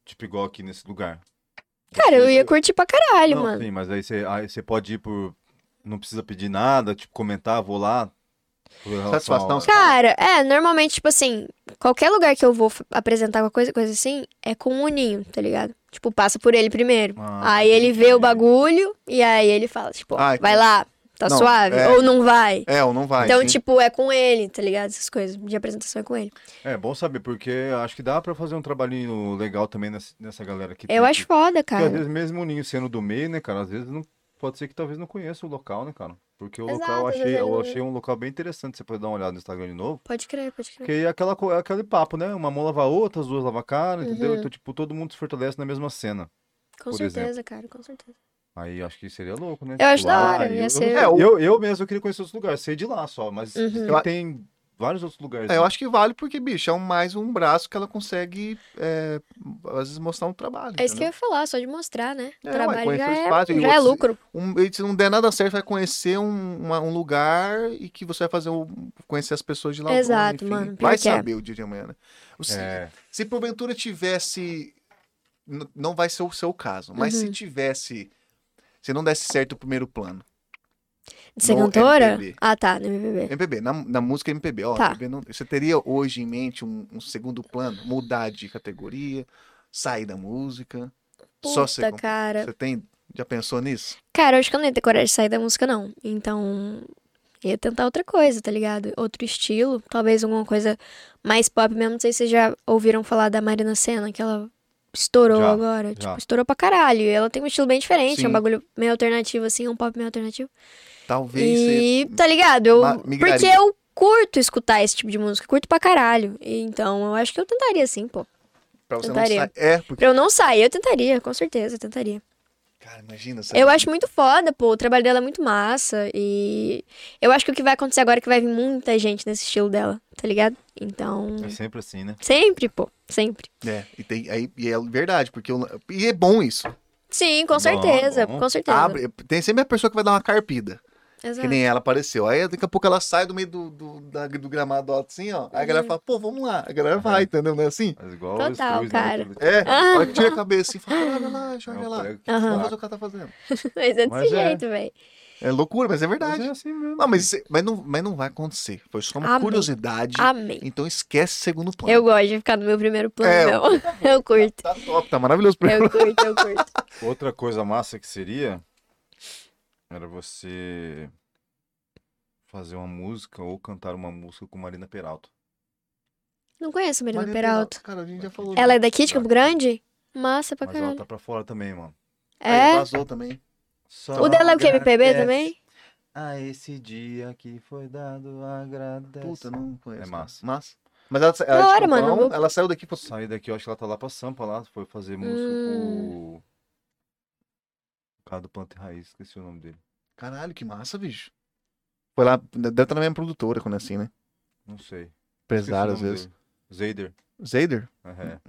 Tipo, igual aqui nesse lugar.
Cara, eu ia curtir pra caralho,
não,
mano.
Sim, mas aí você, aí você pode ir por. Não precisa pedir nada, tipo, comentar, vou lá. por relação
Satisfação,
ao-
sim.
Cara, é, normalmente, tipo assim, qualquer lugar que eu vou f- apresentar uma coisa, coisa assim, é com o Ninho, tá ligado? Tipo, passa por ele primeiro.
Ah,
aí ele vê
entendi.
o bagulho e aí ele fala, tipo,
Ah,
vai lá, tá
Não,
suave?
é.
Ou não vai?
É, ou não vai.
então,
sim.
tipo, é com ele, tá ligado? Essas coisas de apresentação é com ele.
É bom saber, porque acho que dá pra fazer um trabalhinho legal também nessa, nessa galera aqui.
Eu acho foda,
Porque às
cara.
<laughs>
vezes, mesmo o Ninho sendo do meio, né, cara? Às vezes não. Pode ser que talvez não conheça o local, né, cara? Porque o
Exato,
local eu
às vezes
achei,
ele
eu
não-
achei um local bem interessante. Você pode dar uma olhada no Instagram de novo.
Pode crer, pode crer.
Porque é aquela, co- é aquele papo, né? Uma mão lava a outra, as duas lava a cara,
Uhum.
entendeu? Então, tipo, todo mundo se fortalece na mesma cena.
Com
por
certeza, cara, com certeza.
Aí eu acho que seria louco, né?
Eu acho da hora,
eu,
ia
eu-
ser-
é, eu, eu mesmo eu queria conhecer outros lugares, sei de lá só, mas
Uhum.
dizem que
Eu-
tem vários outros lugares.
É, eu
né?
acho que vale porque, bicho, é um- mais um braço que ela consegue, é, às vezes, mostrar um trabalho.
É isso que
entendeu?
eu ia falar, só de mostrar, né?
É, ué,
Trabalho
conhecer o
já, é,
espaço e
já é
outros-
lucro.
Um- e se não der nada certo, vai conhecer um, uma- um lugar e que você vai fazer um, conhecer as pessoas de lá.
Exato,
enfim.
mano, pior
Vai
que é.
saber o dia de amanhã, né? O- Se,
É,
se porventura tivesse. n- Não vai ser o seu caso, mas
Uhum.
se tivesse. Se não desse certo o primeiro plano.
De ser
No
é cantora?
MPB.
Ah, tá, no MPB.
MPB, na, na música MPB, ó,
Tá.
MPB não- você teria hoje em mente um, um segundo plano, mudar de categoria, sair da música, só ser
Puta,
com-
cara.
Você tem, já pensou nisso?
Cara, eu acho que eu não ia ter coragem de sair da música, não. Então, ia tentar outra coisa, tá ligado? Outro estilo, talvez alguma coisa mais pop mesmo. Não sei se vocês já ouviram falar da Marina Senna, que ela estourou
Já,
agora.
já.
Tipo, estourou pra caralho. E Ela tem um estilo bem diferente, é
Sim.
um bagulho meio alternativo, assim, é um pop meio alternativo.
Talvez
E,
você-
tá ligado? Eu,
Ma- migraria.
porque eu curto escutar esse tipo de música, curto pra caralho. E Então, eu acho que eu tentaria sim, pô.
pra você não
tentaria.
sair. É, porque
Pra eu não sair, eu tentaria, com certeza, eu tentaria.
Cara, imagina. sabe?
Eu acho muito foda, pô. O trabalho dela é muito massa. E eu acho que o que vai acontecer agora é que vai vir muita gente nesse estilo dela, tá ligado? Então.
É sempre assim, né?
Sempre, pô. Sempre.
É, e, tem, aí, e é verdade, porque eu- e é bom isso.
Sim, com certeza.
bom.
Com certeza.
Abre, tem sempre a pessoa que vai dar uma carpida.
Exato.
Que nem ela apareceu. Aí daqui a pouco ela sai do meio do, do, da- do gramado ó, assim, ó. Aí a galera fala, pô, vamos lá. A galera vai, entendeu? Não é assim?
Mas igual
Total,
os dois,
cara.
Né?
É,
Ah.
ela tira a cabeça e fala, olha lá,
É um
Jorge, olha lá.
prego que
Aham.
Vamos
saco.
fazer o que ela tá fazendo.
<laughs> Mas é desse
Mas é.
jeito, véi.
É loucura, mas é Ah,
Mas
verdade.
é assim mesmo.
Não, mas, isso- mas, não, mas não vai acontecer. Foi só uma
Amém.
curiosidade.
Amém.
Então esquece segundo plano.
Eu gosto de ficar no meu primeiro plano,
É,
não. <laughs> Eu curto.
Tá top, tá maravilhoso. pra
Eu curto, eu curto.
Outra coisa massa que seria era você fazer uma música ou cantar uma música com Marina Peralta.
Não conheço a Marina
Maria
Peralta.
Cara, a gente já falou.
Ela é daqui de Campo
Daqui.
Grande? Massa pra
Mas ela
caralho.
tá pra fora também, mano.
Aí
É?
vazou também.
Só
O dela é o que? MPB
agradece
também?
A esse dia que foi dado, agradece.
Puta, não conheço.
É massa.
Massa. Mas ela, ela,
Da
de
hora, mano,
Campão,
eu vou-
ela saiu daqui assim, pra...
Saí daqui, eu acho que ela tá lá pra Sampa lá, foi fazer música
Hum.
com o... o cara do Planta e Raiz, esqueci o nome dele.
Caralho, que massa, bicho. Foi lá, deve estar na mesma produtora quando é assim, né?
Não sei. Esqueci o
Empresário, às
nome
vezes.
dele. Zayder.
Zader?
Aham.
Cara,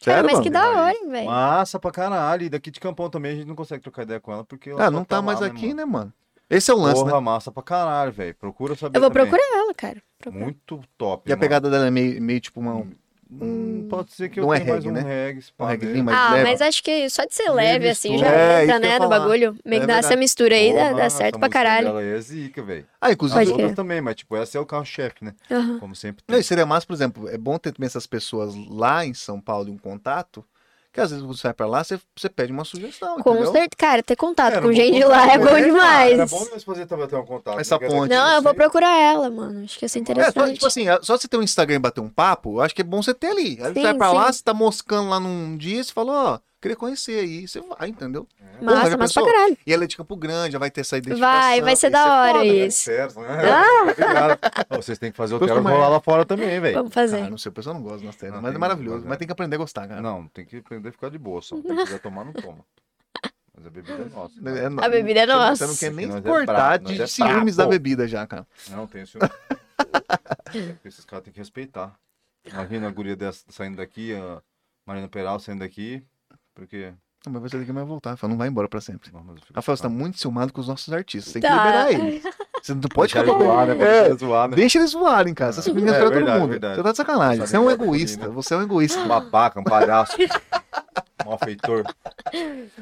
Sério,
mas
mano?
que da
Raiz.
hora, velho.
Massa pra caralho. E daqui de Campão também a gente não consegue trocar ideia com ela, porque ela
Ah,
só
não tá mais
lá,
aqui,
mano?
né, mano? Esse é o lance,
Porra,
né?
massa pra caralho, velho. Procura saber
Eu vou
também.
procurar ela, cara. Procurar.
Muito top,
E a
mano.
pegada dela é meio, meio tipo uma, um
Hum, pode ser que eu
Não é
tenha mais
reggae,
um
né?
reggae, pá,
reggaezinho
né?
mais
Ah,
leve.
mas acho que só de ser
Leve
leve, assim, já
estouro.
É,
entra,
isso que eu
né,
ia
do
falar.
bagulho. Meio
É
que dá essa
verdade.
mistura aí, dá,
Porra,
dá
essa
certo pra
música
caralho.
dela aí é zica, velho.
Ah,
As
inclusive,
Pode
outras
crer. Ah.
também, mas tipo, essa é o carro-chefe, né?
Aham.
Como sempre
não,
tem.
e seria massa, por exemplo, é bom ter também essas pessoas lá em São Paulo e um contato, que às vezes você vai pra lá, você, você pede uma sugestão,
Com
entendeu?
certeza, cara, ter contato
Era
com
bom
gente de
contar,
lá
né?
é bom
Cara,
demais.
Era bom mesmo fazer também ter um contato.
Essa
né, cara?
ponte.
Não, eu vou procurar ela, mano. Acho que ia ser
É, só,
interessante.
tipo assim, é, só você ter um Instagram e bater um papo, eu acho que é bom você ter ali. Aí você
Sim,
vai pra
sim.
lá, você tá moscando lá num dia, você falou, ó, queria conhecer aí, você vai, entendeu? Porra,
Massa,
já
massa pra
pensou?
caralho.
E ela é de Campo Grande, já vai ter essa identificação.
Vai, vai ser
isso
da
é
hora
foda,
É
cara.
isso.
certo, né?
Ah.
Obrigado. Ô, Vocês têm que fazer o
Pois
Tero
também.
rolar lá fora também, velho.
Vamos fazer.
Cara, não sei, o pessoal não gosta da série,
Não,
mas é
tem-
maravilhoso.
mas é.
Mas tem que aprender a gostar, cara.
Não, tem que aprender a ficar de boa só. Se quiser tomar, não toma. Mas a bebida é nossa.
É,
né?
não-
A bebida é
você não- Você
nossa.
não quer
Nós
nem
é
cortar
brabo,
de
nós é
ciúmes da
brabo.
bebida já, cara.
Não, tem ciúme.
<laughs>
É porque Esses caras têm que respeitar. Imagina a guria dessa saindo daqui, a Marina Peral saindo daqui. Porque.
Não, mas você daqui vai voltar. Rafael, não vai embora pra sempre.
Não, mas eu fico
Rafael, você tá
chocado.
muito ciúmado com os nossos artistas. Tem que
Tá.
liberar eles. Você não pode
Deixar
ficar
ele zoar, né?
É,
Pode zoar, né?
Deixa eles voarem, cara. Você
É,
fica brincando pra todo
verdade,
mundo.
verdade.
Você tá de sacanagem.
Só
Você é um
brincar com
egoísta.
menino.
Você é um egoísta.
Um babaca,
<laughs>
um palhaço. Malfeitor.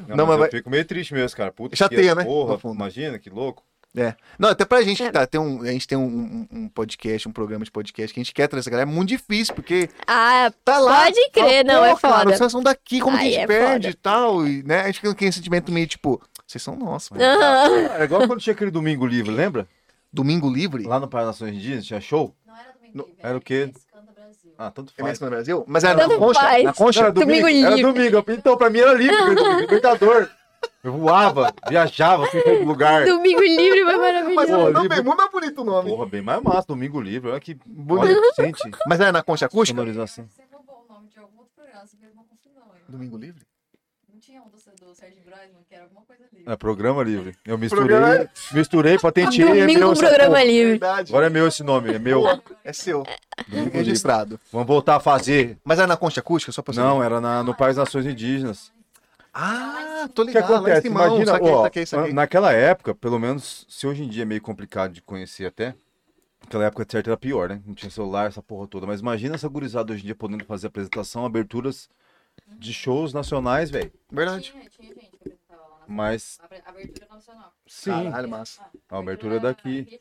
Não,
Não,
mas
mas
eu
vai-
fico meio triste mesmo, cara. Puta
Chateia,
que
né? No
porra,
fundo.
imagina, que louco.
É. Não, até pra gente,
É.
cara, tem um, a gente tem um, um- um podcast, um programa de podcast que a gente quer trazer, galera. É muito difícil, porque
<laughs> Ah,
tá lá.
Pode crer, não, é
"Pô, cara,
foda."
vocês são daqui, como
Aí
que a gente
é
perde
foda.
e tal. E, né, a gente fica com aquele sentimento meio tipo, vocês são nossos. mano."
aham.
Cara, é igual quando tinha aquele domingo livre, lembra?
Domingo livre?
Lá no Pará Nações Indígenas tinha show?
Não era domingo
Não,
livre,
era o quê?
Miss Canta é Brasil.
Ah, tanto faz.
MS É no Brasil? Mas era na
Tanto
concha?
faz.
Na concha?
Era
Domingo
Era
livre.
domingo. Então, pra mim era livre, porque
<laughs>
era domingo, libertador. Eu voava, viajava, fui pra outro lugar.
Domingo livre
<laughs>
foi
Mas
maravilhoso.
Pô,
o nome
livre.
é muito mais bonito o nome.
Porra, bem mais massa, domingo livre. Olha que assim.
Bonito.
olha, gente.
Mas era na concha acústica?
Eu
Sonorização.
acho que Você roubou o nome de algum outro programa, você fez uma confusão. hein?
Domingo livre?
Não tinha um do, do Sérgio Brosman, que era alguma coisa ali.
É programa livre. Eu misturei,
Programa-
misturei, patenteei. é
Domingo
meu
com
essa
um programa
porra.
livre.
Verdade.
Agora é meu esse nome, é meu.
Boa. É seu.
Domingo livre.
Registrado.
Vamos voltar a fazer.
Mas era na concha acústica? Só pra saber.
Não, era na, no Parque das Nações Indígenas.
Ah, tô
O que
ligado. lá em
acontece?
cima,
Imagina,
saquei,
ó,
saquei, saquei.
naquela época, pelo menos, se hoje em dia é meio complicado de conhecer até, naquela época certo era pior, né? Não tinha celular, essa porra toda. Mas imagina essa gurizada hoje em dia podendo fazer apresentação, aberturas de shows nacionais, velho.
Verdade.
Tinha, tinha gente que apresentava lá na
Mas,
abre- abertura nacional.
sim,
Caralho, massa.
Ah,
Hum. É A abertura é daqui.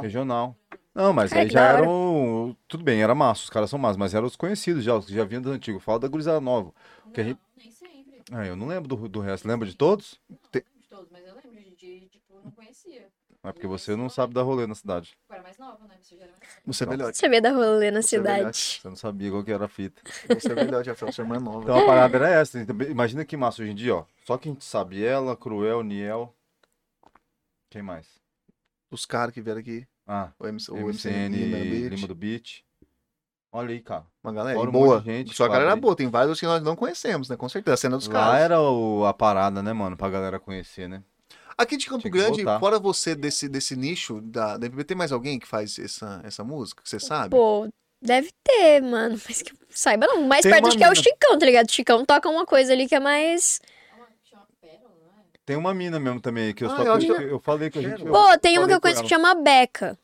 Regional.
regional. Não, mas
Cara,
aí
que
já
da hora.
eram... Tudo bem, era massa, os caras são massa, mas eram os conhecidos já, os que já vinham dos antigos. Fala da gurizada nova. Que a
Não,
gente-
nem sempre.
Ah, eu não lembro do, do resto. Lembra de todos?
Não lembro de todos, mas eu lembro de, de, tipo, não conhecia.
É porque você não sabe dar rolê na cidade.
Eu era mais nova, né? Você já era mais nova.
Você é
Então.
melhor.
Você vê da rolê na
Você é verdade.
cidade.
Você não sabia qual que era a fita.
Você é melhor, Jafel. Sua irmã é nova.
Então a parada era essa. Então, Imagina que massa hoje em dia, ó. Só que a gente sabe ela, Cruel, Niel. Quem mais?
Os caras que vieram aqui,
Ah,
o, MC, o
MCN
Lima,
Lima
Beach.
do Beat. Olha aí, cara.
Uma galera
Fora um
boa.
monte de gente,
Só a galera
quadrilha.
boa, tem vários que nós não conhecemos, né? Com certeza, a cena dos
Lá
caras.
era o- a parada, né, mano? Pra galera conhecer, né?
Aqui de Campo
Tinha que
Grande,
voltar.
fora você desse, desse nicho da, da MPB, tem mais alguém que faz essa, essa música, que você sabe?
Pô, deve ter, mano. Mas que eu saiba não. Mais
Tem
perto
uma
de que é o
mina.
Chicão, tá ligado? O Chicão toca uma coisa ali que é mais.
É uma que chama pérola, não é?
Tem uma mina mesmo também aí, que eu
Ah,
só
eu acho que
eu, eu falei que a gente.
Pô,
Pô, tem
falei
uma que eu
com
conheço
ela.
que chama Beca.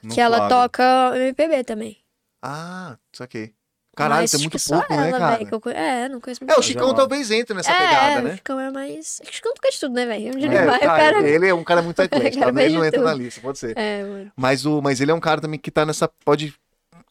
no
Que ela
Flávio.
toca MPB também.
Ah, saquei. Caralho,
Mas,
tem
tipo,
muito
só
pouco, né,
ela,
cara?
véi, que eu conhe- É, não conheço
É, o
muita
Chicão
Jamais.
talvez entra nessa
É,
pegada,
O
né?
Chicão é mais. O Chicão toca de tudo, né, velho? Onde ele
É,
vai,
tá,
o cara.
Ele é um cara
<laughs>
muito eclético,
cara é
né? ele não
veio
entra
tudo.
na lista, pode ser.
É, mano.
Mas, o, mas ele é um cara também que tá nessa. Pode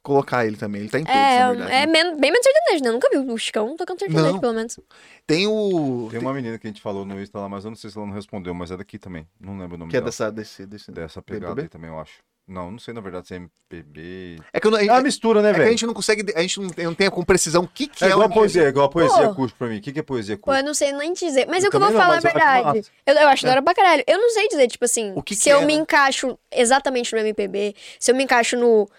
colocar ele também, ele tá em todos,
É,
na
um-
verdade. né?
é men- bem menos sertanejo, né? Eu nunca vi o Chicão tocando sertanejo,
Não.
pelo menos.
Tem o.
Tem uma menina que a gente falou no Insta lá, mas eu não sei se ela não respondeu, mas é daqui também. Não lembro o nome
Que é
dela.
dessa. Desse, desse...
Dessa pegada
MPB?
aí também, eu acho. Não, não sei na verdade se é MPB.
É que eu não.
É uma mistura, né,
É que a
velho?
gente não consegue, a gente não, eu não tem com precisão o que, que
É
é,
igual
o-
a poesia, é igual a poesia
Pô.
curte pra mim. O que, que é poesia
Pô,
curte?
eu não sei nem dizer. Mas
Eu
é o que eu vou
também não,
falar a
mas eu acho massa. É.
verdade. Eu, eu acho da hora pra caralho. Eu não sei dizer, tipo assim,
O que
se
que
eu
é,
me
né?
encaixo exatamente no MPB, se eu me encaixo no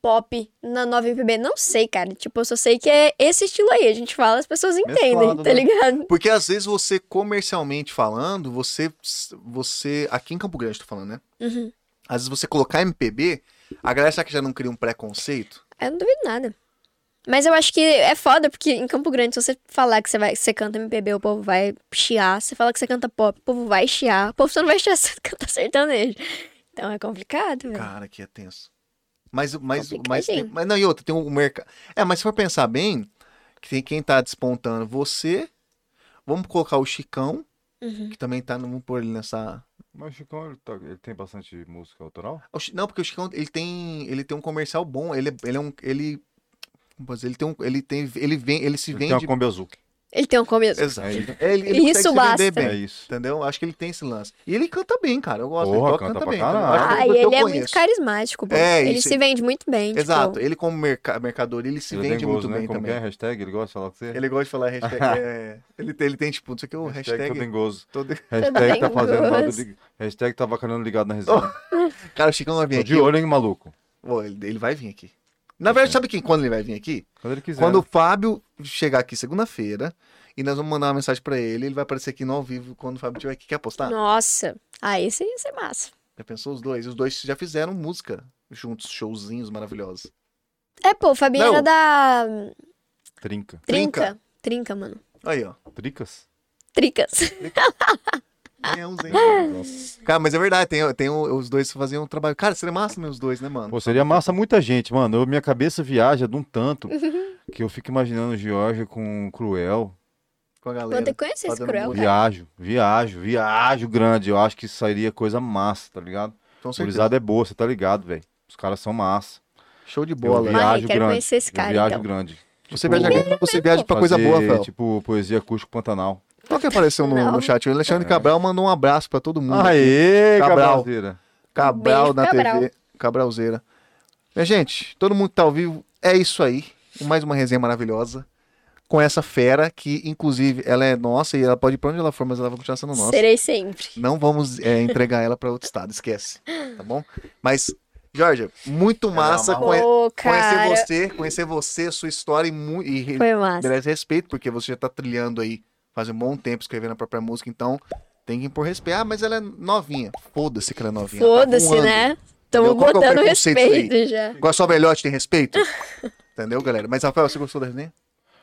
pop, na nova MPB, não sei, cara. Tipo, eu só sei que é esse estilo aí. A gente fala, as pessoas entendem,
Mesclado,
tá
né?
ligado?
Porque às vezes você, comercialmente falando, você. você aqui em Campo Grande, tô falando, né?
Uhum.
Às vezes você colocar MPB, a galera será que já não cria um preconceito?
Eu não duvido nada. Mas eu acho que é foda, porque em Campo Grande, se você falar que você, vai, que você canta MPB, o povo vai chiar. Se você falar que você canta pop, o povo vai chiar. O povo só não vai chiar <laughs> se você canta sertanejo. Então é complicado, velho.
Cara, que é tenso. Mas, mas,
Complicadinho.
mas, tem- mas não, e outra, tem o mercado. É, mas se for pensar bem, que tem quem tá despontando você. Vamos colocar o Chicão,
Uhum.
que também tá, vamos pôr ele nessa.
Mas o Chicão, ele, toca- ele tem bastante música autoral?
É O Chi- Não, porque o Chicão, ele tem, ele tem um comercial bom, ele, é- ele é um, ele, como posso dizer, ele tem um, ele tem, ele vem, ele se
Ele
vende.
tem uma Kombi azul.
Ele tem um começo.
Exato.
É isso.
É, ele, ele
Isso
consegue se vender
basta.
bem,
É isso.
entendeu? Acho que ele tem esse lance. E ele canta bem, cara, eu gosto,
Porra,
ele toca,
canta
canta,
pra
bem. entendeu?
caralho.
Acho que
Ah,
eu- eu
e ele é muito
conheço.
carismático, pô.
É,
ele
isso.
se vende muito bem, tipo,
Exato, ele como merca- mercadoria, ele se
Ele é
vende
dengoso,
muito
né?
bem
Como que é?
também.
Hashtag, ele gosta, sei lá o que você... é
Ele é gosta de falar
<laughs>
hashtag, é, ele, tem, ele tem tipo, não sei o que, o
Hashtag tô
hashtag... <laughs>
dengoso.
todo-
Hashtag tá fazendo... nada
dengoso.
lig- Hashtag tá vacanando ligado na resenha.
Cara, o Chicão vai vir
Tô
aqui,
de olho, hein, maluco?
Ô, ele, ele vai vir aqui. Na verdade, sabe quem, quando ele vai vir aqui?
Quando ele quiser.
Quando o Fábio chegar aqui segunda-feira, e nós vamos mandar uma mensagem pra ele, ele vai aparecer aqui no ao vivo quando o Fábio estiver aqui. Quer apostar?
Nossa, aí sim ia ser massa.
Já pensou os dois? Os dois já fizeram música juntos, showzinhos maravilhosos.
É, pô, o Fabinho
Não.
era da
Trinca.
Trinca.
Trinca. Trinca, mano.
Aí, ó.
Tricas?
Tricas.
Ganhamos,
<laughs>
hein?
Nossa.
é Cara, mas é verdade, tem, tem o- os dois faziam um trabalho. Cara, seria massa mesmo os dois, né, mano?
Pô, seria massa muita gente, mano. Eu- minha cabeça viaja de
<laughs>
um tanto que eu fico imaginando Georgia com Cruel.
Com a
Vou ter
galera.
que conhecer esse
fazendo
cruel,
música.
cara.
Viajo, viajo, viajo grande. Eu acho que sairia coisa massa, tá ligado?
Com certeza.
Gurizada é boa, você tá ligado, velho. Os caras são massa.
Show de
Eu
bola.
vi-
viajo
quero
grande.
conhecer esse
eu
cara,
viajo
então.
grande.
Você
Tipo,
viaja, você viaja pra coisa
fazer,
boa, Fel.
Tipo, poesia acústico Pantanal.
Qual que apareceu no,
Não.
no chat? O
É.
Alexandre Cabral mandou um abraço pra todo mundo.
Aê,
Cabral.
Cabralzeira.
Cabral
Beijo,
na
Cabral.
TV. Cabralzeira. Minha gente, todo mundo que tá ao vivo, é isso aí. Mais uma resenha maravilhosa. Com essa fera, que inclusive ela é nossa e ela pode ir pra onde ela for, mas ela vai continuar sendo nossa.
Serei sempre.
Não vamos é, entregar ela pra outro estado, esquece. Tá bom? Mas, Jorge, muito massa
amarra.
conhe-
Pô, cara.
conhecer você, conhecer você, sua história e, mu- e re-
Foi massa.
merece respeito, porque você já tá trilhando aí faz um bom tempo escrevendo a própria música, então tem que impor respeito. Ah, mas ela é novinha. Foda-se que ela é novinha. ela tá
Foda-se,
voando.
né? Tamo
Entendeu? Qual que é o
botando
preconceito aí?
respeito já.
Agora só velhote tem respeito? Entendeu, galera? Mas, Rafael, você gostou da resenha?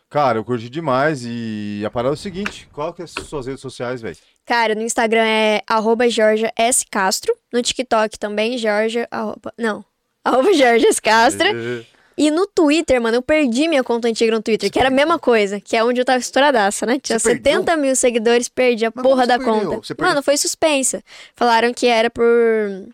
Cara, eu curti demais e a parada é o seguinte, qual que é as suas redes sociais, velho?
Cara, no Instagram é arroba Georgia S. Castro. No TikTok também, Georgia. Arroba, não. Arroba Georgia S. Castro. E no Twitter, mano, eu perdi minha conta antiga no Twitter, que era a mesma coisa, que é onde eu tava estouradaça, né? Tinha
Você
70 mil seguidores, perdi a
Mas como
porra
você
da
perdeu?
conta.
Você perdeu-
Mano, foi suspensa. Falaram que era por. que eu vi.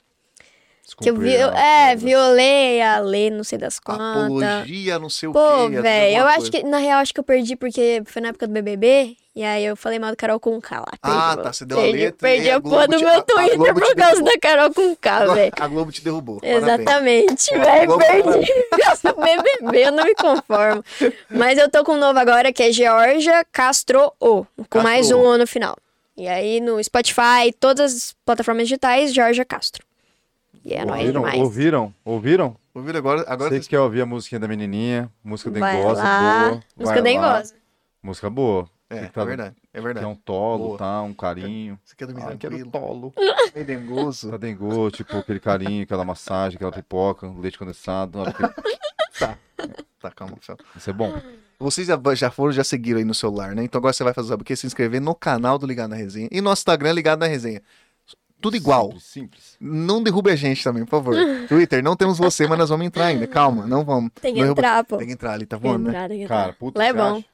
Descobri, né?
é, violei a lei, não sei das quantas.
Apologia, não sei o
Pô,
quê.
velho,
alguma
eu acho
coisa.
que, na real, acho que eu perdi porque foi na época do BBB. E aí eu falei mal do Carol com K lá.
Ah,
perdi,
tá, você deu a
perdi,
letra e
Perdi
a
a, porra
Globo
do
te- a- a
meu Twitter
Globo te
por causa
derrubou.
da Carol com K, velho.
<laughs> A Globo te derrubou. Parabéns.
Ah, Exatamente,
Parabéns.
velho.
Globo,
Perdi. <laughs> BBB, eu não me conformo. Mas eu tô com um novo agora que é Georgia Castro O, com
Castro
mais
O.
um O no final. E aí no Spotify, todas as plataformas digitais, Georgia Castro. E é nóis
ouviram,
demais.
ouviram, ouviram?
Ouviram agora? Agora
Você que quer ouvir a musiquinha da menininha, música
Vai
dengosa,
lá.
boa.
Música
vai lá.
dengosa.
Música boa.
É,
Tem que tá-
é verdade, é
Que é
verdade.
um tolo,
Boa.
tá? Um carinho.
Você quer dormir
Ah,
tranquilo?
tolo.
Meio dengoso.
Tá dengoso, tipo, aquele carinho, aquela massagem, aquela pipoca, um leite condensado. uma pipoca.
<laughs> Tá, calma, Fel.
Isso é bom.
Vocês já, já foram, já seguiram aí no celular, né? Então agora você vai fazer o quê? Se inscrever no canal do Ligado na Resenha e nosso Instagram Ligado na Resenha. Tudo igual.
Simples, simples.
Não derrube a gente também, por favor. Twitter, não temos você, mas nós vamos entrar ainda. Calma, não vamos.
Tem que
Não derruba-
entrar, pô.
Tem que entrar ali, tá
Tem que
bom,
eh.
né?
entrar, tem que entrar.
Cara, puta
Lá
você
é bom.
acha?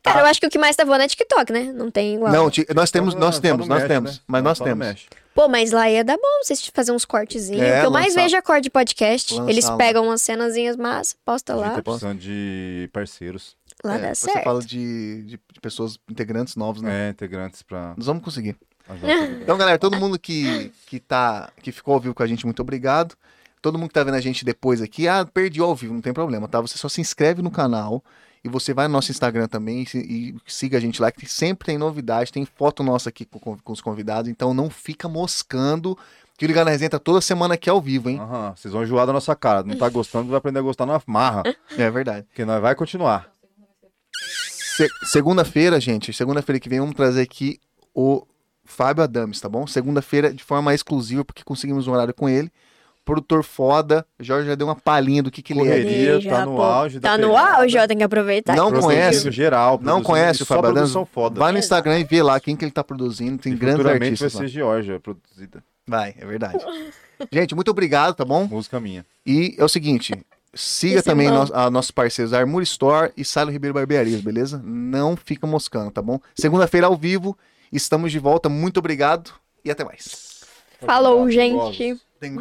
Cara, eu acho que o que mais tá voando é TikTok, né? Não tem igual.
Não, ti- nós temos,
Só-
nós
só
temos,
no
nós
Mesh,
temos.
né?
Mas
Só-
nós
só no
temos.
Mesh.
Pô, mas lá ia dar bom vocês fazer uns cortezinhos.
É,
o que eu mais
lançar-
vejo é corte de podcast.
lançar
Eles
lá.
pegam umas cenazinhas massa, posta
A gente
lá.
tá precisando de parceiros,
Lá
É,
dá
depois Você
certo.
fala de, de, de pessoas integrantes novos, né?
né? Integrantes pra
Nós vamos conseguir.
ajudar. a
<laughs>
vida.
Então, galera, todo mundo que, que, tá, que ficou ao vivo com a gente, muito obrigado. Todo mundo que tá vendo a gente depois aqui, ah, perdi ao vivo, não tem problema, tá? Você só se inscreve no canal e você vai no nosso Instagram também e, se- e siga a gente lá, que sempre tem novidade, tem foto nossa aqui com, com- com os convidados, então não fica moscando. Que o Ligar na Resenha tá toda semana aqui ao vivo, hein?
Aham, vocês vão enjoar da nossa cara. Não tá gostando, vai aprender a gostar na
<laughs>
marra.
É verdade.
Porque nós vai continuar.
Se- segunda-feira, gente, segunda-feira que vem, vamos trazer aqui o Fábio Adames, tá bom? Segunda-feira de forma exclusiva, porque conseguimos um horário com ele. Produtor foda, Jorge já deu uma palhinha do que, que ele é.
Correria,
Correria,
tá no
pô.
auge. da
Tá no
pegada.
auge, ó, tem que aproveitar.
Não
Produzindo
conhece?
geral.
Não
tá produzindo-
conhece
e
o Fábio
Só
Adams?
produção foda.
Vai no Instagram e vê lá quem que ele tá produzindo. Tem
E
grandes
futuramente
artistas.
vai
lá.
ser Georgia produzida.
Vai, é verdade. Gente, muito obrigado, tá bom?
Música minha.
E é o seguinte, siga
Isso é
também
bom.
nós- a nossos parceiros Armor Store e Salo Ribeiro Barbearias, beleza? Não fica moscando, tá bom? Segunda-feira ao vivo, estamos de volta. Muito obrigado e até mais.
Falou, gente.
Tem-